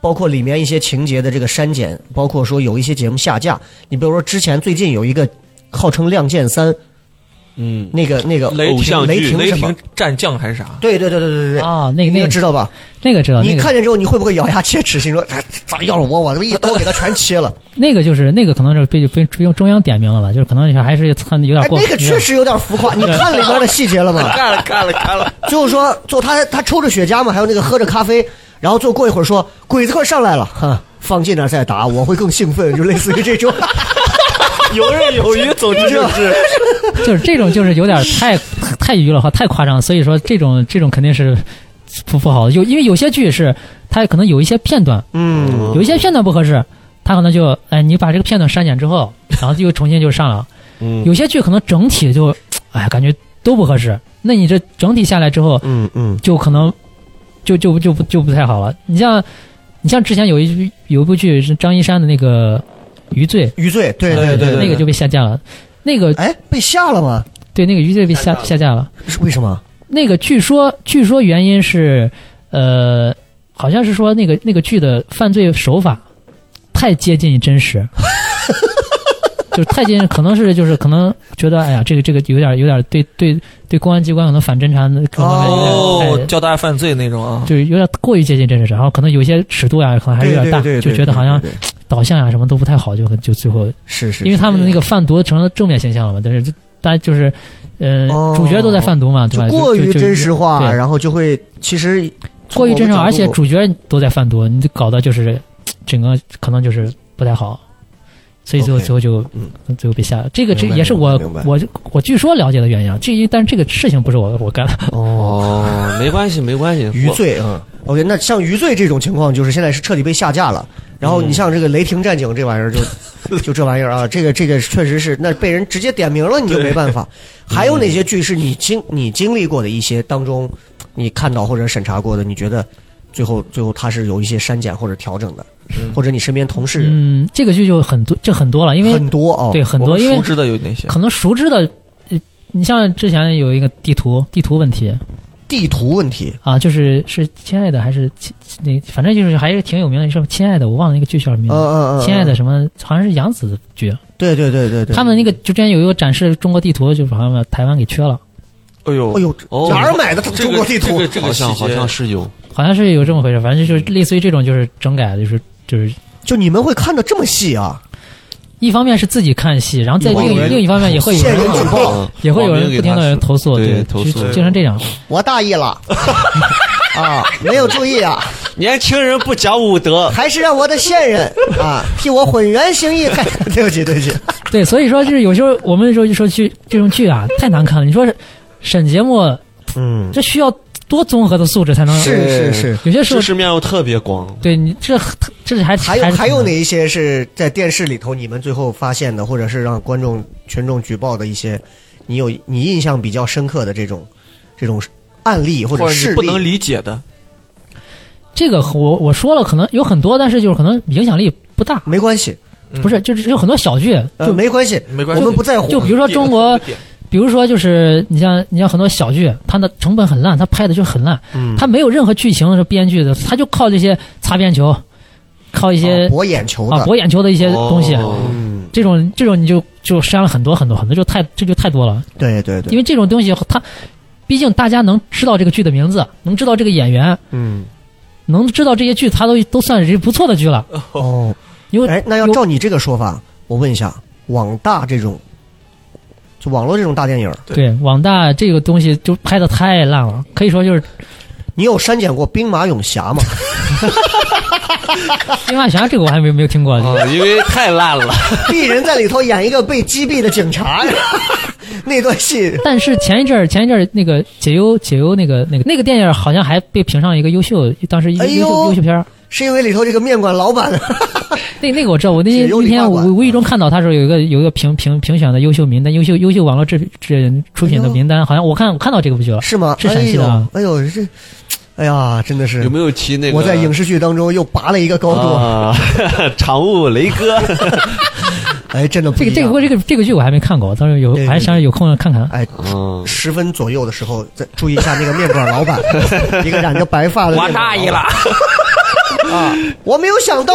[SPEAKER 2] 包括里面一些情节的这个删减，包括说有一些节目下架。你比如说之前最近有一个号称《亮剑三》，
[SPEAKER 6] 嗯，
[SPEAKER 2] 那个那个
[SPEAKER 3] 雷
[SPEAKER 2] 偶
[SPEAKER 3] 霆
[SPEAKER 2] 像
[SPEAKER 3] 雷
[SPEAKER 2] 雷霆什么
[SPEAKER 3] 霆？战将还是啥？
[SPEAKER 2] 对对对对对对对。
[SPEAKER 5] 啊，那个
[SPEAKER 2] 你
[SPEAKER 5] 那
[SPEAKER 2] 也
[SPEAKER 5] 个
[SPEAKER 2] 知道吧？
[SPEAKER 5] 那个知啊道，那
[SPEAKER 2] 你
[SPEAKER 5] 个
[SPEAKER 2] 看见之后，你会不会咬牙切齿，心说：“哎，咋要了我，我他妈一刀给他全切 了。
[SPEAKER 5] 那个就是那个可能是被被被中央点名了吧，就是可能还是看有”点
[SPEAKER 2] 哎，
[SPEAKER 5] 过
[SPEAKER 2] 那
[SPEAKER 5] 分。
[SPEAKER 2] 个确实有点浮夸。你看里边的细节了 吗？
[SPEAKER 3] 看了看了看了，
[SPEAKER 2] 就是说，就他他抽着雪茄嘛，还有那个喝着咖啡，然后就过一会儿说：“鬼子快上来了，哈，放近点再打，我会更兴奋。”就类似于这 种，
[SPEAKER 3] 游刃有余，总之就是
[SPEAKER 5] 就是这种就是有点太太娱乐化、太夸张，所以说这种这种肯定是不不好的。有因为有些剧是它可能有一些片段，
[SPEAKER 2] 嗯，
[SPEAKER 5] 有一些片段不合适，它可能就哎你把这个片段删减之后，然后又重新就上了。
[SPEAKER 2] 嗯
[SPEAKER 6] 嗯
[SPEAKER 5] 有些剧可能整体就哎感觉都不合适，那你这整体下来之后，
[SPEAKER 2] 嗯嗯，
[SPEAKER 5] 就可能就就就不就不太好了。你像你像之前有一有一部剧是张一山的那个《余罪》，
[SPEAKER 2] 余罪，对对
[SPEAKER 3] 对对
[SPEAKER 5] 那个就被下架了。那个
[SPEAKER 2] 哎，被下了吗？
[SPEAKER 5] 对那个《余罪》被下下架了。
[SPEAKER 2] 是为什么？
[SPEAKER 5] 那个据说据说原因是，呃，好像是说那个那个剧的犯罪手法太接近真实， 就是太接近，可能是就是可能觉得哎呀，这个这个有点有点对对对公安机关可能反侦查可能有点太。
[SPEAKER 3] 哦，教大家犯罪那种啊。
[SPEAKER 5] 就是有点过于接近真实，然后可能有些尺度呀、可能还是有点大，
[SPEAKER 2] 对对对对
[SPEAKER 5] 就觉得好像
[SPEAKER 2] 对对对
[SPEAKER 5] 导向呀、什么都不太好，就就最后，
[SPEAKER 2] 是是，
[SPEAKER 5] 因为他们的那个贩毒成了正面形象了嘛，但是就大家就是，呃，
[SPEAKER 2] 哦
[SPEAKER 5] 主角都在贩毒嘛，对
[SPEAKER 2] 就
[SPEAKER 5] 吧？
[SPEAKER 2] 过于
[SPEAKER 5] 就就
[SPEAKER 2] 真实化，
[SPEAKER 5] 对
[SPEAKER 2] 然后就会其实
[SPEAKER 5] 过于真实，
[SPEAKER 2] 从某个角度
[SPEAKER 5] 而且主角都在贩毒，你这搞得就是整个可能就是不太好，所以最后
[SPEAKER 2] OK，
[SPEAKER 5] 最后就
[SPEAKER 2] 嗯
[SPEAKER 5] 最后被下了。这个这
[SPEAKER 2] 明白
[SPEAKER 5] 也是我
[SPEAKER 2] 明白明白
[SPEAKER 5] 我我据说了解的原因啊，这但是这个事情不是我我干的，
[SPEAKER 2] 哦，
[SPEAKER 6] 哦，嗯 没关系，没关系，
[SPEAKER 2] 余罪啊、嗯、，OK，那像余罪这种情况，就是现在是彻底被下架了。然后你像这个雷霆战警这玩意儿就， 就这玩意儿啊，这个这个确实是，那被人直接点名了，你就没办 法。还有哪些剧是你经你经历过的一些当中，你看到或者审查过的，你觉得最后最后它是有一些删减或者调整的，
[SPEAKER 3] 嗯
[SPEAKER 2] 或者你身边同事
[SPEAKER 5] 嗯，这个剧就很多，这很多了，因为
[SPEAKER 2] 很多哦，
[SPEAKER 5] 对很
[SPEAKER 3] 我
[SPEAKER 5] 多，
[SPEAKER 3] 们
[SPEAKER 5] 因为
[SPEAKER 3] 熟知的有哪些？
[SPEAKER 5] 可能熟知的，呃你像之前有一个地图地图问题
[SPEAKER 2] 地图问题，
[SPEAKER 5] 啊，就是是亲爱的还是亲那反正就是还是挺有名的，什么亲爱的，我忘了那个剧叫什么名
[SPEAKER 2] 嗯
[SPEAKER 6] 啊
[SPEAKER 5] 字，
[SPEAKER 2] 嗯嗯，
[SPEAKER 5] 亲爱的，什么好像是杨紫的剧，
[SPEAKER 2] 对对对对对，
[SPEAKER 5] 他们那个就之前有一个展示中国地图，就好像把台湾给缺了，
[SPEAKER 3] 哎呦
[SPEAKER 2] 哎，呦，
[SPEAKER 6] 哦
[SPEAKER 2] 哪儿买的
[SPEAKER 3] 这
[SPEAKER 2] 中
[SPEAKER 3] 个
[SPEAKER 2] 国地
[SPEAKER 3] 这
[SPEAKER 2] 图
[SPEAKER 3] 个？这个
[SPEAKER 6] 好像
[SPEAKER 3] 细节
[SPEAKER 6] 好像是有，
[SPEAKER 5] 好像是有这么回事，反正就是类似于这种，就是整改，就是就是
[SPEAKER 2] 就你们会看的这么细啊？
[SPEAKER 5] 一方面是自己看戏，然后在另
[SPEAKER 6] 网民
[SPEAKER 5] 另一方面也会有
[SPEAKER 2] 现
[SPEAKER 5] 人
[SPEAKER 2] 人举报。
[SPEAKER 6] 嗯
[SPEAKER 5] 也会有
[SPEAKER 6] 网
[SPEAKER 5] 人
[SPEAKER 6] 民
[SPEAKER 5] 不
[SPEAKER 6] 给
[SPEAKER 5] 停
[SPEAKER 6] 他
[SPEAKER 5] 的投诉，
[SPEAKER 6] 对
[SPEAKER 5] 对，
[SPEAKER 6] 投
[SPEAKER 5] 就
[SPEAKER 6] 诉
[SPEAKER 5] 经常这样。
[SPEAKER 2] 我大意了， 啊，没有注意啊，
[SPEAKER 6] 年轻人不讲武德，
[SPEAKER 2] 还是让我的线人啊替我混元行 义。嗨对不起，对不起，
[SPEAKER 5] 对，所以说就是有时候我们说就说剧这种剧啊太难看了，你说审节目
[SPEAKER 2] 嗯，
[SPEAKER 5] 这需要多综合的素质才能，
[SPEAKER 2] 是是是。
[SPEAKER 5] 有些时
[SPEAKER 6] 知
[SPEAKER 5] 候
[SPEAKER 6] 识面又特别广，
[SPEAKER 5] 对你这这还
[SPEAKER 2] 还有
[SPEAKER 5] 是
[SPEAKER 2] 还
[SPEAKER 5] 挺
[SPEAKER 2] 有
[SPEAKER 5] 难
[SPEAKER 2] 哪一些是在电视里头你们最后发现的，或者是让观众群众举报的一些你有你印象比较深刻的这种这种案例或
[SPEAKER 3] 或
[SPEAKER 2] 者
[SPEAKER 3] 者
[SPEAKER 2] 事例？
[SPEAKER 3] 你不能理解的，
[SPEAKER 5] 这个我我说了，可能有很多，但是就是可能影响力不大，
[SPEAKER 2] 没关系，
[SPEAKER 3] 嗯
[SPEAKER 5] 不是，就是有很多小剧，
[SPEAKER 2] 呃，没关系，
[SPEAKER 3] 没关
[SPEAKER 2] 我
[SPEAKER 3] 系。
[SPEAKER 2] 们不在乎。
[SPEAKER 5] 就比如说中国，比如说就是你像你像很多小剧，它的成本很烂，它拍的就很烂，
[SPEAKER 2] 嗯
[SPEAKER 5] 它没有任何剧情是编剧的，它就靠这些擦边球，靠一些
[SPEAKER 2] 啊博眼球
[SPEAKER 5] 啊
[SPEAKER 2] 的，
[SPEAKER 5] 博眼球的一些东西，啊
[SPEAKER 6] 哦
[SPEAKER 2] 嗯，
[SPEAKER 5] 这种这种你就就删了很多很多很多，就太这就太多了，
[SPEAKER 2] 对对
[SPEAKER 5] 因
[SPEAKER 2] 对，
[SPEAKER 5] 为这种东西它，毕竟大家能知道这个剧的名字，能知道这个演员，
[SPEAKER 2] 嗯，
[SPEAKER 5] 能知道这些剧，它都都算是不错的剧了，
[SPEAKER 2] 哦，
[SPEAKER 5] 因为
[SPEAKER 2] 哎，那要
[SPEAKER 5] 有
[SPEAKER 2] 照你这个说法，我问一下，网大这种，就网络这种大电影，
[SPEAKER 5] 对网大这个东西就拍的太烂了，可以 说就是
[SPEAKER 2] 你有删减过兵马俑侠吗？
[SPEAKER 5] 《兵马侠》这个我还没没有听过，
[SPEAKER 2] 哦
[SPEAKER 6] 哦
[SPEAKER 4] 啊，因为太烂了。
[SPEAKER 2] 鄙人在里头演一个被击毙的警察， 那段戏
[SPEAKER 5] 但是前一阵儿前一阵儿那个解忧解忧那个那个那个电影好像还被评上一个优秀，当时一个
[SPEAKER 2] 哎呦
[SPEAKER 5] 优秀、优秀片儿。
[SPEAKER 2] 是因为里头这个面馆老 板，
[SPEAKER 5] 那那个我知道，我那
[SPEAKER 2] 解
[SPEAKER 5] 天
[SPEAKER 2] 忧理
[SPEAKER 5] 那
[SPEAKER 2] 发
[SPEAKER 5] 天
[SPEAKER 2] 馆啊
[SPEAKER 5] 我无意中看到他说有一个有一个评评评选的优秀名单，优秀优秀网络制制出品的名单，好像我看我看到这个不剧了。
[SPEAKER 2] 哎是吗？
[SPEAKER 5] 是陕西的啊
[SPEAKER 2] 哎呦，哎呦，这，哎呀，真的是
[SPEAKER 6] 有没有提那个？
[SPEAKER 2] 我在影视剧当中又拔了一个高度，
[SPEAKER 6] 啊， 场务雷哥，
[SPEAKER 2] 哎，真的不
[SPEAKER 5] 这
[SPEAKER 2] 一
[SPEAKER 5] 个
[SPEAKER 2] 样
[SPEAKER 5] 这个不过这个这个剧我还没看过，到时候有
[SPEAKER 2] 对对对
[SPEAKER 5] 还想有空看看。
[SPEAKER 2] 哎，
[SPEAKER 6] 嗯，
[SPEAKER 2] 十分左右的时候再注意一下那个面馆老 板，一个染着白发的面馆老板。
[SPEAKER 3] 了，
[SPEAKER 2] 啊！我没有想到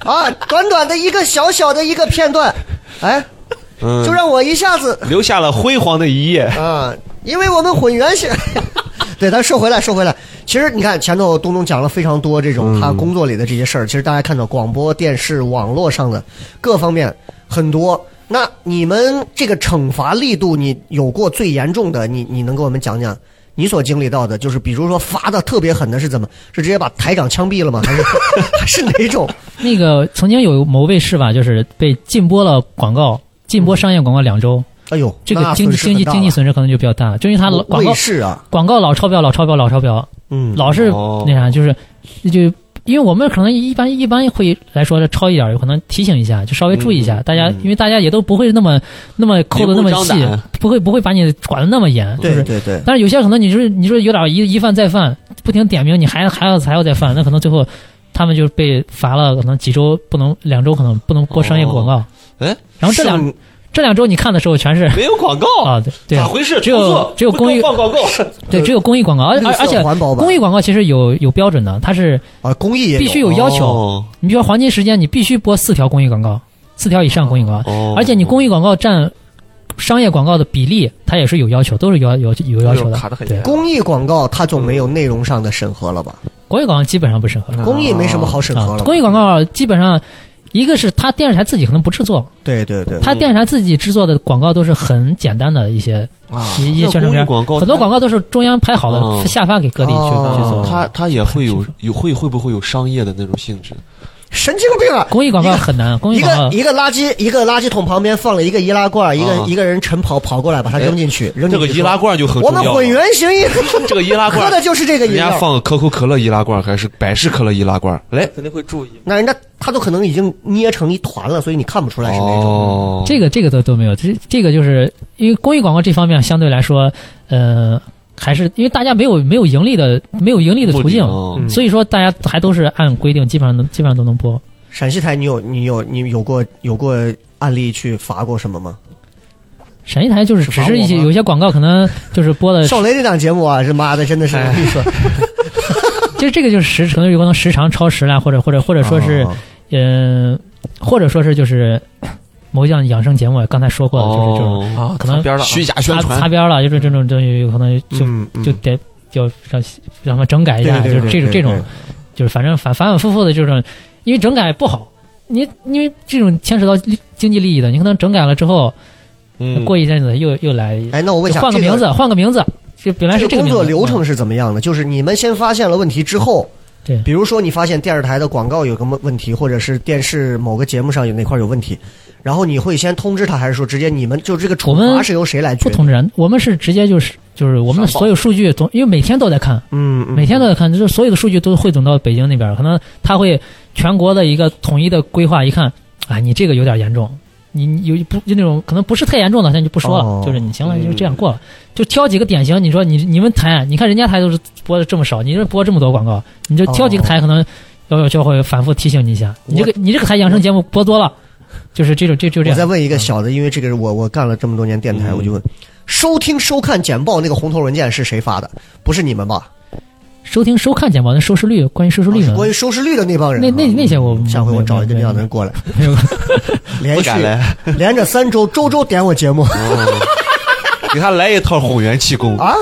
[SPEAKER 2] 啊，短短的一个小小的一个片段，哎，
[SPEAKER 6] 嗯
[SPEAKER 2] 就让我一下子
[SPEAKER 6] 留下了辉煌的一页。
[SPEAKER 2] 啊，因为我们混元是。对，咱说回来，说回来，其实你看前头东东讲了非常多这种他工作里的这些事儿，其实大家看到广播电视、网络上的各方面很多。那你们这个惩罚力度，你有过最严重的？你你能给我们讲讲你所经历到的？就是比如说罚的特别狠的是怎么？是直接把台长枪毙了吗？还是 还是哪种？
[SPEAKER 5] 那个曾经有某位是吧，就是被禁播了广告，禁播商业广告两周，
[SPEAKER 2] 哎呦，
[SPEAKER 5] 这个
[SPEAKER 2] 嗯那损
[SPEAKER 5] 经济
[SPEAKER 2] 失
[SPEAKER 5] 经
[SPEAKER 2] 很
[SPEAKER 5] 济
[SPEAKER 2] 大
[SPEAKER 5] 经济
[SPEAKER 2] 了
[SPEAKER 5] 损失可能就比较大，就因为他老广告
[SPEAKER 2] 卫视啊，
[SPEAKER 5] 广告老超标老超标老超标，
[SPEAKER 2] 嗯，
[SPEAKER 5] 老是
[SPEAKER 6] 哦
[SPEAKER 5] 那啥，就是那就因为我们可能一般一般会来说超一点儿，有可能提醒一下，就稍微注意一下、大家，因为大家也都不会那么那么抠的那么
[SPEAKER 6] 明目
[SPEAKER 5] 细
[SPEAKER 6] 张胆，
[SPEAKER 5] 不会不会把你管的那么严，就
[SPEAKER 2] 对
[SPEAKER 5] 是。
[SPEAKER 2] 对对，
[SPEAKER 5] 但是有些可能你是你说有点一一犯再犯，不停点名，你还还要还要再犯，那可能最后他们就被罚了，可能几周不能两周可能不能播商业广告。
[SPEAKER 6] 哎
[SPEAKER 5] 然后这两
[SPEAKER 2] 上
[SPEAKER 5] 这两周你看的时候全是
[SPEAKER 6] 没有广告，
[SPEAKER 4] 哦
[SPEAKER 5] 啊，对对
[SPEAKER 6] 咋回事？
[SPEAKER 5] 只有
[SPEAKER 6] 工作
[SPEAKER 5] 只有
[SPEAKER 6] 不
[SPEAKER 5] 公
[SPEAKER 6] 能
[SPEAKER 5] 益
[SPEAKER 6] 放广告，
[SPEAKER 5] 对，只有公益广告，而
[SPEAKER 2] 绿
[SPEAKER 5] 而
[SPEAKER 2] 色
[SPEAKER 5] 而且
[SPEAKER 2] 环保版
[SPEAKER 5] 公益广告其实有有标准的，它是
[SPEAKER 2] 啊，公益也
[SPEAKER 5] 必 须有要求。
[SPEAKER 6] 哦
[SPEAKER 5] 你比如说黄金时间，你必须播四条公益广告，四条以上公益广告，
[SPEAKER 6] 哦
[SPEAKER 5] 而且你公益广告占商业广告的比例，它也是有要求，都是有有有要求的。
[SPEAKER 3] 卡的很
[SPEAKER 5] 对
[SPEAKER 3] 严。
[SPEAKER 2] 公益广告它总没有内容上的审核了吧？
[SPEAKER 5] 公益广告基本上不审核了
[SPEAKER 2] 公益没什么好审核
[SPEAKER 5] 啊
[SPEAKER 2] 了吧。，
[SPEAKER 5] 公益广告基本上。一个是它电视台自己可能不制作，
[SPEAKER 2] 对对对，
[SPEAKER 5] 它电视台自己制作的广告都是很简单的一些
[SPEAKER 2] 啊
[SPEAKER 5] 一一些
[SPEAKER 6] 那
[SPEAKER 5] 宣传
[SPEAKER 6] 公益
[SPEAKER 5] 片，
[SPEAKER 6] 广告
[SPEAKER 5] 很多广告都是中央拍好
[SPEAKER 6] 哦
[SPEAKER 5] 的，下发给各地去去
[SPEAKER 2] 哦
[SPEAKER 5] 做。
[SPEAKER 6] 它它啊也会有有会会不会有商业的那种性质？
[SPEAKER 2] 神经病啊！
[SPEAKER 5] 公益广告很难，公益
[SPEAKER 2] 一
[SPEAKER 5] 广告啊
[SPEAKER 2] 个一个垃圾一个垃圾桶旁边放了一个易拉罐，一个一个人晨跑跑过来把它扔进去，扔
[SPEAKER 6] 这
[SPEAKER 2] 进
[SPEAKER 6] 个
[SPEAKER 2] 去
[SPEAKER 6] 易拉
[SPEAKER 2] 说，
[SPEAKER 6] 罐就很
[SPEAKER 2] 我
[SPEAKER 6] 重
[SPEAKER 4] 啊
[SPEAKER 2] 们
[SPEAKER 6] 要
[SPEAKER 2] 混
[SPEAKER 6] 了。
[SPEAKER 2] 元型一，
[SPEAKER 6] 这个易拉
[SPEAKER 2] 喝
[SPEAKER 6] 罐
[SPEAKER 2] 的，就是这个饮
[SPEAKER 6] 人家
[SPEAKER 2] 料。
[SPEAKER 6] 放可口可乐易拉罐还是百事可乐易拉罐？来，
[SPEAKER 3] 肯定会注意，
[SPEAKER 2] 那人家他都可能已经捏成一团了，所以你看不出来是哪种。
[SPEAKER 6] 哦，
[SPEAKER 5] 这个这个都都没有，这这个就是因为公益广告这方面相对来说，呃，还是因为大家没有没有盈利的没有盈利的途径，
[SPEAKER 6] 哦
[SPEAKER 5] 所以说大家还都是按规定，基本上能基本上都能播。
[SPEAKER 2] 陕西台，你有你有你有过有过案例去罚过什么吗？
[SPEAKER 5] 陕西台就是只是一些有些广告可能呃就是哎 播的，
[SPEAKER 2] 少雷那档节目啊，这妈的真的是，我跟你说，
[SPEAKER 5] 其实这个就是时可能有可能时长超时啦，或者或者或者说 是
[SPEAKER 2] 啊
[SPEAKER 5] 嗯、呃或者说是就是某一项养生节目，刚才说过的嗯就是这种
[SPEAKER 6] 哦
[SPEAKER 3] 啊，
[SPEAKER 5] 可能
[SPEAKER 3] 擦边了啊，
[SPEAKER 6] 虚假宣
[SPEAKER 5] 擦
[SPEAKER 6] 传
[SPEAKER 5] 擦边了，就是这种这种有可能就
[SPEAKER 2] 嗯嗯
[SPEAKER 5] 就得要让让他们整改一下，
[SPEAKER 2] 对对对
[SPEAKER 5] 哎就
[SPEAKER 2] 对
[SPEAKER 5] 是这种
[SPEAKER 2] 对
[SPEAKER 5] 这种，就是反正反反反复复的这种，因为整改不好，你因为这种牵扯到利经济利益的，你可能整改了之后，
[SPEAKER 6] 嗯
[SPEAKER 5] 过一阵子又又来，
[SPEAKER 2] 哎，那我问一
[SPEAKER 5] 就
[SPEAKER 2] 下，
[SPEAKER 5] 换个
[SPEAKER 2] 这
[SPEAKER 5] 名字，换个名字，这本来是
[SPEAKER 2] 这
[SPEAKER 5] 这
[SPEAKER 2] 个
[SPEAKER 5] 个
[SPEAKER 2] 工
[SPEAKER 5] 名
[SPEAKER 2] 作
[SPEAKER 5] 字
[SPEAKER 2] 流程
[SPEAKER 5] 嗯
[SPEAKER 2] 是怎么样的？就是你们先发现了问题之后，
[SPEAKER 5] 对
[SPEAKER 2] 比如说你发现电视台的广告有个问题，或者是电视某个节目上有哪块有问题，然后你会先通知他，还是说直接你们就这个处
[SPEAKER 5] 我
[SPEAKER 2] 罚
[SPEAKER 5] 们
[SPEAKER 2] 是由谁来决
[SPEAKER 5] 不
[SPEAKER 2] 定？
[SPEAKER 5] 通知人，我们是直接就是就是我们的
[SPEAKER 3] 上报
[SPEAKER 5] 所有数据总，因为每天都在看，
[SPEAKER 2] 嗯，嗯
[SPEAKER 5] 每天都在看，就是所有的数据都汇总到北京那哎边儿，可能他会全国的一个统一的规划，一看，啊，你这个有点严重，你你有不就那种可能不是太严重的，咱就不说了，
[SPEAKER 2] 哦
[SPEAKER 5] 就是你行了，就这样过了，就挑几个典型。你说你你们台，你看人家台都是播的这么少，你这播这么多广告，你就挑几个台，可能要要就会反复提醒你一下，你这个你这个台养生节目播多了，就是这种这就这
[SPEAKER 2] 我再
[SPEAKER 5] 样。嗯
[SPEAKER 2] 问一个小的，因为这个是我我干了这么多年电台，我就问，收听收看简报那个红头文件是谁发的？不是你们吧？
[SPEAKER 5] 收听收看节目的收视率，关于收视率
[SPEAKER 2] 是
[SPEAKER 5] 呢？
[SPEAKER 2] 啊关于收视率的那帮人
[SPEAKER 5] 那
[SPEAKER 2] 啊。
[SPEAKER 5] 那那些我
[SPEAKER 2] 下回我找一个那
[SPEAKER 5] 没有
[SPEAKER 2] 样的人过来，
[SPEAKER 5] 没 有没有
[SPEAKER 2] 连
[SPEAKER 4] 不
[SPEAKER 2] 续
[SPEAKER 4] 敢来，
[SPEAKER 2] 连着三周，周周点我节 目
[SPEAKER 4] 给他来一套混元气功。
[SPEAKER 2] 啊，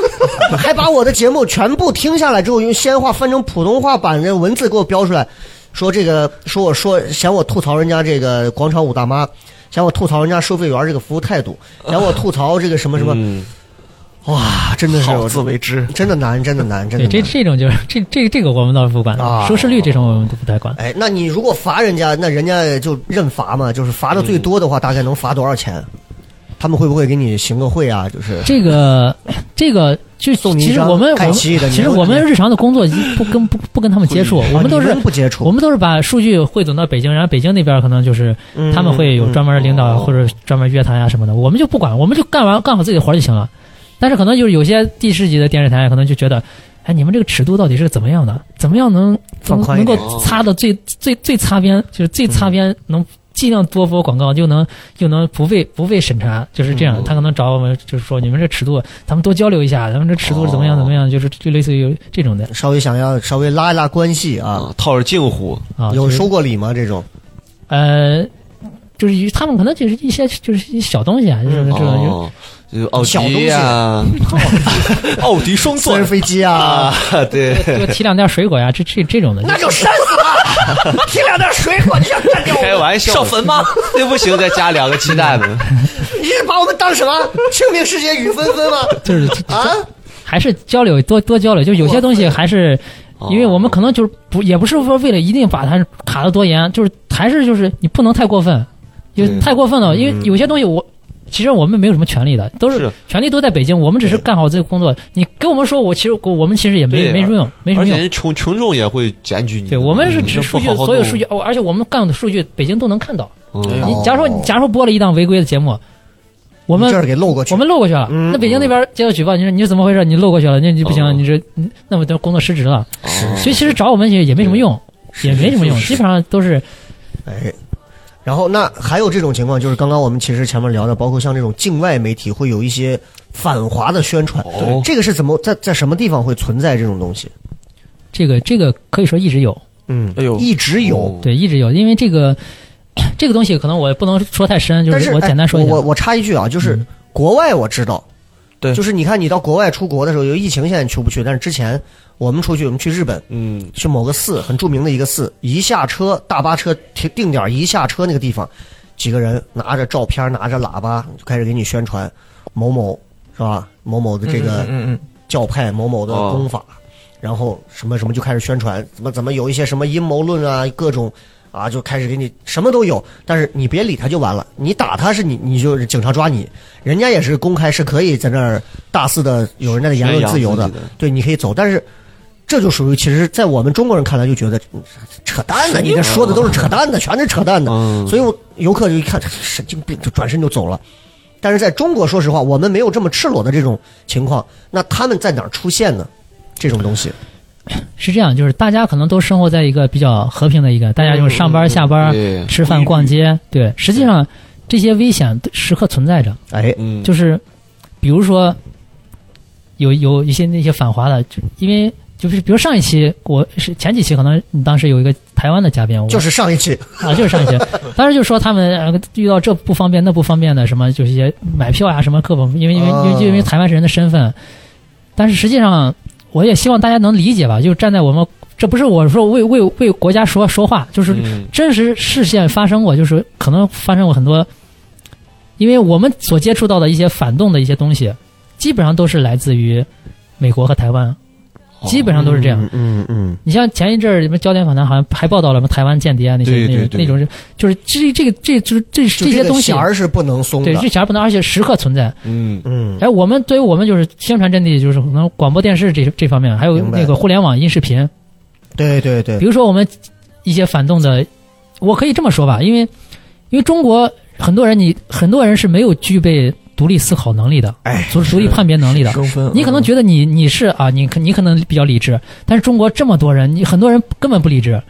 [SPEAKER 2] 还把我的节目全部听下来之后，用西安话翻成普通话版的文字给我标出来，说这个说我说嫌我吐槽人家这个广场舞大妈，嫌我吐槽人家收费员这个服务态度，嫌我吐槽这个什么什么，
[SPEAKER 4] 嗯，
[SPEAKER 2] 哇，真的是
[SPEAKER 4] 好自为之。
[SPEAKER 2] 真的难，真的难，真的
[SPEAKER 5] 对，
[SPEAKER 2] 难。
[SPEAKER 5] 这这种就是这这这个我们倒是不管
[SPEAKER 2] 啊
[SPEAKER 5] 收视率这种我们都不太管。
[SPEAKER 2] 哎，那你如果罚人家，那人家就认罚嘛，就是罚的最多的话，大概能罚多少钱？他们会不会给你行个贿啊？就是
[SPEAKER 5] 这个这个就
[SPEAKER 2] 送你一
[SPEAKER 5] 其实
[SPEAKER 2] 张
[SPEAKER 5] 我们我
[SPEAKER 2] 爱
[SPEAKER 5] 们
[SPEAKER 2] 奇艺的
[SPEAKER 5] 其实
[SPEAKER 2] 年会
[SPEAKER 5] 我们日常的工作不跟不不跟他们接触，我们都
[SPEAKER 2] 啊你
[SPEAKER 5] 是
[SPEAKER 2] 不接触，
[SPEAKER 5] 我们都是把数据汇总到北京，然后北京那边可能就是
[SPEAKER 2] 嗯哦
[SPEAKER 5] 他们会有专门的领导啊或者专门约谈啊什么的，我们就不管，我们就干完干好自己的活儿就行了。但是可能就是有些地市级的电视台可能就觉得，哎，你们这个尺度到底是怎么样的？怎么样能
[SPEAKER 2] 放
[SPEAKER 5] 能
[SPEAKER 2] 宽一
[SPEAKER 5] 能
[SPEAKER 2] 点
[SPEAKER 5] 够擦的最最最擦边，就是最擦边
[SPEAKER 2] 嗯
[SPEAKER 5] 能。尽量多播广告，又能又能不被不被审查，就是
[SPEAKER 2] 嗯
[SPEAKER 5] 这样。他可能找我们，就是说你们这尺度，咱们多交流一下，咱们这尺度是怎么
[SPEAKER 2] 哦
[SPEAKER 5] 样怎么样，就是就类似于有这种的
[SPEAKER 2] 嗯稍微想要稍微拉一拉关系啊，
[SPEAKER 4] 啊，套着近乎，
[SPEAKER 5] 啊。
[SPEAKER 2] 有
[SPEAKER 5] 就是
[SPEAKER 2] 收过礼吗？这种
[SPEAKER 5] 呃，就是与他们可能就是一些就是一些小东西啊，
[SPEAKER 2] 嗯
[SPEAKER 5] 就是这种就
[SPEAKER 4] 哦，就奥迪 呀、
[SPEAKER 3] 奥迪双
[SPEAKER 2] 私
[SPEAKER 3] 钻
[SPEAKER 2] 人飞机啊，
[SPEAKER 4] 啊，对，
[SPEAKER 5] 就提两袋水果呀，这这这种的。
[SPEAKER 2] 那就扇死 他，提两袋水果就想干掉
[SPEAKER 4] 开
[SPEAKER 2] 我，
[SPEAKER 4] 玩笑，
[SPEAKER 3] 上坟吗？
[SPEAKER 4] 那不行，再加两个鸡蛋呢。
[SPEAKER 5] 嗯
[SPEAKER 2] 你是把我们当什么？清明时节雨纷纷吗？
[SPEAKER 5] 就是
[SPEAKER 2] 啊，
[SPEAKER 5] 还是交流多多交流，就有些东西还是，
[SPEAKER 4] 哦
[SPEAKER 5] 因为我们可能就是不也不是说为了一定把它卡得多严，就是还是就是你不能太过分，就
[SPEAKER 4] 对嗯
[SPEAKER 5] 太过分了，因为有些东西我。其实我们没有什么权利的，都是
[SPEAKER 4] 是
[SPEAKER 5] 权利都在北京，我们只是干好这个工作。你跟我们说，我其实我们其实也没
[SPEAKER 4] 对啊
[SPEAKER 5] 没什么用，没
[SPEAKER 4] 而
[SPEAKER 5] 什么
[SPEAKER 4] 且
[SPEAKER 5] 用。
[SPEAKER 4] 人群群众也会检举你的。
[SPEAKER 5] 对我们是
[SPEAKER 4] 你
[SPEAKER 5] 指
[SPEAKER 4] 这
[SPEAKER 5] 数据
[SPEAKER 4] 不好，好
[SPEAKER 5] 所有
[SPEAKER 4] 弄
[SPEAKER 5] 数据，，哦而且我们干的数据北京都能看到。
[SPEAKER 4] 嗯
[SPEAKER 2] 哦
[SPEAKER 5] 你假如说，假如说播了一档违规的节目，我们
[SPEAKER 2] 这儿给漏过啊去
[SPEAKER 5] 我，们漏过去了。那北京那边接到举报，你说你是怎么回事？你漏过去了，那你不
[SPEAKER 4] 哦
[SPEAKER 5] 行，你这你那么多工作失职了。
[SPEAKER 4] 哦
[SPEAKER 5] 所以其实找我们也也没什么用，也没什么用，基本上都是
[SPEAKER 2] 哎。然后，那还有这种情况，就是刚刚我们其实前面聊的，包括像这种境外媒体会有一些反华的宣传，
[SPEAKER 4] 哦
[SPEAKER 2] 这个是怎么在在什么地方会存在这种东西？
[SPEAKER 5] 这个这个可以说一直有，
[SPEAKER 2] 嗯，
[SPEAKER 3] 哎呦，
[SPEAKER 2] 一直有，
[SPEAKER 5] 对，一直有，因为这个 这个东西可能我不能说太深，就
[SPEAKER 2] 但
[SPEAKER 5] 是
[SPEAKER 2] 是
[SPEAKER 5] 我
[SPEAKER 2] 哎
[SPEAKER 5] 简单说一下
[SPEAKER 2] 我。我插一句啊，就是
[SPEAKER 5] 嗯
[SPEAKER 2] 国外我知道，
[SPEAKER 3] 对
[SPEAKER 2] 就是你看你到国外出国的时候，由于疫情现在出不去，但是之前我们出去，我们去日本，
[SPEAKER 4] 嗯，
[SPEAKER 2] 去某个寺，很著名的一个寺，一下车大巴车停定点一下车那个地方，几个人拿着照片拿着喇叭就开始给你宣传某某是吧？某某的这个
[SPEAKER 3] 嗯嗯嗯
[SPEAKER 2] 教派某某的
[SPEAKER 4] 哦
[SPEAKER 2] 功法，然后什么什么就开始宣传，怎么怎么有一些什么阴谋论啊，各种啊就开始给你什么都有，但是你别理他就完了，你打他是你你就是警察抓你，人家也是公开是可以在那儿大肆的有人家的言论自由的
[SPEAKER 4] 宣扬自己的，
[SPEAKER 2] 对，你可以走，但是。这就属于，其实，在我们中国人看来就觉得嗯扯淡的，你这说的
[SPEAKER 4] 哦
[SPEAKER 2] 都是扯淡的，全是扯淡的。
[SPEAKER 4] 嗯
[SPEAKER 2] 所以我游客就一看神经病，就转身就走了。但是在中国，说实话，我们没有这么赤裸的这种情况。那他们在哪儿出现呢？这种东西，
[SPEAKER 5] 是这样，就是大家可能都生活在一个比较和平的一个，大家就是上班、下班、
[SPEAKER 4] 对
[SPEAKER 5] 吃饭、逛街，对，实际上这些危险时刻存在着。
[SPEAKER 2] 哎，
[SPEAKER 4] 嗯，
[SPEAKER 5] 就是比如说有有一些那些反华的，就因为就是比如上一期我是前几期可能你当时有一个台湾的嘉宾，我
[SPEAKER 2] 就是上一期
[SPEAKER 5] 啊 就是上一期，当时就说他们呃遇到这不方便那不方便的什么就是一些买票呀、什么各种，因为因为因
[SPEAKER 2] 哦
[SPEAKER 5] 为因为台湾是人的身份，但是实际上我也希望大家能理解吧，就站在我们这不是我说为为为国家说说话，就是
[SPEAKER 4] 嗯
[SPEAKER 5] 真实事件发生过，就是可能发生过很多，因为我们所接触到的一些反动的一些东西，基本上都是来自于美国和台湾，基本上都是这样。
[SPEAKER 2] 嗯嗯
[SPEAKER 5] 你像前一阵儿什么《焦点访谈》好像还报道了什么台湾间谍啊那些
[SPEAKER 4] 对对对
[SPEAKER 5] 那种那种，就是这这个这就是这
[SPEAKER 2] 就
[SPEAKER 5] 这些
[SPEAKER 2] 个
[SPEAKER 5] 东西
[SPEAKER 2] 弦，儿是不能松
[SPEAKER 5] 对
[SPEAKER 2] 的
[SPEAKER 5] 这。钱不能，而且时刻存在。
[SPEAKER 4] 嗯，
[SPEAKER 2] 嗯，
[SPEAKER 5] 哎，我们对于我们就是宣传阵地，就是可能广播电视这这方面，还有
[SPEAKER 2] 明白
[SPEAKER 5] 那个互联网音视频，
[SPEAKER 2] 对对对
[SPEAKER 5] 比，如说我们一些反动的，我可以这么说吧，因为因为中国很多人你很多人是没有具备独立思考能力的，
[SPEAKER 3] 哎，
[SPEAKER 5] 独独立判别能力的。
[SPEAKER 3] 生分，嗯
[SPEAKER 5] 你可能觉得你你是啊，你可你可能比较理智，但是中国这么多人，你很多人根本不理智，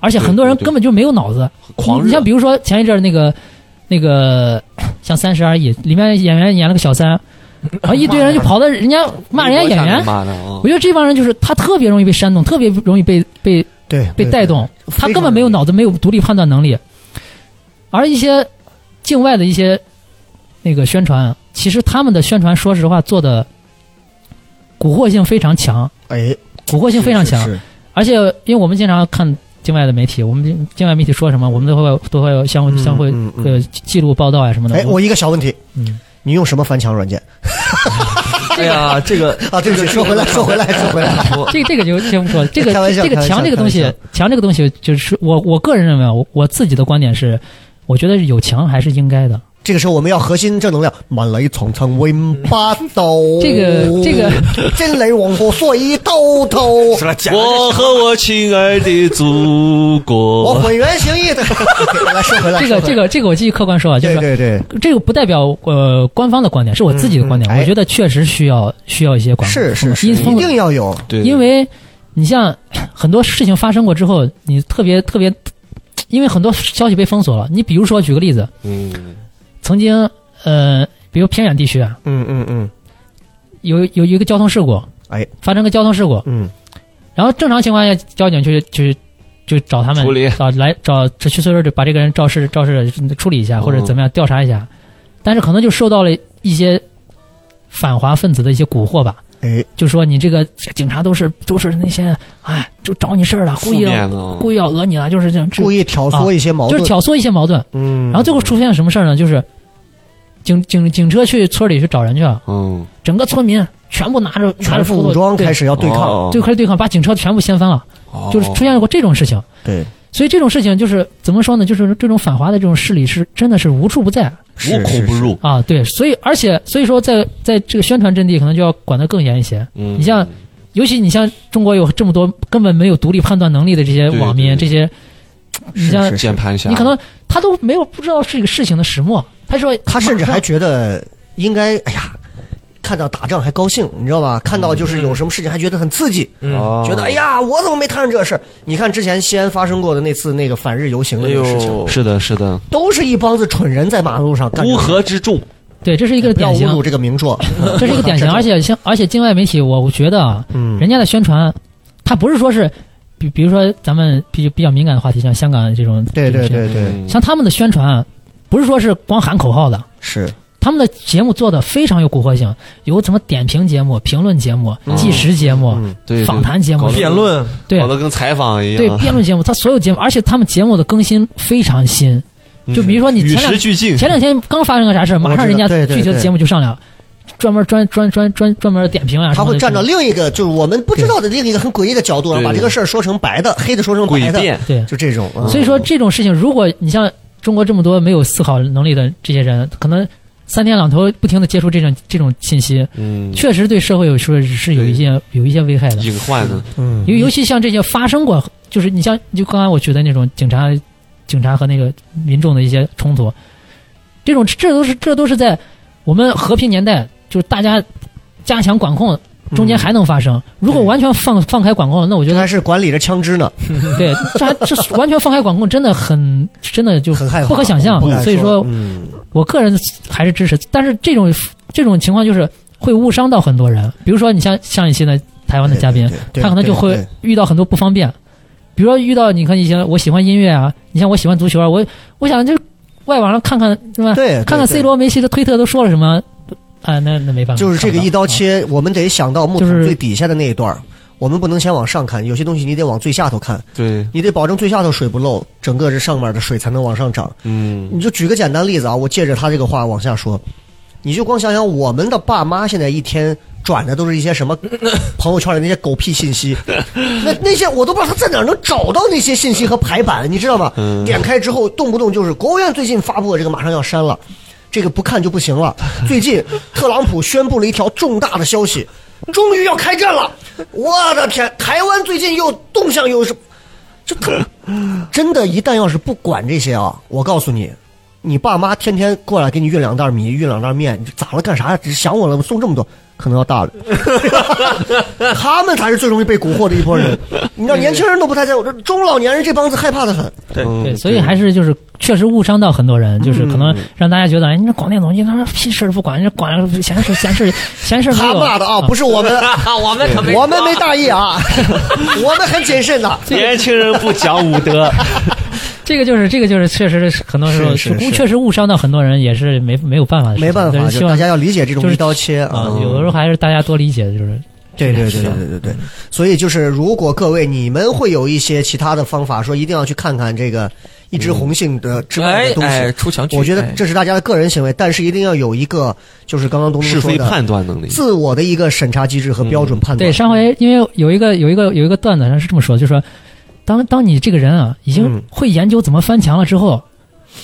[SPEAKER 5] 而且很多人
[SPEAKER 4] 对对对
[SPEAKER 5] 根本就没有脑子。
[SPEAKER 4] 狂
[SPEAKER 5] 你你
[SPEAKER 4] 热
[SPEAKER 5] 像比如说前一阵儿那个那个像《三十而已》里面演员演了个小 三，然后一堆人就跑到人家骂人家演员，
[SPEAKER 4] 骂的啊
[SPEAKER 5] 我，觉得这帮人就是他特别容易被煽动，特别容易被被
[SPEAKER 2] 对，
[SPEAKER 5] 被
[SPEAKER 2] 对
[SPEAKER 5] 带，动，
[SPEAKER 2] 对
[SPEAKER 5] 他根本没有脑子，没有独立判断能力。而一些境外的一些那个宣传，其实他们的宣传，说实话做的蛊惑性非常强，
[SPEAKER 2] 哎，
[SPEAKER 5] 蛊惑性非常强。
[SPEAKER 2] 是，是
[SPEAKER 5] 而且，因为我们经常看境外的媒体，我们境外媒体说什么，我们都会都会相互相互
[SPEAKER 2] 嗯嗯嗯
[SPEAKER 5] 呃记录报道啊什么的。
[SPEAKER 2] 哎，我一个小问题，
[SPEAKER 5] 嗯
[SPEAKER 2] 你用什么翻墙软件
[SPEAKER 3] 哎呀，这个
[SPEAKER 2] 啊？ 对不起，说回来，说回来，说回来，
[SPEAKER 5] 这这个就先不说，这个
[SPEAKER 2] 开玩笑
[SPEAKER 5] 这个
[SPEAKER 2] 开玩笑
[SPEAKER 5] 墙这个东
[SPEAKER 2] 开
[SPEAKER 5] 西
[SPEAKER 2] 玩，
[SPEAKER 5] 墙这个东西就是我我个人认为啊，我我自己的观点是，我觉得有墙还是应该的。
[SPEAKER 2] 这个时候我们要核心正能量，万里长城永不倒。
[SPEAKER 5] 这个这个，
[SPEAKER 2] 真雷黄河水滔滔。
[SPEAKER 6] 是吧？假
[SPEAKER 4] 我和我亲爱的祖
[SPEAKER 2] 我
[SPEAKER 4] 国，
[SPEAKER 2] 浑圆形 意的，来说回来，
[SPEAKER 5] 这
[SPEAKER 2] 说回来
[SPEAKER 5] 个这个这个，我继续客观说啊，就是
[SPEAKER 2] 对
[SPEAKER 5] 说
[SPEAKER 2] 对对，
[SPEAKER 5] 这个不代表呃官方的观点，是我自己的观
[SPEAKER 2] 嗯
[SPEAKER 5] 点。
[SPEAKER 2] 嗯哎
[SPEAKER 5] 我觉得确实需要需要一些管控，
[SPEAKER 2] 是是是，
[SPEAKER 5] 因
[SPEAKER 2] 一定要有，
[SPEAKER 4] 对，
[SPEAKER 5] 因为你像很多事情发生过之后，你特别特别，因为很多消息被封锁了。你比如说举个例子，
[SPEAKER 4] 嗯，
[SPEAKER 5] 曾经呃，比如偏远地区啊，
[SPEAKER 2] 嗯嗯嗯
[SPEAKER 5] 有有一个交通事故，
[SPEAKER 2] 哎，
[SPEAKER 5] 发生个交通事故，
[SPEAKER 2] 嗯，
[SPEAKER 5] 然后正常情况下交警去去就找他们
[SPEAKER 4] 处理
[SPEAKER 5] 找来找去所以说就把这个人肇事肇事处理一下或者怎么样调查一下，但是可能就受到了一些反华分子的一些蛊惑吧，
[SPEAKER 2] 哎，
[SPEAKER 5] 就说你这个警察都是都是那些哎就找你事儿了，故
[SPEAKER 4] 负
[SPEAKER 5] 意
[SPEAKER 4] 面
[SPEAKER 5] 要
[SPEAKER 4] 的啊，
[SPEAKER 5] 故意要讹你了，就是这样
[SPEAKER 2] 故意挑唆一些矛
[SPEAKER 5] 就是
[SPEAKER 2] 盾，
[SPEAKER 5] 挑唆一些矛盾，
[SPEAKER 2] 嗯，
[SPEAKER 5] 然后最后出现什么事儿呢？就是警警警车去村里去找人去了，
[SPEAKER 4] 嗯，
[SPEAKER 5] 整个村民全部拿着拿
[SPEAKER 2] 全
[SPEAKER 5] 着
[SPEAKER 2] 副武装开
[SPEAKER 5] 始
[SPEAKER 2] 始要对哦抗，
[SPEAKER 4] 哦
[SPEAKER 5] 就开始对抗，把警车全部掀翻了，就是出现过这种事情。
[SPEAKER 2] 对，
[SPEAKER 5] 所以这种事情就是怎么说呢？就是这种反华的这种势力是真的是无处不在
[SPEAKER 2] 是
[SPEAKER 4] 无孔不，入，
[SPEAKER 5] 啊！对，所以而且所以说在在这个宣传阵地可能就要管得更严一些。
[SPEAKER 4] 嗯，
[SPEAKER 5] 你像尤其你像中国有这么多根本没有独立判断能力的这些
[SPEAKER 4] 对
[SPEAKER 5] 网
[SPEAKER 4] 对
[SPEAKER 5] 民，这些你
[SPEAKER 2] 是
[SPEAKER 5] 像
[SPEAKER 2] 是是啊
[SPEAKER 4] 键盘侠，
[SPEAKER 5] 你可能他都没有不知道这个事情的始末，他说
[SPEAKER 2] 他甚至还觉得应该，哎呀。看到打仗还高兴，你知道吧？看到就是有什么事情还觉得很刺激，
[SPEAKER 3] 嗯，
[SPEAKER 4] 哦
[SPEAKER 2] 觉得哎呀，我怎么没看上这事儿？你看之前西安发生过的那次那个反日游行的
[SPEAKER 3] 哎
[SPEAKER 2] 那个事情，
[SPEAKER 5] 哦
[SPEAKER 3] 呦，
[SPEAKER 4] 是的，是的，
[SPEAKER 2] 都是一帮子蠢人在马路上干这
[SPEAKER 4] 乌
[SPEAKER 2] 个事。
[SPEAKER 4] 合之众，
[SPEAKER 5] 对，这是一个
[SPEAKER 2] 不要
[SPEAKER 5] 典型
[SPEAKER 2] 侮，辱这个名著，
[SPEAKER 5] 这是一个典型，而且像而且境外媒体，我我觉得啊，
[SPEAKER 2] 嗯
[SPEAKER 5] 人家的宣传，他不是说是，比比如说咱们比比较敏感的话题，像香港这种，
[SPEAKER 2] 对对
[SPEAKER 5] 这
[SPEAKER 2] 对
[SPEAKER 5] 种
[SPEAKER 2] 对，
[SPEAKER 4] 嗯
[SPEAKER 5] 像他们的宣传，不是说是光喊口号的，
[SPEAKER 2] 是
[SPEAKER 5] 他们的节目做的非常有蛊惑性，有什么点评节目、评论节目、纪实节目、
[SPEAKER 2] 嗯
[SPEAKER 4] 对
[SPEAKER 5] 访谈节目
[SPEAKER 4] 搞、得
[SPEAKER 3] 辩论，
[SPEAKER 5] 对
[SPEAKER 4] 搞得跟采访一样，
[SPEAKER 5] 对辩论节目，他所有节目，而且他们节目的更新非常新，
[SPEAKER 4] 嗯
[SPEAKER 5] 就比如说你
[SPEAKER 4] 与
[SPEAKER 5] 前两
[SPEAKER 4] 时俱 进，
[SPEAKER 5] 前两天刚发生个啥事儿，马上人家
[SPEAKER 2] 对对
[SPEAKER 5] 具体的节目就上来了，专门专专专专专门点评啊，
[SPEAKER 2] 他
[SPEAKER 5] 什么
[SPEAKER 2] 会
[SPEAKER 5] 的
[SPEAKER 2] 站到另一个就是我们不知道的另一个很诡异的角度，然后把
[SPEAKER 4] 对
[SPEAKER 2] 这个事儿说成白的，黑的说成 白
[SPEAKER 4] 诡
[SPEAKER 2] 的，
[SPEAKER 4] 辩，
[SPEAKER 5] 对，
[SPEAKER 2] 就这种。啊
[SPEAKER 5] 所以说这种事情，如果你像中国这么多没有思考能力的这些人，可能三天两头不停的接触这种这种信息，
[SPEAKER 4] 嗯，
[SPEAKER 5] 确实对社会有说是有一些有一些危害的。
[SPEAKER 4] 隐患啊呢，
[SPEAKER 2] 嗯
[SPEAKER 5] 尤尤其像这些发生过，就是你像就刚才我举的那种警察、警察和那个民众的一些冲突，这种这都是这都是在我们和平年代，就是大家加强管控，中间还能发生。如果完全放放开管控了，那我觉
[SPEAKER 2] 这
[SPEAKER 5] 得
[SPEAKER 2] 还是管理着枪支呢，
[SPEAKER 5] 对，这还这是完全放开管控，真的很真的就
[SPEAKER 2] 很害怕，
[SPEAKER 5] 不可想象
[SPEAKER 2] 不敢。
[SPEAKER 5] 所以说
[SPEAKER 2] 嗯，
[SPEAKER 5] 我个人还是支持，但是这种这种情况就是会误伤到很多人。比如说，你像像一些呢台湾的嘉宾
[SPEAKER 2] 对，，对
[SPEAKER 5] 他可能就
[SPEAKER 2] 对
[SPEAKER 5] 会啊遇到很多不方便，比如说遇到你看以前我喜欢音乐啊，你像我喜欢足球啊，我我想就是外网上看看是吧？
[SPEAKER 2] 对对对
[SPEAKER 5] 看看 C 罗、梅西的推特都说了什么啊？那那没办法，
[SPEAKER 2] 就是这个一刀切，我们得想到木
[SPEAKER 5] 就
[SPEAKER 2] 桶
[SPEAKER 5] 是
[SPEAKER 2] 最底下的那一段儿。我们不能先往上看，有些东西你得往最下头看，
[SPEAKER 4] 对，
[SPEAKER 2] 你得保证最下头水不漏，整个这上面的水才能往上涨。
[SPEAKER 4] 嗯，
[SPEAKER 2] 你就举个简单例子啊，我借着他这个话往下说，你就光想想我们的爸妈现在一天转的都是一些什么朋友圈里那些狗屁信息，那那些我都不知道他在哪儿能找到那些信息和排版，你知道吗？点开之后，动不动就是国务院最近发布的这个马上要删了，这个不看就不行了。最近特朗普宣布了一条重大的消息，终于要开战了，我的天，台湾最近又动向又是。就他真的，一旦要是不管这些啊，我告诉你，你爸妈天天过来给你运两袋米，运两袋面，你这咋了？干啥呀？只想我了，我送这么多，可能要大了。 他们才是最容易被蛊惑的一波人。你知道，年轻人都不太在乎，这中老年人这帮子害怕的很。
[SPEAKER 3] 对
[SPEAKER 4] 嗯
[SPEAKER 5] 对，所以还是就是确实误伤到很多人，就是可
[SPEAKER 2] 嗯
[SPEAKER 5] 能让大家觉得，哎，你这广电总局他妈屁事儿不管，这管闲事闲事 闲事没
[SPEAKER 2] 他
[SPEAKER 5] 有
[SPEAKER 2] 骂的啊，不是我们，
[SPEAKER 3] 我们可
[SPEAKER 2] 我们没大意啊， 我们很谨慎的。
[SPEAKER 4] 年轻人不讲武 德，
[SPEAKER 5] 这个就是这个就是确实是很多时候
[SPEAKER 2] 是是是
[SPEAKER 5] 确实误伤到很多人，也是没没有办法的事情，
[SPEAKER 2] 没办
[SPEAKER 5] 但
[SPEAKER 2] 法，
[SPEAKER 5] 是希
[SPEAKER 2] 就
[SPEAKER 5] 望
[SPEAKER 2] 大家要理解这种
[SPEAKER 5] 就是
[SPEAKER 2] 一刀切啊
[SPEAKER 5] 啊，。有的时候还是大家多理解，
[SPEAKER 2] 嗯
[SPEAKER 5] 就是
[SPEAKER 2] 对对对对对对对，所以就是如果各位你们会有一些其他的方法，说一定要去看看这个一枝红杏的之外
[SPEAKER 3] 哎
[SPEAKER 2] 的东
[SPEAKER 3] 哎，
[SPEAKER 2] 西，
[SPEAKER 3] 出墙去，
[SPEAKER 2] 我觉得
[SPEAKER 3] 哎
[SPEAKER 2] 这是大家的个人行为，但是一定要有一个就是刚刚东东
[SPEAKER 4] 是
[SPEAKER 2] 说
[SPEAKER 4] 非
[SPEAKER 2] 的
[SPEAKER 4] 判断能力。
[SPEAKER 2] 自我的一个审查机制和标准判断。
[SPEAKER 5] 对上回因为有一个有一个有一个段子上是这么说，就说当当你这个人啊已经
[SPEAKER 2] 嗯
[SPEAKER 5] 会研究怎么翻墙了之后，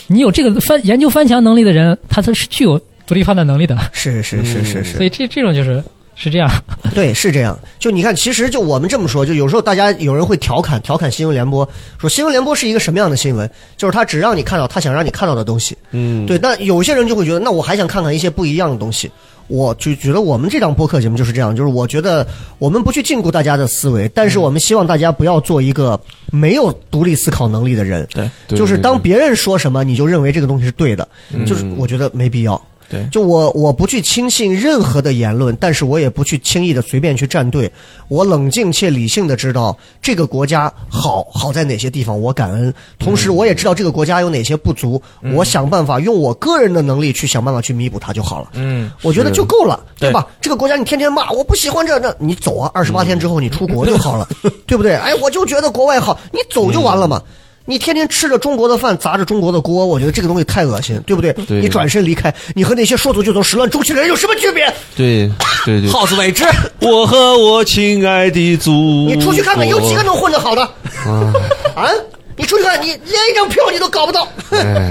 [SPEAKER 5] 你有这个翻研究翻墙能力的人，他他是具有独立判断能力的，
[SPEAKER 2] 是是是是是，
[SPEAKER 5] 所以这这种就是 是这样，
[SPEAKER 2] 对，是这样。就你看，其实就我们这么说，就有时候大家有人会调侃调侃新闻联播，说新闻联播是一个什么样的新闻？就是他只让你看到他想让你看到的东西。
[SPEAKER 4] 嗯，
[SPEAKER 2] 对，那有些人就会觉得，那我还想看看一些不一样的东西。我就觉得我们这档播客节目就是这样，就是我觉得我们不去禁锢大家的思维，但是我们希望大家不要做一个没有独立思考能力的人。
[SPEAKER 3] 对，
[SPEAKER 4] 对
[SPEAKER 2] 就是
[SPEAKER 4] 对
[SPEAKER 2] 当
[SPEAKER 4] 对嗯
[SPEAKER 2] 别人说什么，你就认为这个东西是对的，就是我觉得没必要。
[SPEAKER 3] 对
[SPEAKER 2] 就我我不去轻信任何的言论，但是我也不去轻易的随便去站队。我冷静且理性的知道这个国家好好在哪些地方，我感恩。同
[SPEAKER 3] 嗯
[SPEAKER 2] 时，我也知道这个国家有哪些不足，我想办法用我个人的能力去想办法去弥补它就好了。
[SPEAKER 3] 嗯，
[SPEAKER 2] 我觉得就够了，
[SPEAKER 3] 对
[SPEAKER 2] 对吧？这个国家你天天骂，我不喜欢这，那你走啊！二十八天之后你出国就好了，
[SPEAKER 3] 嗯
[SPEAKER 2] 对不对？哎，我就觉得国外好，你走就完了嘛。你天天吃着中国的饭，砸着中国的锅，我觉得这个东西太恶心，对不对？
[SPEAKER 4] 对
[SPEAKER 2] 你转身离开，你和那些说走就走、始乱终弃的人有什么区别？
[SPEAKER 4] 对对对，
[SPEAKER 3] 好自为之。
[SPEAKER 4] 我和我亲爱的祖国，
[SPEAKER 2] 你出去看看，有几个能混得好的？ 啊，你出去看，你连一张票你都搞不到。
[SPEAKER 4] 哎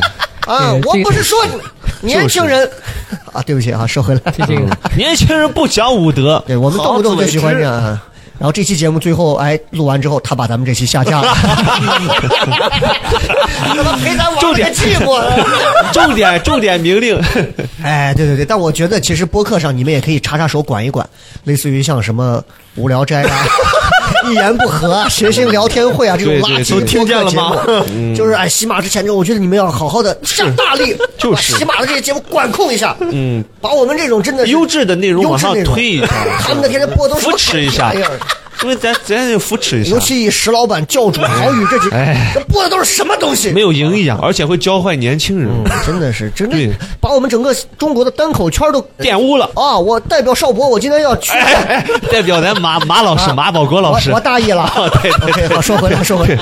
[SPEAKER 2] 啊，我不是说你年轻人啊，对不起啊，说回来，
[SPEAKER 5] 就这个。
[SPEAKER 4] 年轻人不讲武德，
[SPEAKER 2] 对我们动不动就喜欢这
[SPEAKER 4] 好
[SPEAKER 2] 样。啊然后这期节目最后，哎，录完之后，他把咱们这期下架了， 怎么陪咱玩
[SPEAKER 4] 重
[SPEAKER 2] 了个
[SPEAKER 4] 点
[SPEAKER 2] 寂寞？
[SPEAKER 4] 自为之。重点重点明令，
[SPEAKER 2] 哎，对对对，但我觉得其实播客上你们也可以插插手管一管，类似于像什么无聊斋 啊、一言不合啊、谐星聊天会啊这种
[SPEAKER 4] 对对
[SPEAKER 2] 垃圾
[SPEAKER 4] 都听见了嗯
[SPEAKER 2] 播客节目就是哎，洗马之前，我觉得你们要好好的上大力，
[SPEAKER 4] 就是
[SPEAKER 2] 把洗马的这些节目管控一下，嗯，把我们这种真的是
[SPEAKER 4] 优质的内容往上
[SPEAKER 2] 优质内容
[SPEAKER 4] 推一下
[SPEAKER 2] 他们的天天播都是
[SPEAKER 4] 扶持一下
[SPEAKER 2] 什么玩意儿
[SPEAKER 4] 因为咱咱得扶持一下
[SPEAKER 2] 尤，其以石老板、教主、郝宇这几，这播的都是什么东西？
[SPEAKER 4] 哎没有营养，而且会教坏年轻人，
[SPEAKER 2] 嗯，真的是，真的
[SPEAKER 4] 对
[SPEAKER 2] 把我们整个中国的单口圈都
[SPEAKER 4] 玷 污了。
[SPEAKER 2] 啊！我代表邵博，我今天要去，
[SPEAKER 4] 哎哎，哎代表咱马 马老师、马保国老
[SPEAKER 2] 我
[SPEAKER 4] 师
[SPEAKER 2] 我，大意了。
[SPEAKER 4] 对对
[SPEAKER 2] OK，好，说回来，说回来。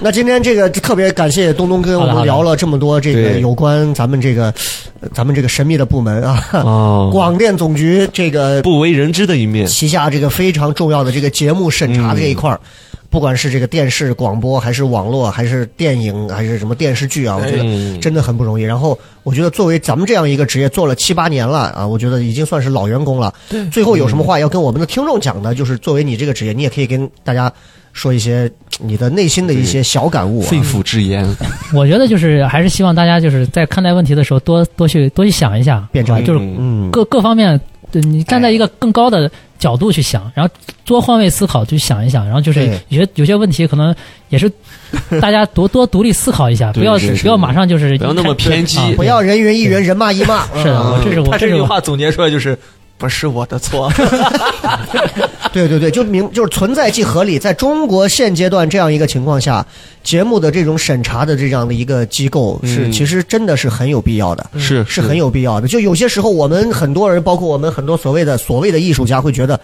[SPEAKER 2] 那今天这个特别感谢东东跟我
[SPEAKER 5] 好的
[SPEAKER 2] 们
[SPEAKER 5] 好的
[SPEAKER 2] 聊了这么多这个
[SPEAKER 4] 对
[SPEAKER 2] 有关咱们这个呃咱们这个神秘的部门啊，
[SPEAKER 4] 哦
[SPEAKER 2] 广电总局这个
[SPEAKER 4] 不为人知的一面，
[SPEAKER 2] 旗下这个非常重要的这个节目审查这一块儿。
[SPEAKER 5] 嗯
[SPEAKER 2] 不管是这个电视、广播，还是网络，还是电影，还是什么电视剧啊，我觉
[SPEAKER 5] 哎
[SPEAKER 2] 得真的很不容易。然后，我觉得作为咱们这样一个职业，做了七八年了啊，我觉得已经算是老员工了。对，最后有什么话要跟我们的听众讲的，就是作为你这个职业，你也可以跟大家说一些你的内心的一些小感悟、啊。
[SPEAKER 4] 肺
[SPEAKER 5] 嗯
[SPEAKER 4] 腑之言。
[SPEAKER 5] 我觉得就是还是希望大家就是在看待问题的时候多多去多去想一下，
[SPEAKER 2] 变成
[SPEAKER 5] 啊就是
[SPEAKER 4] 嗯
[SPEAKER 2] 嗯，
[SPEAKER 5] 各各方面，对你站在一个更高的角度去想，然后多换位思考去想一想，然后就是
[SPEAKER 2] 对
[SPEAKER 5] 有些有些问题可能 也是大家多多独立思考一下，
[SPEAKER 4] 对
[SPEAKER 5] 不要
[SPEAKER 4] 是是
[SPEAKER 5] 不要马上就是
[SPEAKER 4] 不要那么偏激
[SPEAKER 5] 啊
[SPEAKER 2] 不要人云亦云，人骂亦骂。
[SPEAKER 5] 是的，
[SPEAKER 2] 嗯
[SPEAKER 5] 我这是我
[SPEAKER 3] 他
[SPEAKER 5] 这
[SPEAKER 3] 这
[SPEAKER 5] 是
[SPEAKER 3] 句
[SPEAKER 5] 我
[SPEAKER 3] 话总结出来就是不是我 的错，
[SPEAKER 2] 对对对，就明就是存在即合理，在中国现阶段这样一个情况下，节目的这种审查的这样的一个机构是、
[SPEAKER 4] 嗯
[SPEAKER 2] 其实真的是很有必要的。
[SPEAKER 4] 是
[SPEAKER 2] 是很有必要的。就有些时候，我们很多人，包括我们很多所谓的所谓的艺术家，会觉得，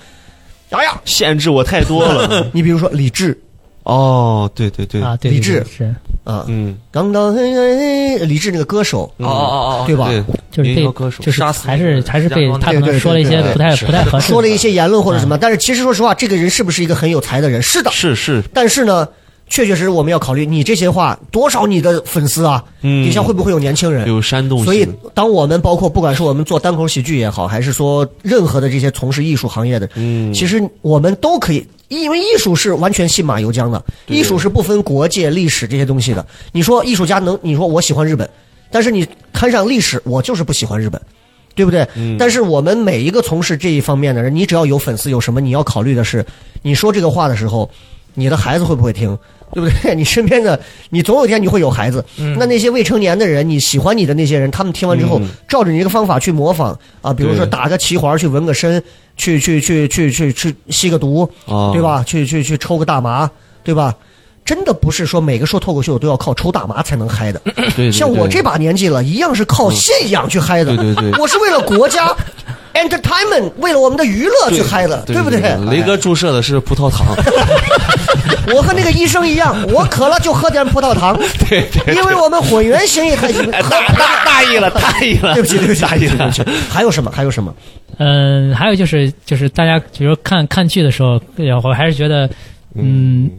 [SPEAKER 2] 哎呀，
[SPEAKER 4] 限制我太 多了。
[SPEAKER 2] 你比如说李志
[SPEAKER 4] 哦，对对对，
[SPEAKER 5] 啊，对
[SPEAKER 2] 理
[SPEAKER 5] 对对
[SPEAKER 2] 智
[SPEAKER 5] 是
[SPEAKER 2] 啊，
[SPEAKER 4] 嗯，
[SPEAKER 2] 刚刚嘿嘿嘿李志那个歌手，
[SPEAKER 4] 嗯
[SPEAKER 3] 哦哦哦
[SPEAKER 2] 对吧？
[SPEAKER 4] 对，
[SPEAKER 5] 就是
[SPEAKER 4] 民谣
[SPEAKER 5] 被
[SPEAKER 4] 歌手
[SPEAKER 5] 就是
[SPEAKER 3] 杀死
[SPEAKER 5] 还是还是
[SPEAKER 3] 对
[SPEAKER 5] 被
[SPEAKER 3] 对
[SPEAKER 5] 他
[SPEAKER 2] 对
[SPEAKER 5] 可能
[SPEAKER 2] 对
[SPEAKER 5] 说了一些
[SPEAKER 2] 对
[SPEAKER 5] 不太
[SPEAKER 3] 是
[SPEAKER 5] 不太
[SPEAKER 4] 啊
[SPEAKER 5] 合适的，
[SPEAKER 2] 说了一些言论或者什么，但是其实说实话，这个人是不是一个很有才的人？是的，
[SPEAKER 4] 是是，
[SPEAKER 2] 但是呢，确确实实我们要考虑，你这些话多少你的粉丝啊，
[SPEAKER 4] 嗯
[SPEAKER 2] 底下会不会有年轻人？
[SPEAKER 4] 有煽动性。
[SPEAKER 2] 所以，当我们包括不管是我们做单口喜剧也好，还是说任何的这些从事艺术行业的，
[SPEAKER 4] 嗯
[SPEAKER 2] 其实我们都可以，因为艺术是完全信马由缰的，艺术是不分国界、历史这些东西的。你说艺术家能，你说我喜欢日本，但是你摊上历史，我就是不喜欢日本，对不对？但是我们每一个从事这一方面的人，你只要有粉丝，有什么你要考虑的是，你说这个话的时候，你的孩子会不会听？对不对？你 身边的，你总有一天你会有孩子。那那些未成年的人，你喜欢你的那些人，他们听完之后，照着你这个方法去模仿啊，比如说
[SPEAKER 4] 对
[SPEAKER 2] 打个旗环，去纹个身，去去去去去去吸个毒，
[SPEAKER 4] 啊，
[SPEAKER 2] 对？吧？去去去抽个大麻，对吧？真的不是说每个说脱口秀都要靠抽大麻才能嗨的，
[SPEAKER 4] 对对对嗯
[SPEAKER 2] 像我这把年纪了，一样是靠信仰去嗨的。
[SPEAKER 4] 对对对
[SPEAKER 2] 我是为了国家 entertainment，为了我们的娱乐去嗨的，
[SPEAKER 4] 对
[SPEAKER 2] 不
[SPEAKER 4] 对？雷哥注射的是葡萄糖，
[SPEAKER 2] 我和那个医生一样，我渴了就喝点葡萄糖，
[SPEAKER 4] 对对对
[SPEAKER 2] 因为我们混元型 也太
[SPEAKER 4] 大大意了，大意了，
[SPEAKER 2] 对不起，对不起，
[SPEAKER 4] 大意
[SPEAKER 2] 对
[SPEAKER 4] 了
[SPEAKER 2] 不。起。还有什么？还有什么？
[SPEAKER 5] 嗯，还有就是就是大家比如说看看剧的时候，哎呀我还是觉得，嗯，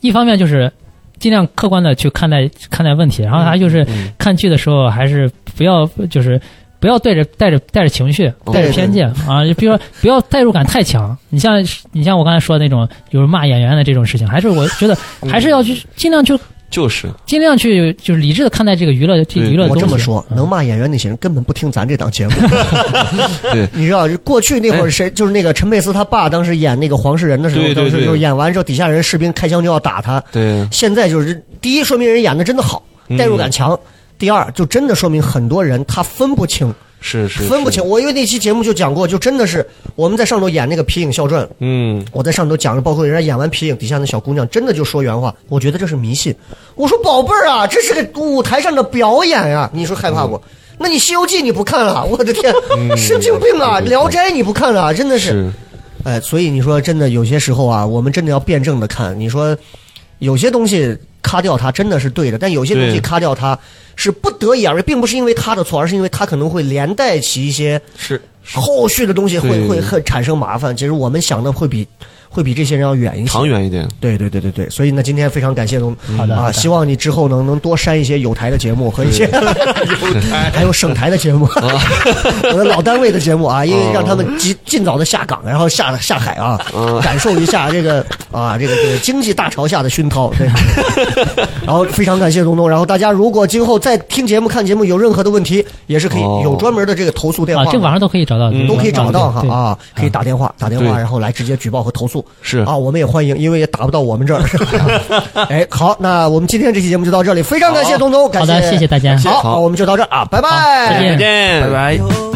[SPEAKER 5] 一方面就是尽量客观的去看待看待问题，然后还有
[SPEAKER 2] 嗯
[SPEAKER 5] 就是
[SPEAKER 4] 嗯
[SPEAKER 5] 看剧的时候还是不要就是。不要带着带着带着情绪，
[SPEAKER 2] 哦
[SPEAKER 5] 带着偏见啊！就比如说，不要代入感太强。你像你像我刚才说的那种，就是骂演员的这种事情，还是我觉得
[SPEAKER 2] 嗯
[SPEAKER 5] 还是要去尽量去
[SPEAKER 4] 就是
[SPEAKER 5] 尽量去就是理智的看待这个娱乐这
[SPEAKER 4] 对
[SPEAKER 5] 娱乐的
[SPEAKER 2] 我
[SPEAKER 5] 东西。
[SPEAKER 2] 这么说，
[SPEAKER 5] 嗯
[SPEAKER 2] 能骂演员那些人根本不听咱这档节目。
[SPEAKER 4] 对，
[SPEAKER 2] 你知道，过去那会儿谁就是那个陈佩斯他爸，当时演那个黄世仁的时候，
[SPEAKER 4] 哎对对
[SPEAKER 2] 当时
[SPEAKER 4] 对
[SPEAKER 2] 就是演完之后，底下人士兵开枪就要打他。
[SPEAKER 4] 对，
[SPEAKER 2] 现在就是第一，说明人演的真的好，
[SPEAKER 4] 嗯
[SPEAKER 2] 代入感强；第二，就真的说明很多人他分不清，
[SPEAKER 4] 是是
[SPEAKER 2] 分不清。
[SPEAKER 4] 是
[SPEAKER 2] 我因为那期节目就讲过，就真的是我们在上头演那个《皮影笑传》，
[SPEAKER 4] 嗯，
[SPEAKER 2] 我在上头讲了，包括人家演完皮影，底下那小姑娘真的就说原话，我觉得这是迷信。我说宝贝儿啊，这是个舞台上的表演呀、你说害怕
[SPEAKER 4] 嗯
[SPEAKER 2] 不？那你《西游记》你不看了？我的天，神经病啊！
[SPEAKER 4] 对对对
[SPEAKER 2] 聊斋》你不看了？啊真的是，
[SPEAKER 4] 是
[SPEAKER 2] 哎，所以你说真的，有些时候啊，我们真的要辩证的看。你说有些东西咔掉它真的是对的，但有些东西
[SPEAKER 4] 对
[SPEAKER 2] 咔掉它是不得已而为，并不是因为他的错，而是因为他可能会连带起一些
[SPEAKER 4] 是
[SPEAKER 2] 后续的东西会
[SPEAKER 4] 对
[SPEAKER 2] 会很产生麻烦。其实我们想的会比会比这些人要远一些。
[SPEAKER 4] 长远一点，
[SPEAKER 2] 对对对对对，所以呢，今天非常感谢龙，
[SPEAKER 5] 好的好
[SPEAKER 2] 啊，
[SPEAKER 5] 的
[SPEAKER 2] 希望你之后能能多删一些有台的节目和一些 还有省台的节目， 我的老单位的节目啊，因为让他们尽尽早的下岗，然后下下海啊， 感受一下这个啊这个这个经济大潮下的熏陶。对， 然后非常感谢东东，然后大家如果今后再听节目看节目有任何的问题，也是可以
[SPEAKER 4] 哦
[SPEAKER 2] 有专门的这个投诉电
[SPEAKER 5] 啊
[SPEAKER 2] 话，，
[SPEAKER 5] 这网上都可以找到，
[SPEAKER 2] 嗯都可以找到
[SPEAKER 5] 对嗯
[SPEAKER 2] 哈。啊，可以打电话打电话，
[SPEAKER 4] 对
[SPEAKER 2] 然后来直接举报和投诉。
[SPEAKER 4] 是
[SPEAKER 2] 啊，我们也欢迎，因为也打不到我 们这儿。哎，好，那我们今天这期节目就到这里，非常感谢东东，感
[SPEAKER 5] 好的，
[SPEAKER 2] 谢
[SPEAKER 5] 谢谢大家。
[SPEAKER 2] 好，
[SPEAKER 4] 好
[SPEAKER 2] 我们就到这儿啊，拜拜，
[SPEAKER 5] 好再见
[SPEAKER 4] 见，
[SPEAKER 3] 拜拜。
[SPEAKER 7] 有